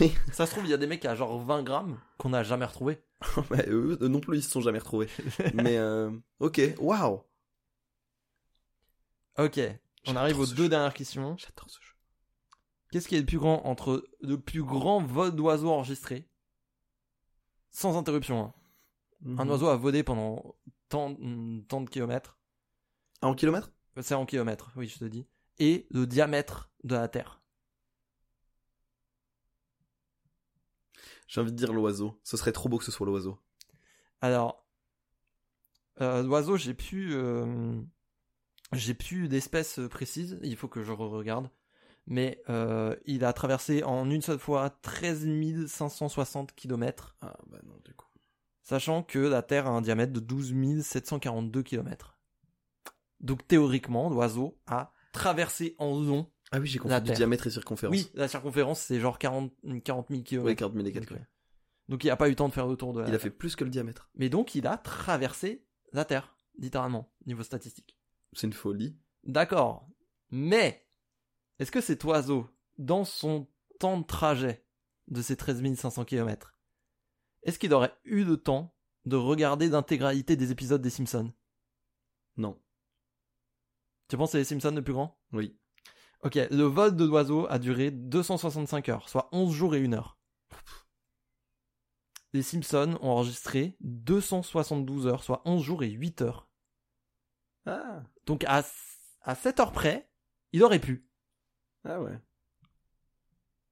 Mais- ça se trouve, il y a des mecs à genre 20 grammes qu'on n'a jamais retrouvé. Ouais, eux euh, non plus, ils se sont jamais retrouvés. mais euh, ok, waouh. Ok, on J'adore arrive aux ce deux jeu. dernières questions. J'adore ce jeu. Qu'est-ce qui est le plus grand entre le plus grand vol d'oiseau Mhm. enregistré sans interruption hein. Un oiseau a volé pendant tant, mm, tant de kilomètres. Euh, Ah, en kilomètres C'est en kilomètres, oui, je te dis. Et le diamètre de la Terre. J'ai envie de dire l'oiseau. Ce serait trop beau que ce soit l'oiseau. Alors, euh, l'oiseau, j'ai plus, euh, j'ai plus d'espèce précise. Il faut que je regarde. Mais euh, il a traversé en une seule fois 13 560 km, Ah, bah non, du coup. sachant que la Terre a un diamètre de 12 742 km. Donc théoriquement, l'oiseau a traversé en long. Ah oui, j'ai La compris. Du Terre. diamètre et circonférence. Oui, la circonférence, c'est genre 40, 40 000 km. Ouais, 40 000 et quelques. Donc, ouais. Donc il n'a pas eu le temps de faire le tour de la Il a Terre. fait plus que le diamètre. Mais donc il a traversé la Terre, littéralement, niveau statistique. C'est une folie. D'accord. Mais est-ce que cet oiseau, dans son temps de trajet de ces 13 500 km, est-ce qu'il aurait eu le temps de regarder l'intégralité des épisodes des Simpsons Non. Tu penses que c'est les Simpsons le plus grand Oui. Ok, le vol de l'oiseau a duré 265 heures, soit 11 jours et 1 heure. Les Simpsons ont enregistré 272 heures, soit 11 jours et 8 heures. Ah, Donc à, à 7 heures près, il aurait pu. ah ouais.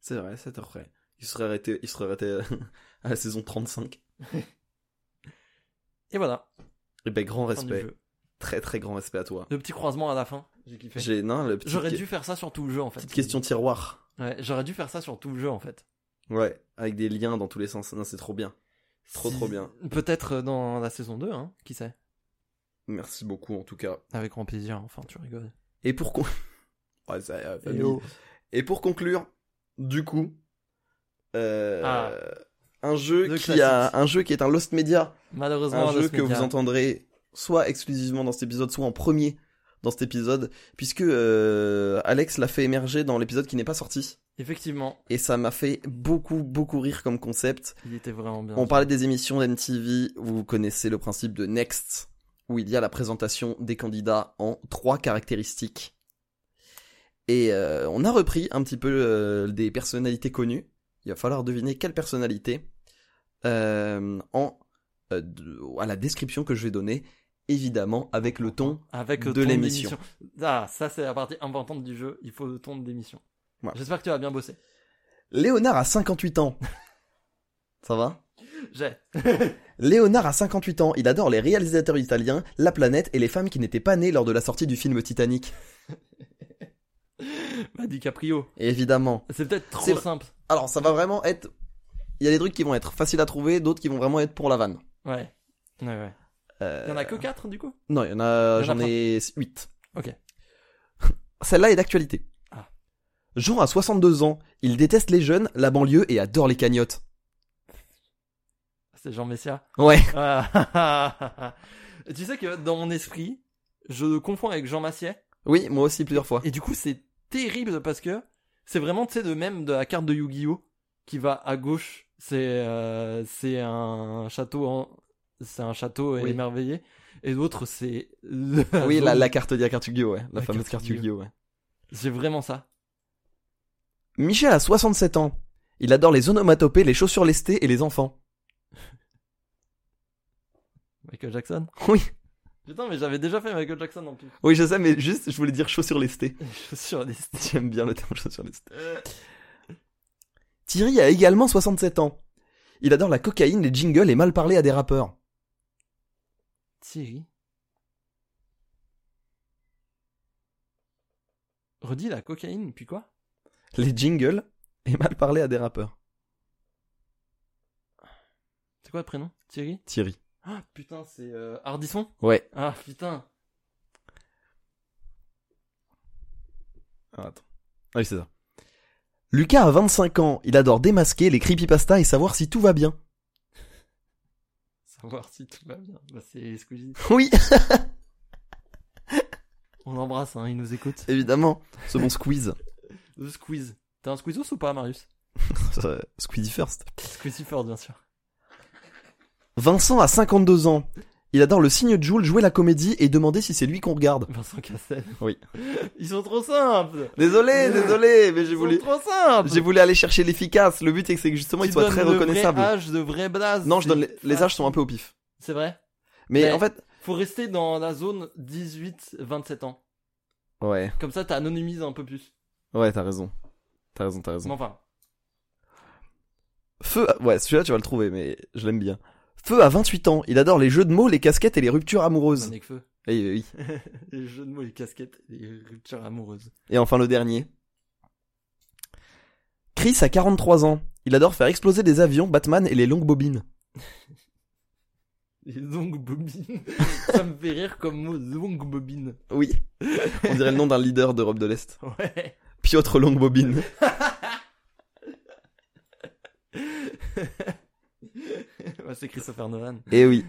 C'est vrai, c'est vrai. Il serait arrêté, il serait arrêté euh, à la saison 35. Et voilà. Eh ben, grand fin du respect. jeu. Très, très grand respect à toi. Le petit croisement à la fin, j'ai kiffé. J'ai, non, le petit. J'aurais dû faire ça sur tout le jeu en fait. Petite question tiroir. Ouais, j'aurais dû faire ça sur tout le jeu en fait. Ouais, avec des liens dans tous les sens. Non, c'est trop bien. Trop, trop bien. Peut-être dans la saison 2, hein, qui sait. Merci beaucoup, en tout cas. Avec grand plaisir, enfin tu rigoles. Et pour con... Ouais, ça, euh, famille. Et pour conclure, du coup, euh, Ah. un jeu Le qui a classique. un jeu qui est un lost media, Malheureusement, un jeu Lost que vous Media- entendrez soit exclusivement dans cet épisode, soit en premier dans cet épisode, puisque euh, Alex l'a fait émerger dans l'épisode qui n'est pas sorti. Effectivement, Et ça m'a fait beaucoup, beaucoup rire comme concept. il était vraiment bien. On parlait des émissions d'MTV, vous connaissez le principe de Next, où il y a la présentation des candidats en trois caractéristiques. Et euh, on a repris un petit peu euh, des personnalités connues. Il va falloir deviner quelle personnalité euh, en euh, de- à la description que je vais donner, évidemment avec le ton. Avec le de ton l'émission. d'émission. Ah, ça c'est la partie importante du jeu, il faut le ton de l'émission. Voilà. J'espère que tu as bien bossé. Léonard a 58 ans. Ça va J'ai. Léonard a 58 ans, il adore les réalisateurs italiens, la planète et les femmes qui n'étaient pas nées lors de la sortie du film Titanic. Bah, DiCaprio. Évidemment. C'est peut-être trop C'est vrai. simple. Alors ça va vraiment être... Il y a des trucs qui vont être faciles à trouver, d'autres qui vont vraiment être pour la vanne. Ouais. Ouais, ouais. Euh, Il y en a que 4 du coup Non, il y en a... Il y en a J'en plein. ai 8. Ok. Celle-là est d'actualité. Ah. Jean a 62 ans, il déteste les jeunes, la banlieue et adore les cagnottes. C'est Jean Messia. Ouais. Ah. tu sais que dans mon esprit, je le confonds avec Jean Massier. Oui, moi aussi plusieurs fois. Et du coup, c'est terrible parce que c'est vraiment, tu sais, de même de la carte de Yu-Gi-Oh! qui va à gauche. C'est euh, c'est un château en... C'est un château Oui. émerveillé. Et l'autre, c'est. Oui, la, la carte de la carte Yu-Gi-Oh, ouais. La, euh, La fameuse carte carte Yu-Gi-Oh, ouais. J'ai vraiment ça. Michel a 67 ans. Il adore les onomatopées, les chaussures lestées et les enfants. Michael Jackson Oui. Putain, mais j'avais déjà fait Michael Jackson en plus. Oui, je sais, mais juste, je voulais dire chaussures lestées. Je suis sûr des- J'aime bien le terme chaussures lestées. Thierry a également 67 ans. Il adore la cocaïne, les jingles et mal parler à des rappeurs. Thierry. Redis la cocaïne, puis quoi Les jingles et mal parler à des rappeurs. C'est quoi le prénom Thierry Thierry. Ah putain, c'est euh, Hardisson Ouais. Ah putain Ah, attends. Ah oui, c'est ça. Lucas a 25 ans. Il adore démasquer les creepypastas et savoir si tout va bien. Savoir si tout va bien. Bah, c'est Squeezie. Oui, On l'embrasse, hein, il nous écoute. évidemment. Ce bon squeeze. Le Squeeze. T'es un Squeezos ou pas, Marius Euh, Squeezie first. Squeezie Ford, bien sûr. Vincent a 52 ans. Il adore le signe de Joule, jouer la comédie et demander si c'est lui qu'on regarde. Vincent Cassel. Oui. Ils sont trop simples Désolé, désolé, mais j'ai Ils voulu... sont trop simples J'ai voulu aller chercher l'efficace. Le but est que c'est que justement Tu il soit donnes très le vrai reconnaissable. âge de vrai blaze. Non, je c'est donne les, les âges sont un peu au pif. C'est vrai Mais, Mais- en fait, Faut rester dans la zone 18-27 ans. Ouais, Comme ça, t'anonymises un peu plus. ouais, t'as raison. T'as raison, t'as raison. Mais Enfin, Feu, à- ouais, celui-là tu vas le trouver, mais je l'aime bien. Feu à 28 ans, il adore les jeux de mots, les casquettes et les ruptures on amoureuses. n'est que feu. Et, oui. les jeux de mots, les casquettes, les ruptures amoureuses. et enfin le dernier. Chris a 43 ans, il adore faire exploser des avions, Batman et les longues bobines. Les longues bobines. ça me fait rire comme mot, longue bobine. Oui, on dirait le nom d'un leader d'Europe de l'Est. Ouais. Piotr Longue Bobine. Ouais, c'est Christopher Nolan. Et Eh oui.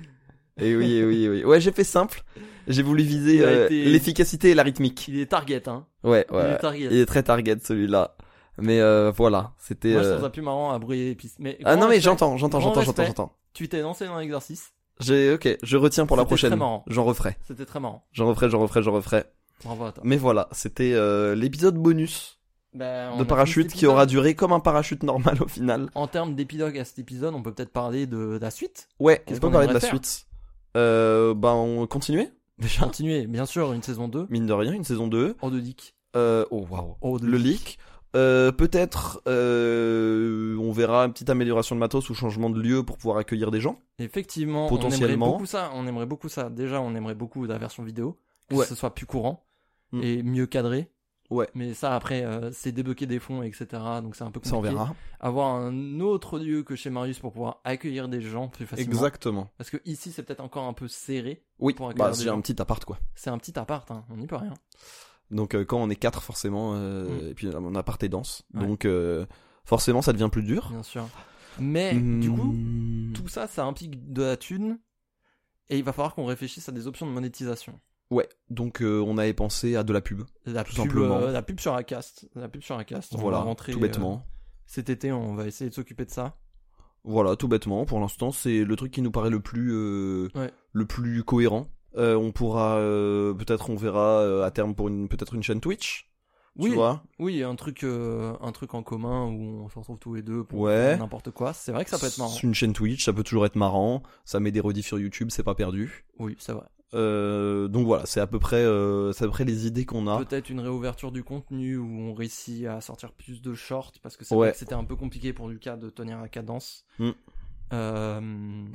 Et oui, et oui, et oui. Ouais, j'ai fait simple. J'ai voulu viser Il a euh, été- l'efficacité et la rythmique. Il est target, hein. Ouais, Il est ouais. target. Il est très target celui-là. Mais euh, voilà, c'était. Moi, je euh, trouve ça plus marrant à brouiller les pistes. Mais Ah grand non mais respect, j'entends, j'entends, Grand j'entends, j'entends, respect. j'entends. Tu t'es lancé dans l'exercice. J'ai ok, je retiens pour la C'était prochaine. très marrant. J'en referai, C'était très marrant. j'en referai, j'en referai, j'en referai. Bravo à toi. Mais voilà, c'était euh, l'épisode bonus Bah, on a de fini parachute cet qui épisode. aura duré comme un parachute normal au final. En termes d'épilogue à cet épisode, on peut peut-être parler de la suite. Ouais, Qu'est-ce on peut qu'on parler de aimerait la faire suite. Euh, bah on continuait déjà. Continuer, bien sûr, une saison 2. Mine de rien, une saison 2. Oh, de Dick. Euh, oh waouh. Oh, de le leak. Euh, Peut-être euh, on verra une petite amélioration de matos ou changement de lieu pour pouvoir accueillir des gens. Effectivement, Potentiellement. on aimerait beaucoup ça. On aimerait beaucoup ça. Déjà, on aimerait beaucoup la version vidéo, que Ouais. ce soit plus courant Mm. et mieux cadré. Ouais. Mais ça, après, euh, c'est débloquer des fonds, etc. Donc c'est un peu compliqué. Ça on verra. Avoir un autre lieu que chez Marius pour pouvoir accueillir des gens plus facilement. Exactement. Parce que ici, c'est peut-être encore un peu serré. Oui. Pour accueillir Bah des j'ai gens. un petit appart quoi. C'est un petit appart, hein. on n'y peut rien. Donc euh, quand on est quatre forcément, euh, et puis euh, mon appart est dense, Mm. Ouais. donc euh, forcément ça devient plus dur. Bien sûr. Mais Hmm. du coup, Mmh. tout ça, ça implique de la thune. Et il va falloir qu'on réfléchisse à des options de monétisation. ouais. Donc euh, on avait pensé à de la pub, La, Tout pub, simplement. euh, la pub sur Acast. La pub sur Acast. On voilà, va rentrer, tout euh, bêtement. cet été, on va essayer de s'occuper de ça. Voilà, tout bêtement. Pour l'instant, c'est le truc qui nous paraît le plus, euh, Ouais. le plus cohérent. Euh, on pourra, euh, peut-être, on verra euh, à terme pour une, peut-être une chaîne Twitch. Oui, Tu vois oui, un truc, euh, un truc en commun où on se retrouve tous les deux pour Ouais. faire n'importe quoi. C'est vrai que ça peut être marrant. C'est Une chaîne Twitch, ça peut toujours être marrant. Ça met des rediffs sur YouTube, c'est pas perdu. Oui, c'est vrai. Euh, donc voilà, c'est à peu près, euh, c'est à peu près les idées qu'on a. Peut-être une réouverture du contenu où on réussit à sortir plus de shorts parce que c'est Ouais. vrai que c'était un peu compliqué pour Lucas de tenir la cadence. Mm. Euh,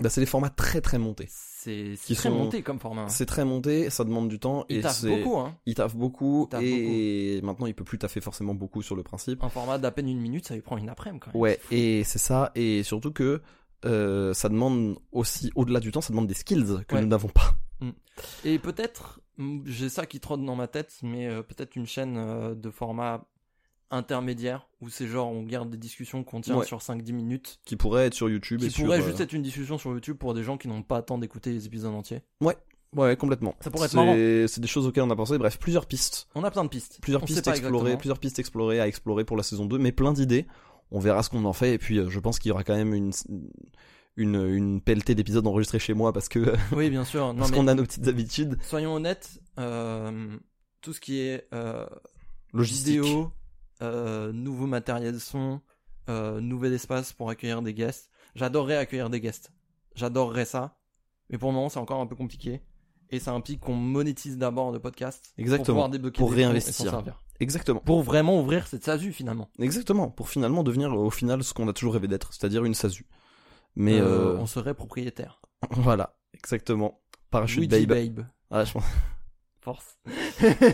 Bah, c'est des formats très très montés. c'est c'est Qui très sont- monté comme format. hein. C'est très monté, ça demande du temps Il et taffe c'est beaucoup, hein. il taffe beaucoup Il taffe et maintenant il peut plus taffer forcément beaucoup sur le principe. Un format d'à peine une minute, ça lui prend une après-midi quand même. Ouais, et c'est ça et surtout que euh, ça demande aussi au-delà du temps, ça demande des skills que Ouais. nous n'avons pas. Et peut-être, mm, j'ai ça qui trotte dans ma tête, mais euh, peut-être une chaîne euh, de format intermédiaire où c'est genre on garde des discussions qu'on tient Ouais. sur 5-10 minutes. Qui pourrait être sur YouTube Qui et sur pourrait euh, juste être une discussion sur YouTube pour des gens qui n'ont pas le temps d'écouter les épisodes entiers. Ouais, complètement. Ça pourrait être C'est- marrant. C'est des choses auxquelles on a pensé, bref, plusieurs pistes. On a plein de pistes. plusieurs On sait pistes pas explorées, exactement. plusieurs pistes explorées à explorer pour la saison 2, mais plein d'idées. On verra ce qu'on en fait et puis euh, je pense qu'il y aura quand même une une, une pelletée d'épisodes enregistrés chez moi parce que Oui, bien sûr. Non, parce mais qu'on a nos petites habitudes soyons honnêtes, euh, tout ce qui est euh, logistiques. vidéo, euh, nouveau matériel son, euh, nouvel espace pour accueillir des guests. J'adorerais accueillir des guests. J'adorerais ça. Mais pour le moment, c'est encore un peu compliqué. Et ça implique qu'on monétise d'abord le podcast. Pour, Exactement. pouvoir débloquer Pour des fonds et réinvestir. s'en servir. Exactement. Pour vraiment ouvrir cette SASU finalement. Exactement. Pour finalement devenir au final ce qu'on a toujours rêvé d'être, c'est-à-dire une SASU. Mais Euh, euh, on serait propriétaire. voilà, exactement. Parachute Luigi babe. Ah, je pense- Force.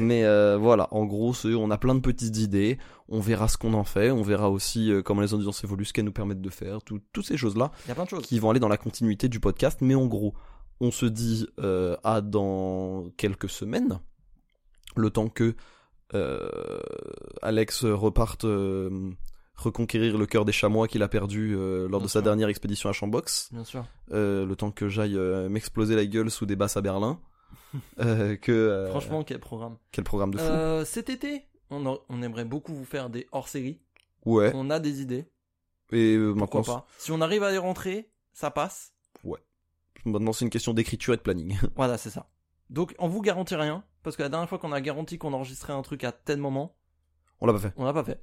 Mais euh, voilà, en gros, c'est- on a plein de petites idées. On verra ce qu'on en fait. On verra aussi euh, comment les audiences évoluent, ce qu'elles nous permettent de faire, tout- toutes ces choses-là. Il y a plein de choses. qui vont aller dans la continuité du podcast. Mais en gros, on se dit euh, à dans quelques semaines, le temps que euh, Alex reparte euh, reconquérir le cœur des chamois qu'il a perdu euh, lors de Bien sa sûr. dernière expédition à Chambox, Bien sûr. euh, le temps que j'aille euh, m'exploser la gueule sous des basses à Berlin. euh, que euh, Franchement, quel programme. quel programme de fou Euh, cet été, on, en- on aimerait beaucoup vous faire des hors-séries. ouais On a des idées. et euh, Pourquoi maintenant pas Si on arrive à les rentrer, ça passe. c'est- maintenant c'est une question d'écriture et de planning Voilà, c'est ça. Donc, on vous garantit rien. Parce que la dernière fois qu'on a garanti qu'on enregistrait un truc à tel moment, on l'a pas fait on l'a pas fait.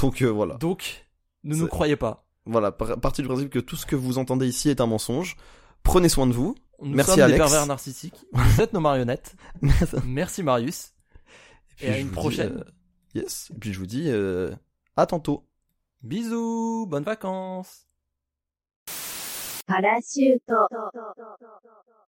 donc euh, voilà Donc, ne nous C'est- croyez pas. Voilà, par- partie du principe que tout ce que vous entendez ici est un mensonge. Prenez soin de vous. Nous Merci, sommes des Alex. pervers narcissiques. Vous êtes nos marionnettes. Merci Marius. puis et à je une vous dis, prochaine. euh, yes. Et puis je vous dis euh, à tantôt. Bisous, bonnes vacances. パラシュート。